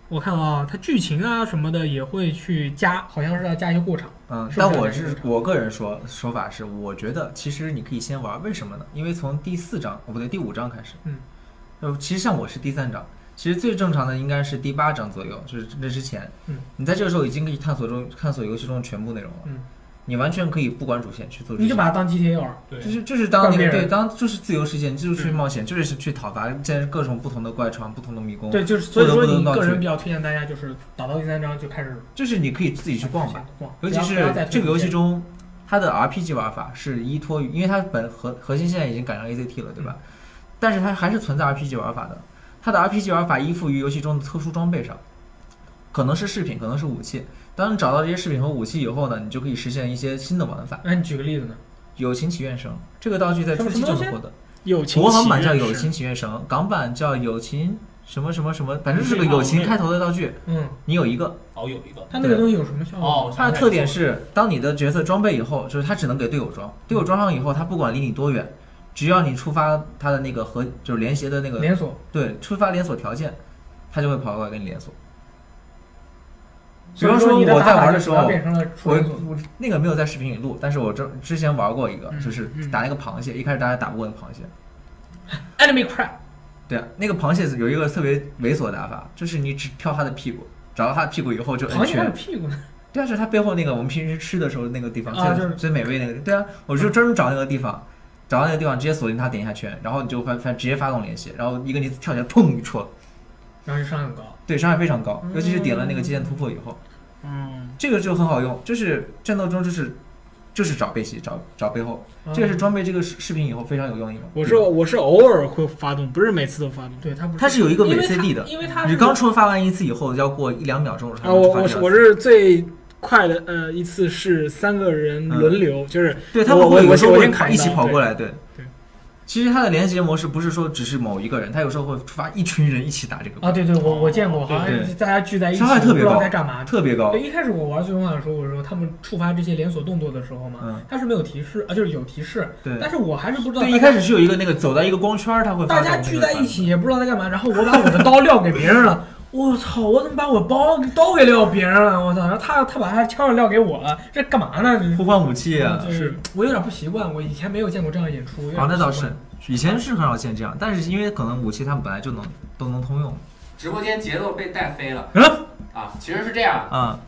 Speaker 1: 我看啊，它剧情啊什么的也会去加，好像是要加一些过场。
Speaker 2: 嗯，
Speaker 1: 是不
Speaker 2: 但
Speaker 1: 是
Speaker 2: 我
Speaker 1: 这
Speaker 2: 是
Speaker 1: 样
Speaker 2: 我个人说说法是，我觉得其实你可以先玩，为什么呢？因为从第四章哦不对，第五章开始，
Speaker 1: 嗯，
Speaker 2: 呃，其实像我是第三章，其实最正常的应该是第八章左右，就是那之前，
Speaker 1: 嗯，
Speaker 2: 你在这个时候已经可以探索中探索游戏中的全部内容了，
Speaker 1: 嗯，
Speaker 2: 你完全可以不管主线去做这些，
Speaker 1: 你就把它当
Speaker 2: 哦
Speaker 1: GTA 玩儿，
Speaker 4: 对
Speaker 2: 就是就是当那
Speaker 1: 当别
Speaker 2: 个
Speaker 1: 人
Speaker 2: 对当就是自由事件，就是去冒险，就是去讨伐，见各种不同的怪闯、不同的迷宫，
Speaker 1: 对，就是所以
Speaker 2: 不
Speaker 1: 说
Speaker 2: 能不
Speaker 1: 你
Speaker 2: 能
Speaker 1: 个
Speaker 2: 到
Speaker 1: 人
Speaker 2: 去
Speaker 1: 比较推荐大家就是打到第三章就开始
Speaker 2: 就是你可以自己去逛吧。
Speaker 1: 逛，不
Speaker 2: 尤其
Speaker 1: 要
Speaker 2: 是
Speaker 1: 不要再推
Speaker 2: 这个游戏
Speaker 1: 荐
Speaker 2: 中，它的 RPG 玩法是依托于，因为它本核核心现在已经改成 ACT 了，对
Speaker 1: 嗯
Speaker 2: 吧？但是它还是存在 RPG 玩法的，它的 RPG 玩法依附于游戏中的特殊装备上，可能是饰品，可能是武器。当你找到这些饰品和武器以后呢，你就可以实现一些新的玩法。
Speaker 1: 哎那你举个例子呢？
Speaker 2: 友情祈愿绳这个道具在
Speaker 1: 什么
Speaker 2: 初期
Speaker 1: 什么
Speaker 2: 就
Speaker 1: 东西
Speaker 2: 能获得，
Speaker 3: 友情
Speaker 2: 国行版
Speaker 3: 祈
Speaker 2: 叫
Speaker 3: 愿
Speaker 2: 友
Speaker 3: 是
Speaker 2: 情祈愿绳，港版叫友情什么什么什么，反正是个
Speaker 4: 你可以把
Speaker 2: 友情
Speaker 4: 我们
Speaker 2: 开头的道具，
Speaker 1: 嗯，
Speaker 2: 你有一个。
Speaker 4: 哦有一个
Speaker 1: 它那个
Speaker 2: 对
Speaker 1: 东西有什么
Speaker 6: 嗯
Speaker 1: 效果？
Speaker 4: 哦，
Speaker 2: 它的特点是，当你的角色装备以后，就是它只能给队友装，队友装上以后，它不管离你多远，只要你触发它的那个和就是联携的那个
Speaker 1: 连锁
Speaker 2: 对触发连锁条件，它就会跑过来跟你连锁。比
Speaker 1: 所以
Speaker 2: 方说
Speaker 1: 你的
Speaker 2: 我
Speaker 1: 打
Speaker 2: 在
Speaker 1: 法
Speaker 2: 玩
Speaker 1: 就
Speaker 2: 的
Speaker 1: 主
Speaker 2: 时
Speaker 1: 要
Speaker 2: 候，
Speaker 1: 变成了
Speaker 2: 我
Speaker 1: 纯连锁
Speaker 2: 我那个没有在视频里录，但是我之之前玩过一个
Speaker 1: 嗯，
Speaker 2: 就是
Speaker 1: 嗯
Speaker 2: 打一个螃蟹，一开始大家打不过那螃蟹，
Speaker 1: enemy crap，
Speaker 2: 对啊，那个螃蟹有一个特别猥琐的打法，就是你只挑它的屁股，找到它的屁股以后就摁
Speaker 1: 螃蟹还
Speaker 2: 圈
Speaker 1: 有。屁股呢。
Speaker 2: 对啊，是它背后那个我们平时吃的时候那个地方，最、
Speaker 1: 啊就是嗯
Speaker 2: 最美味那个地。对啊，我就专门找那个地方，找到那个地方直接锁定它，点一下圈，然后你就发发直接发动联系，然后一个你跳起来，砰一戳，
Speaker 1: 然后就伤害很高。
Speaker 2: 对，伤害非常高，
Speaker 1: 嗯
Speaker 2: 尤其是点了那个极限突破以后，
Speaker 3: 嗯，
Speaker 2: 这个就很好用，就是战斗中就是就是找背袭，找找背后，
Speaker 1: 嗯
Speaker 2: 这个是装备这个视视频以后非常有用一种。
Speaker 3: 我是我是偶尔会发动，不是每次都发动。
Speaker 1: 对它不
Speaker 2: 它是有一个
Speaker 1: 因
Speaker 2: 伪
Speaker 1: 为它
Speaker 2: CD 的，
Speaker 1: 因为它
Speaker 2: 你
Speaker 1: 是
Speaker 2: 刚触发完一次以后，要过一两秒钟才
Speaker 3: 啊，
Speaker 2: 能
Speaker 3: 我
Speaker 2: 触发
Speaker 3: 我
Speaker 2: 第
Speaker 3: 是
Speaker 2: 二
Speaker 3: 我
Speaker 2: 次
Speaker 3: 是最快的，呃，一次是三个人
Speaker 2: 嗯
Speaker 3: 轮流，就是
Speaker 2: 对他们
Speaker 3: 我
Speaker 2: 会
Speaker 3: 我
Speaker 2: 有时候
Speaker 3: 我
Speaker 2: 会
Speaker 3: 先砍
Speaker 2: 一起
Speaker 3: 刀
Speaker 2: 跑
Speaker 3: 对
Speaker 2: 过来，对。
Speaker 3: 对
Speaker 2: 其实它的联结模式不是说只是某一个人，它有时候会触发一群人一起打这个
Speaker 1: 啊，对对，我我见过，好
Speaker 2: 对
Speaker 1: 像
Speaker 2: 对
Speaker 1: 大家聚在一起，
Speaker 2: 伤害特
Speaker 1: 不
Speaker 2: 别
Speaker 1: 知道
Speaker 2: 高
Speaker 1: 在干嘛。
Speaker 2: 特别高
Speaker 1: 对，。一开始我玩最终幻想的时候，我说他们触发这些连锁动作的时候嘛，
Speaker 2: 嗯，
Speaker 1: 它是没有提示啊，就是有提示，
Speaker 2: 对
Speaker 1: 但是我还是不知道大
Speaker 2: 对，
Speaker 1: 家。
Speaker 2: 一开始是有一个那个走到一个光圈儿，它会
Speaker 1: 大
Speaker 2: 发动
Speaker 1: 家
Speaker 2: 那个
Speaker 1: 聚在
Speaker 2: 反
Speaker 1: 一起也不知道在干嘛，然后我把我的刀撂给别人了。我操！我怎么把我包刀给撂别人了？我操！然后他他把他枪也撂给我了，这干嘛呢？
Speaker 2: 互换武器啊。
Speaker 1: 就是我有点不习惯，我以前没有见过这样演出。有点
Speaker 2: 啊，那倒
Speaker 1: 不习
Speaker 2: 是
Speaker 1: 惯，
Speaker 2: 以前是很少见这样，但是因为可能武器他们本来就能都能通用
Speaker 5: 直播间节奏被带飞了
Speaker 2: 嗯
Speaker 5: 啊！其实是这样，
Speaker 2: 啊。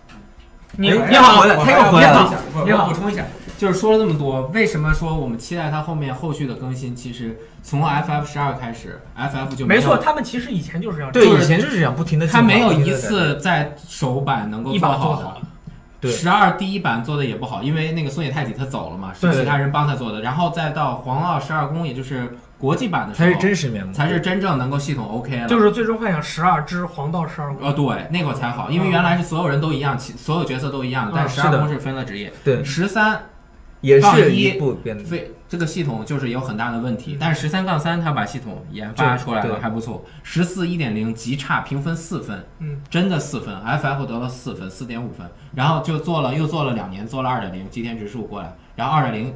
Speaker 1: 你
Speaker 2: 哎你好，回来，
Speaker 6: 我
Speaker 2: 他又回来了。
Speaker 6: 你好
Speaker 5: 补充一下，
Speaker 6: 就是说了这么多，为什么说我们期待它后面后续的更新？其实从 FF 十二开始，FF 就
Speaker 1: 没
Speaker 6: 有
Speaker 1: 错，，他们其实以前就是要这
Speaker 2: 对，
Speaker 1: 样
Speaker 2: 以前就是这样，不停的。
Speaker 6: 它没有一次在首版能够
Speaker 1: 一把
Speaker 6: 做
Speaker 1: 做
Speaker 6: 好
Speaker 1: 好
Speaker 6: 的。
Speaker 2: 对
Speaker 6: 十二第一版做的也不好，因为那个松野太己他走了嘛，是
Speaker 1: 对
Speaker 6: 其他人帮他做的。然后再到黄奥十二宫，也就是国际版的时
Speaker 2: 才
Speaker 6: 候，
Speaker 2: 是真实面目，
Speaker 6: 才是真正能够系统 OK 了。
Speaker 1: 就是最终幻想十二之黄道十二宫。
Speaker 6: 呃，对，那个才好，因为原来是所有人都一样，其所有角色都一样，但
Speaker 2: 嗯
Speaker 6: 十
Speaker 2: 是
Speaker 6: 二
Speaker 2: 的
Speaker 6: 宫是分了职业。
Speaker 2: 对，
Speaker 6: 十三
Speaker 2: 也
Speaker 6: 杠
Speaker 2: 是
Speaker 6: 一
Speaker 2: 一步变的。
Speaker 6: 非这个系统就是有很大的问题，但是十三杠三它把系统研发
Speaker 2: 对
Speaker 6: 出来了，
Speaker 2: 对
Speaker 6: 还不错。十四一点零极差，评分四分，
Speaker 1: 嗯，
Speaker 6: 真的四分，FF 得了四分，四点五分，然后就做了又做了两年，做了二点零吉田直树过来，然后二点零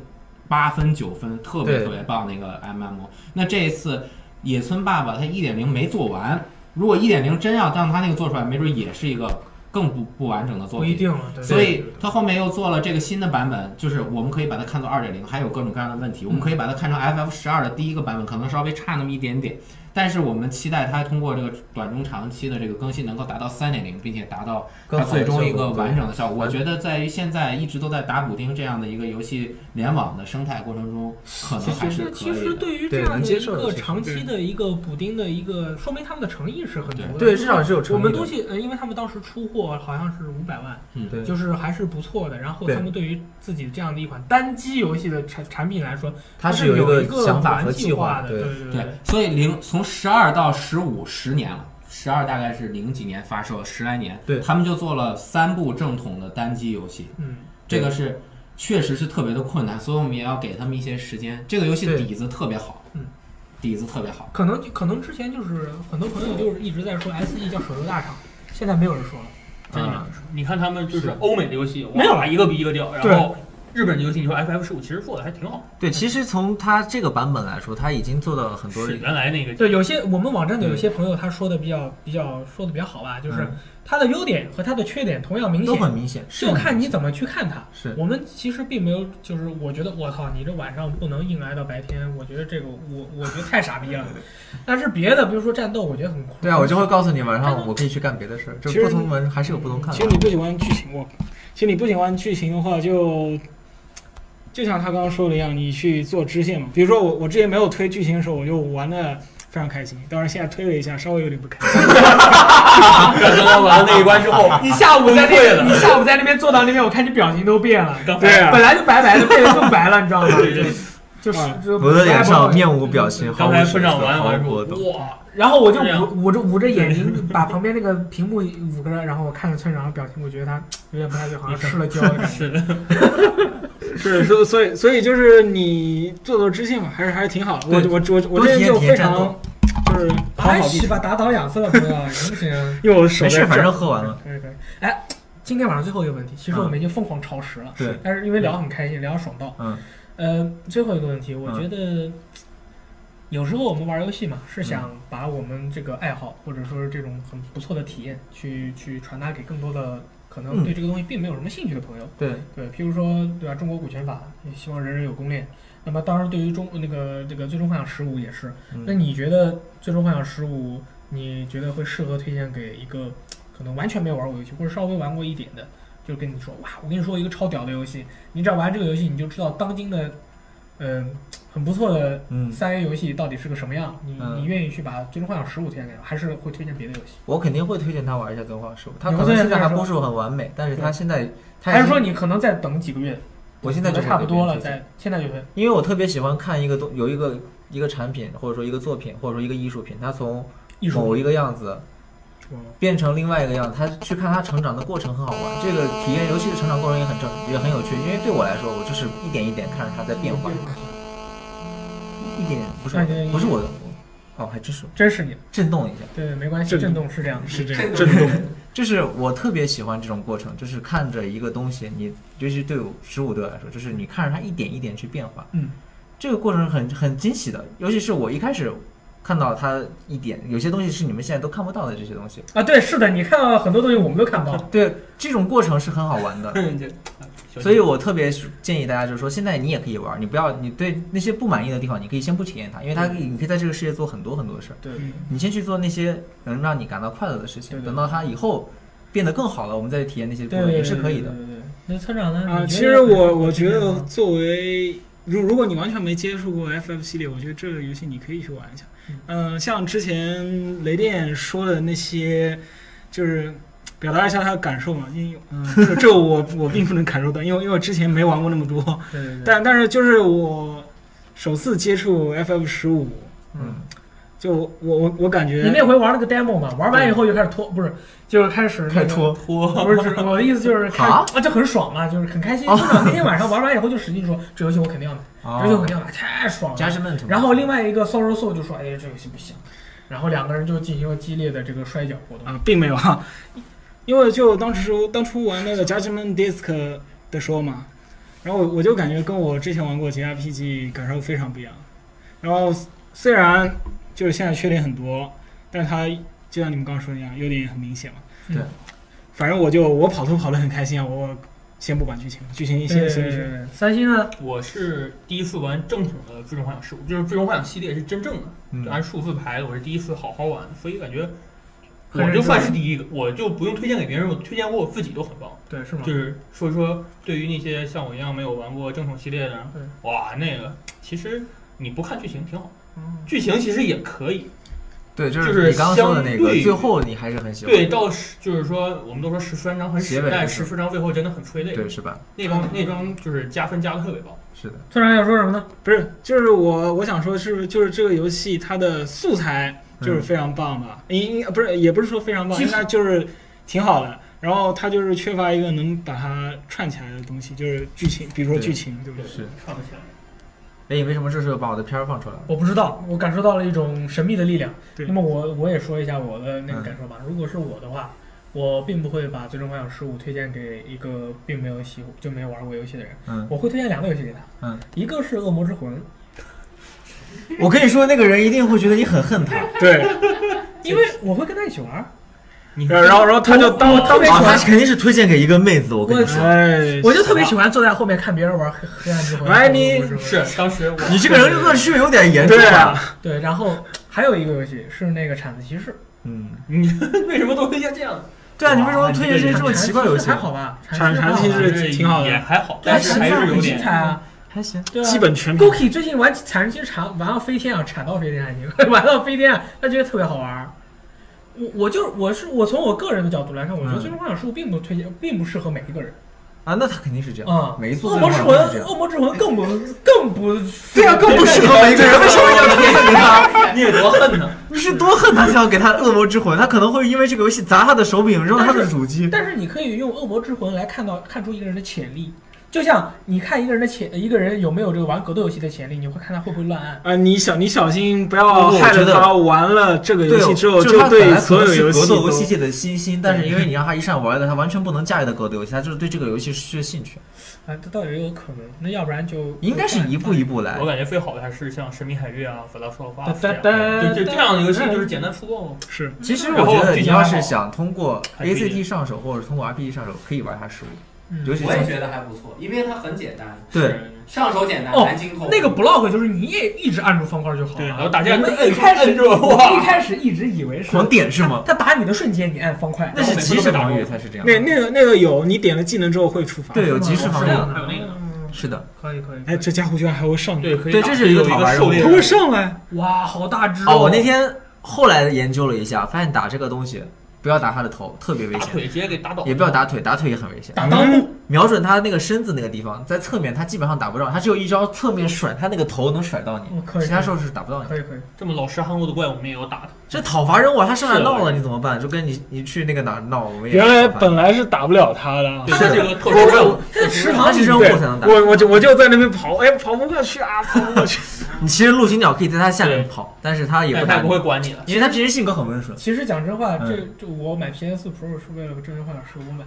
Speaker 6: 八分九分，特别
Speaker 2: 对
Speaker 6: 特别棒那个 MMO。那这一次野村爸爸他一点零没做完，如果一点零真要让他那个做出来，没准也是一个更不不完整的作
Speaker 1: 不
Speaker 6: 品。
Speaker 1: 一定了。对
Speaker 6: 所以它后面又做了这个新的版本，就是我们可以把它看作二点零，还有各种各样的问题，我们可以把它看成 FF 十二的第一个版本，可能稍微差那么一点点，但是我们期待它通过这个短中长期的这个更新，能够达到三点零，并且达到它
Speaker 2: 更好的
Speaker 6: 最终一
Speaker 2: 效
Speaker 6: 个
Speaker 2: 果对
Speaker 6: 完整的效果。我觉得在于现在一直都在打补丁这样的一个游戏联网的生态过程中，可能还
Speaker 1: 其
Speaker 6: 是
Speaker 1: 实
Speaker 6: 可
Speaker 1: 其
Speaker 6: 以
Speaker 1: 实
Speaker 6: 的。
Speaker 1: 对于这
Speaker 2: 对
Speaker 1: 样
Speaker 2: 能
Speaker 1: 的
Speaker 2: 接
Speaker 1: 一
Speaker 2: 受的
Speaker 1: 个
Speaker 2: 其实
Speaker 1: 长期的一个补丁的一个，说明他们的诚意是很足的。
Speaker 2: 对，至少是有诚意的。
Speaker 1: 我们东西，呃，因为他们当时出货好像是五百万，
Speaker 6: 嗯
Speaker 2: 对
Speaker 1: 就是还是不错的。然后
Speaker 2: 对
Speaker 1: 他们对于自己这样的一款单机游戏的产产品来说，
Speaker 2: 它
Speaker 1: 是
Speaker 2: 是有一
Speaker 1: 一
Speaker 2: 个
Speaker 1: 个
Speaker 2: 想法
Speaker 1: 玩
Speaker 2: 和
Speaker 1: 计
Speaker 2: 计
Speaker 1: 划
Speaker 2: 划
Speaker 1: 的，
Speaker 2: 对
Speaker 1: 对
Speaker 6: 对，所以零从十二到十五十年了，十二大概是零几年发售，十来年，
Speaker 2: 对
Speaker 6: 他们就做了三部正统的单机游戏，
Speaker 1: 嗯，
Speaker 6: 这个是确实是特别的困难，所以我们也要给他们一些时间。这个游戏
Speaker 2: 对
Speaker 6: 底子特别好，
Speaker 1: 嗯，
Speaker 6: 底子特别好，
Speaker 1: 可能可能之前就是很多朋友就是一直在说 S E 叫手游大厂，现在没有人说了。
Speaker 4: 真的没有
Speaker 2: 啊
Speaker 4: 人说。你看他们就是
Speaker 2: 是
Speaker 4: 欧美的游戏，哇
Speaker 1: 没有了
Speaker 4: 一个比一个掉，
Speaker 1: 对
Speaker 4: 然后日本的游戏，你说 FF 十五其实做的还挺好，
Speaker 2: 对，其实从它这个版本来说，它已经做到了很多
Speaker 4: 是原来那个
Speaker 1: 对，有些我们网站的有些朋友他说的比较比较说的比较好吧，就是
Speaker 2: 嗯
Speaker 1: 它的优点和它的缺点同样明
Speaker 2: 都很
Speaker 1: 显，
Speaker 2: 明显，
Speaker 1: 就看你怎么去看它。
Speaker 2: 是
Speaker 1: 我们其实并没有，就是我觉得我操，你这晚上不能硬挨到白天，我觉得这个我我觉得太傻逼了。但是别的，比如说战斗，我觉得很酷。
Speaker 2: 对啊，我就会告诉你，晚上我可以去干别的事儿。就
Speaker 3: 其实
Speaker 2: 不同文还是有不同看
Speaker 3: 其实
Speaker 2: 法。
Speaker 3: 你不喜欢剧情，我，其实你不喜欢剧情的话就，就像他刚刚说的一样，你去做支线嘛。比如说我，我之前没有推剧情的时候，我就玩的非常开心。当然现在推了一下，稍微有点不开心。
Speaker 4: 完了那一关之 后，
Speaker 1: 你下午
Speaker 4: 在那边
Speaker 1: 你下午在那边坐到那边，我看你表情都变了，
Speaker 3: 对啊
Speaker 1: 本来就白白的，变得更白了，你知道吗？就是
Speaker 3: 嗯
Speaker 1: 就是
Speaker 2: 我的脸上面无表
Speaker 1: 情。
Speaker 2: 情，毫
Speaker 4: 刚
Speaker 2: 无
Speaker 4: 才
Speaker 2: 神
Speaker 4: 分享
Speaker 2: 色
Speaker 4: 完
Speaker 2: 毫
Speaker 4: 完
Speaker 2: 无波
Speaker 4: 说
Speaker 2: 动。
Speaker 4: 哇，
Speaker 1: 然后我就
Speaker 4: 这
Speaker 3: 啊
Speaker 4: 样
Speaker 1: 捂捂着捂着眼睛，把旁边那个屏幕捂着，然后我看着村长的表情，我觉得他有点不太对，好像吃了胶一样。
Speaker 4: 是的，
Speaker 3: 是，所以所以所以就是你做做支线嘛，还是还是挺好的。我
Speaker 2: 对
Speaker 3: 我我我
Speaker 2: 多
Speaker 3: 这
Speaker 2: 体
Speaker 3: 人
Speaker 2: 验
Speaker 3: 就
Speaker 2: 体
Speaker 3: 非
Speaker 2: 验战
Speaker 3: 常
Speaker 2: 斗
Speaker 3: 就是讨
Speaker 1: 哎，
Speaker 3: 好
Speaker 1: 是
Speaker 3: 地，
Speaker 1: 吧？打倒两次了，朋友，行不行？
Speaker 3: 因为我手
Speaker 2: 没
Speaker 3: 在
Speaker 2: 事，反
Speaker 3: 这儿
Speaker 2: 正喝完 了。
Speaker 1: 可以可以。哎，今天晚上最后一个问题，其实我们已经疯狂超时了，
Speaker 2: 对，
Speaker 1: 但是因为聊得很开心，聊得爽到。
Speaker 2: 嗯。
Speaker 1: 呃，最后一个问题，我觉得有时候我们玩游戏嘛，是想把我们这个爱好或者说是这种很不错的体验，去去传达给更多的可能
Speaker 2: 嗯
Speaker 1: 对这个东西并没有什么兴趣的朋友。
Speaker 2: 对，
Speaker 1: 对，譬如说，对吧？中国股权法也希望人人有公链。那么，当然，对于中那个这个《最终幻想十五》也是。
Speaker 2: 嗯
Speaker 1: 那你觉得《最终幻想十五》，你觉得会适合推荐给一个可能完全没有玩过游戏，或者稍微玩过一点的，就跟你说，哇，我跟你说一个超屌的游戏，你只要玩这个游戏，你就知道当今的，嗯、很不错的
Speaker 2: 嗯，
Speaker 1: 三 A 游戏到底是个什么样。你、
Speaker 2: 嗯
Speaker 1: 你愿意去把《最终幻想十五》推荐给他，还是会推荐别的游戏？
Speaker 2: 我肯定会推荐他玩一下《增化十五》，他
Speaker 1: 你
Speaker 2: 可
Speaker 1: 会
Speaker 2: 能
Speaker 1: 推荐
Speaker 2: 现在
Speaker 1: 他
Speaker 2: 还
Speaker 1: 说
Speaker 2: 不是很完美，但是他现在，他已
Speaker 1: 还是
Speaker 2: 经
Speaker 1: 说你可能再等几个月，
Speaker 2: 我现在就
Speaker 1: 等得差不多了，
Speaker 2: 在。
Speaker 1: 再现在就会。
Speaker 2: 因为我特别喜欢看一个东，有一个一个产品或者说一个作品或者说一个艺术品，它从
Speaker 1: 艺术
Speaker 2: 某一个样子
Speaker 1: 嗯
Speaker 2: 变成另外一个样子，它去看它成长的过程很好玩。这个体验游戏的成长过程也很正，也很有趣。因为对我来说，我就是一点一点看着它在变化，一点点不是我
Speaker 1: 哎哎哎
Speaker 2: 的，不是我的，哦，还真是
Speaker 1: 真是你。
Speaker 2: 震动一下。
Speaker 1: 对，没关系，
Speaker 3: 震
Speaker 1: 震动是这样的。
Speaker 3: 是这样。
Speaker 5: 震动。
Speaker 2: 就是我特别喜欢这种过程，就是看着一个东西，你尤其对我十五对我来说，就是你看着它一点一点去变化，
Speaker 1: 嗯，
Speaker 2: 这个过程很很惊喜的，尤其是我一开始看到它一点，有些东西是你们现在都看不到的这些东西，
Speaker 1: 啊，对，是的，你看到很多东西我们都看不到。
Speaker 2: 对，这种过程是很好玩的，所以我特别建议大家就是说，现在你也可以玩，你不要你对那些不满意的地方，你可以先不体验它，因为它可以你可以在这个世界做很多很多事儿，
Speaker 1: 对
Speaker 2: 你先去做那些能让你感到快乐的事
Speaker 1: 对
Speaker 2: 情，
Speaker 1: 对
Speaker 2: 等到它以后变得更好了，我们再去体验那些部分也是可以的。
Speaker 1: 对对对，那村长呢？
Speaker 3: 啊，
Speaker 1: 嗯你
Speaker 3: 其
Speaker 1: 觉得
Speaker 3: 实
Speaker 1: 有什么
Speaker 3: 我我觉
Speaker 1: 推荐
Speaker 3: 得
Speaker 1: 吗
Speaker 3: 作为，如如果你完全没接触过 FF 系列，我觉得这个游戏你可以去玩一下。嗯、像之前雷电说的那些，就是表达一下他的感受嘛。因为嗯、这这我我并不能感受到，因为因为我之前没玩过那么多，
Speaker 1: 对对对，
Speaker 3: 但但是就是我首次接触 FF 十五，
Speaker 2: 嗯，
Speaker 3: 就我我我感
Speaker 1: 你那
Speaker 3: 觉。
Speaker 1: 回玩了个 demo 嘛，玩完以后就开始拖，不是，就是开始那个。
Speaker 2: 拖
Speaker 1: 不是，我的意思 就是看
Speaker 2: 啊
Speaker 1: 啊，就很爽嘛，就是很开心。村长那天晚上玩完以后就使劲说，这游戏我肯定要买，这游戏我肯定要买，太爽了。
Speaker 2: 哦 judgment。
Speaker 1: 然后另外一个 Sorrow Soul 就说，哎，这游戏不行。然后两个人就进行了激烈的这个摔跤活动。
Speaker 3: 啊，并没有 啊，因为就当时当初玩那个 Judgment Disc 的时候嘛，然后我我就感觉跟我之前玩过 JRPG 感受非常不一样。然后虽然就是现在缺点很多，但它就像你们刚刚说的那样，优点也很明显嘛。
Speaker 1: 对
Speaker 3: 嗯，反正我就我跑图跑得很开心啊，我先不管剧情，剧情先随你去。
Speaker 1: 对三星呢？
Speaker 4: 我是第一次玩正统的《最终幻想十五》，就是《最终幻想》系列是真正的，
Speaker 2: 嗯
Speaker 1: 嗯
Speaker 4: 就按数字排的，我是第一次好好玩，所以感觉
Speaker 1: 很
Speaker 4: 我
Speaker 1: 认
Speaker 4: 就
Speaker 1: 真
Speaker 4: 算是第一个，我就不用推荐给别人，我推荐过我自己都很棒。
Speaker 1: 对，是吗？
Speaker 4: 就是所以说，对于那些像我一样没有玩过正统系列的
Speaker 1: 对，
Speaker 4: 哇，那个其实你不看剧情挺好
Speaker 1: 嗯，
Speaker 4: 剧情其实也可以。
Speaker 2: 对，就
Speaker 4: 就是
Speaker 2: 你刚刚说的那
Speaker 4: 相
Speaker 2: 个
Speaker 4: 对，于
Speaker 2: 最后你还是很喜欢，
Speaker 4: 对，到十就是说，我们都说十三章很
Speaker 2: 结
Speaker 4: 屎，
Speaker 2: 尾
Speaker 4: 但
Speaker 2: 的
Speaker 4: 十
Speaker 2: 时候
Speaker 4: 四章最后真的很催泪。
Speaker 2: 对，是吧？
Speaker 4: 那张那张就是加分加的特别棒。
Speaker 2: 是的，
Speaker 1: 村长要说什么呢？
Speaker 3: 不是，就是我我想说是，就是这个游戏它的素材就是非常棒吧，应、不是也不是说非常棒，
Speaker 5: 技
Speaker 3: 应
Speaker 5: 术
Speaker 3: 该就是挺好的。然后它就是缺乏一个能把它串起来的东西，就是剧情，比如说
Speaker 2: 对
Speaker 3: 剧情，
Speaker 4: 嗯
Speaker 3: 对不对？
Speaker 2: 是。
Speaker 4: 看不起来。
Speaker 2: 哎，你为什么这时候把我的片儿放出来了？
Speaker 1: 我不知道，我感受到了一种神秘的力量。
Speaker 3: 对
Speaker 1: 那么我我也说一下我的那个感受吧。如果是我的话，我并不会把《最终幻想十五》推荐给一个并没有喜就没有玩过游戏的人。
Speaker 2: 嗯
Speaker 1: 我会推荐两个游戏给他。
Speaker 2: 嗯，
Speaker 1: 一个是《恶魔之魂》，
Speaker 2: 我跟你说，那个人一定会觉得你很恨他。
Speaker 3: 对，
Speaker 1: 因为我会跟他一起玩儿。
Speaker 4: 你
Speaker 3: 然后然后然后他就当
Speaker 1: 我特
Speaker 3: 当
Speaker 1: 别喜
Speaker 2: 啊，他
Speaker 1: 欢，
Speaker 2: 肯定是推荐给一个妹子，我跟你说。
Speaker 3: 哎，
Speaker 1: 我就特别喜欢坐在后面看别人玩黑《黑暗之魂》。
Speaker 3: 哎你
Speaker 1: 恶魔之魂
Speaker 4: 是当时我
Speaker 2: 你这个人恶趣味有点严重
Speaker 3: 对啊
Speaker 2: 啊。
Speaker 1: 对，然后还有一个游戏是那个《铲子骑士》。
Speaker 2: 嗯，
Speaker 4: 为什么都推荐这样？
Speaker 2: 对啊，你为什么推荐这些这种奇怪游戏
Speaker 1: 还？好吧？
Speaker 3: 铲
Speaker 1: 子
Speaker 3: 铲子骑士是挺好的
Speaker 4: 也还好，
Speaker 1: 对，铲
Speaker 4: 但是
Speaker 1: 子
Speaker 4: 还
Speaker 1: 骑士
Speaker 4: 是
Speaker 1: 很
Speaker 4: 有
Speaker 1: 精
Speaker 4: 点
Speaker 1: 彩啊。
Speaker 2: 还行。
Speaker 1: 对啊，
Speaker 3: 基本全 屏
Speaker 1: Goki 最近玩铲人机铲玩到飞天啊，铲到飞天还行， 玩到飞天啊他觉得特别好玩儿。我我就是我是我从我个人的角度来看，我觉得
Speaker 2: 嗯
Speaker 1: 最终幻想十五并不推荐，并不适合每一个人
Speaker 2: 啊，那他肯定是这样。
Speaker 1: 啊。
Speaker 2: 每一座
Speaker 1: 恶魔
Speaker 2: 最后
Speaker 1: 之
Speaker 2: 都是
Speaker 1: 魂，
Speaker 2: 这样。
Speaker 1: 恶魔之魂更不 更不
Speaker 2: 对啊，更不适合每一个人。为什么你要推荐给他？
Speaker 4: 你有多恨 呢？
Speaker 2: 你是多恨他，才要给他恶魔之魂？他可能会因为这个游戏砸他的手柄，扔他的主机。
Speaker 1: 但是你可以用恶魔之魂来看到看出一个人的潜力，就像你看一个人的潜，一个人有没有这个玩格斗游戏的潜力，你会看他会不会乱按。
Speaker 3: 啊，你小你小心不要
Speaker 2: 不
Speaker 3: 害
Speaker 2: 我觉
Speaker 3: 了
Speaker 2: 得
Speaker 3: 他，玩了这个游
Speaker 2: 对，
Speaker 3: 戏之后
Speaker 2: 就他本
Speaker 3: 对
Speaker 2: 来可
Speaker 3: 所
Speaker 2: 能
Speaker 3: 有
Speaker 2: 是
Speaker 3: 游戏
Speaker 2: 格斗
Speaker 3: 都
Speaker 2: 游戏界的新星，但是因为你让他一上玩的，他完全不能驾驭的格斗游戏，他就是对这个游戏失去了兴趣。
Speaker 1: 啊，这倒也有可能。那要不然就
Speaker 2: 应该是一步一步来
Speaker 4: 我。感觉最好的还是像《神秘海域》啊，《法拉索法
Speaker 1: 哒》哒
Speaker 4: 这样
Speaker 1: 哒，
Speaker 4: 就就这样的游戏就是简单粗暴。
Speaker 3: 是
Speaker 2: 其实
Speaker 4: 然
Speaker 2: 我
Speaker 4: 后
Speaker 2: 觉得
Speaker 4: 剧
Speaker 2: 你
Speaker 4: 情还
Speaker 2: 要
Speaker 4: 好
Speaker 2: 是想通过
Speaker 4: 还可以
Speaker 2: ACT 上手，或者是通过 RPG 上手，可以玩一下十五，
Speaker 1: 嗯
Speaker 2: 尤其
Speaker 5: 我也
Speaker 2: 是
Speaker 5: 觉得还不错，因为它很简单，
Speaker 2: 对，
Speaker 5: 上手简单，
Speaker 1: 哦
Speaker 5: 难精通。
Speaker 1: 那个 block 就是你也一直按住方块就好
Speaker 4: 对，
Speaker 1: 了。
Speaker 4: 然后打架
Speaker 1: 我们
Speaker 4: 摁
Speaker 1: 一开始
Speaker 4: 摁住
Speaker 1: 我
Speaker 4: 哇
Speaker 1: 一开始一直以为是
Speaker 2: 狂点是吗？
Speaker 1: 他打你的瞬间，你按方块。
Speaker 2: 那是即时防御才是这样。
Speaker 3: 那那个那个有你点了技能之后会触发，
Speaker 2: 对，有即时
Speaker 1: 嗯
Speaker 2: 防
Speaker 4: 是
Speaker 2: 御。
Speaker 4: 吗还有那个
Speaker 2: 是的，
Speaker 1: 可以可以。
Speaker 3: 哎，这家伙居然还会上，
Speaker 4: 对，可以
Speaker 2: 对
Speaker 4: 打
Speaker 2: 这是一个
Speaker 4: 有一
Speaker 2: 好
Speaker 4: 个
Speaker 2: 玩的
Speaker 4: 狩猎
Speaker 3: 他
Speaker 4: 人
Speaker 3: 会，上来，
Speaker 1: 哇，好大只
Speaker 2: 哦，我那天后来研究了一下，发现打这个东西不要打他的头，特别危
Speaker 4: 打
Speaker 2: 险。
Speaker 4: 腿直接给打倒，
Speaker 2: 也不要打腿，打腿也很危险。
Speaker 1: 打裆部，
Speaker 2: 瞄准他那个身子那个地方，在侧面他基本上打不着，他只有一招侧面甩，他那个头能甩到你
Speaker 1: 哦可，以
Speaker 2: 其他时候是打不到你。
Speaker 1: 可以可以。
Speaker 4: 这么老实憨厚的怪，我们也有打的。
Speaker 2: 这讨伐任务啊他上来
Speaker 4: 是
Speaker 2: 闹了，你怎么办？就跟你你去那个哪儿闹，我们也
Speaker 3: 原来
Speaker 2: 讨伐
Speaker 3: 本来是打不了他的。啊
Speaker 4: 对，
Speaker 2: 是的
Speaker 4: 这个特殊任务，
Speaker 1: 这池
Speaker 2: 他
Speaker 1: 塘
Speaker 2: 是
Speaker 1: 里
Speaker 2: 任务
Speaker 3: 对
Speaker 2: 才能打。
Speaker 3: 我我就我就在那边跑，哎，跑不过去啊，跑不过去。
Speaker 2: 你其实陆行鸟可以在他下面跑，但是他也
Speaker 4: 但
Speaker 2: 不
Speaker 4: 哎他
Speaker 2: 打
Speaker 4: 也不
Speaker 2: 你，
Speaker 4: 会管 你了。
Speaker 2: 因为他平时性格很温顺。
Speaker 1: 其实讲真话，这
Speaker 2: 嗯
Speaker 1: 这我买 PS 4 Pro 是为了《真人幻想十五》买。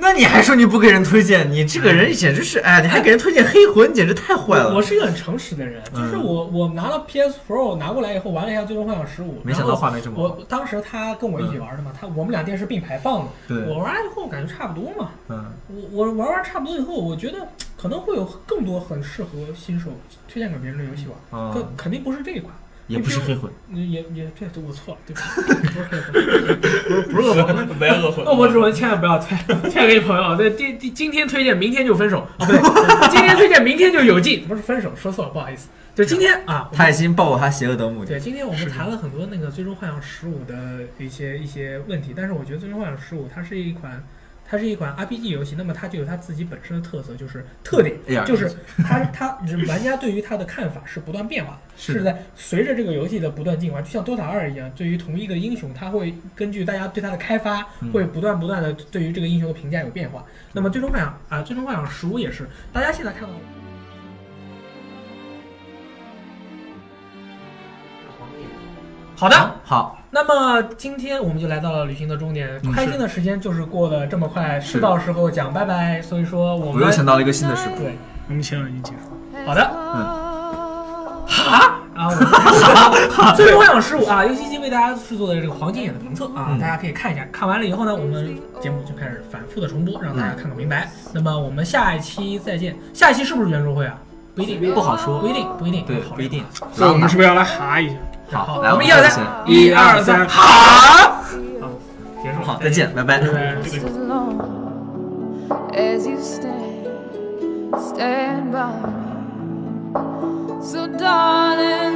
Speaker 2: 那你还说你不给人推荐，你这个人简直是，哎，你还给人推荐黑魂，简直太坏
Speaker 1: 我我
Speaker 2: 了。
Speaker 1: 是一个很诚实的人，就是
Speaker 2: 嗯
Speaker 1: 我我拿了 PS Pro 拿过来以后玩了一下《最终幻想十五》，
Speaker 2: 没想到画面这么好，
Speaker 1: 我当时他跟我一起玩的嘛，他我们俩电视并排放的，
Speaker 2: 对，
Speaker 1: 我玩完以后感觉差不多嘛，
Speaker 2: 嗯，
Speaker 1: 我我玩完差不多以后，我觉得可能会有更多很适合新手推荐给别人的游戏玩，
Speaker 2: 哦
Speaker 1: 可肯定不是这一款，
Speaker 2: 也不是黑魂，
Speaker 1: 嗯也也对，我错了，对不起，不是不是恶魔，
Speaker 4: 不要 恶
Speaker 1: 恶魔之魂千万不要推， 推荐给朋友，对，第第今天推荐，明天就分手，哦不对，今天推荐，明天就有劲，不是分手，说错了，不好意思，就今天啊，我们
Speaker 2: 他已经暴露他邪恶的目
Speaker 1: 对，
Speaker 2: 的。
Speaker 1: 今天我们谈了很多那个《最终幻想十五》的一些一些问题，但是我觉得《最终幻想十五》它是一款，它是一款 RPG 游戏，那么它就有它自己本身的特色，就是特点，
Speaker 2: 哎呀，
Speaker 1: 就是它它玩家对于它的看法是不断变化的，
Speaker 2: 是
Speaker 1: 是在随着这个游戏的不断进化，就像 DOTA 二一样，对于同一个英雄，它会根据大家对它的开发，
Speaker 2: 嗯
Speaker 1: 会不断不断的对于这个英雄的评价有变化。那么《最终幻想》啊，《最终幻想十五》也是，大家现在看到。好的，
Speaker 2: 好，
Speaker 1: 那么今天我们就来到了旅行的终点，
Speaker 2: 嗯
Speaker 1: 开心的时间就是过得这么快，
Speaker 2: 是
Speaker 1: 是到时候讲拜拜。所以说我
Speaker 2: 我
Speaker 1: 们
Speaker 2: 又想到了一个新的事物，
Speaker 1: 对
Speaker 3: 我们前两集结束，
Speaker 1: 好的，
Speaker 2: 嗯
Speaker 1: 啊，我们最终幻想十五啊，尤其因为为大家制作的这个黄金眼的评测啊，
Speaker 2: 嗯
Speaker 1: 大家可以看一下。看完了以后呢，我们节目就开始反复的重播，让大家
Speaker 2: 嗯
Speaker 1: 看个明白。那么我们下一期再见，下一期是不是圆桌会啊？不一定，
Speaker 2: 不好说
Speaker 1: 不一定，不一定，
Speaker 2: 哦对，
Speaker 1: 好
Speaker 2: 不一定。
Speaker 3: 所以我们是不是要来哈一下？
Speaker 2: 好，
Speaker 1: 好
Speaker 2: 来，
Speaker 1: 我们一
Speaker 2: 要
Speaker 1: 二
Speaker 2: 来
Speaker 1: 三，
Speaker 3: 一二三，
Speaker 1: 结束了。
Speaker 2: 好，再见，拜拜。
Speaker 3: 拜拜。
Speaker 7: just as long as you stand, stand by me. So, darling,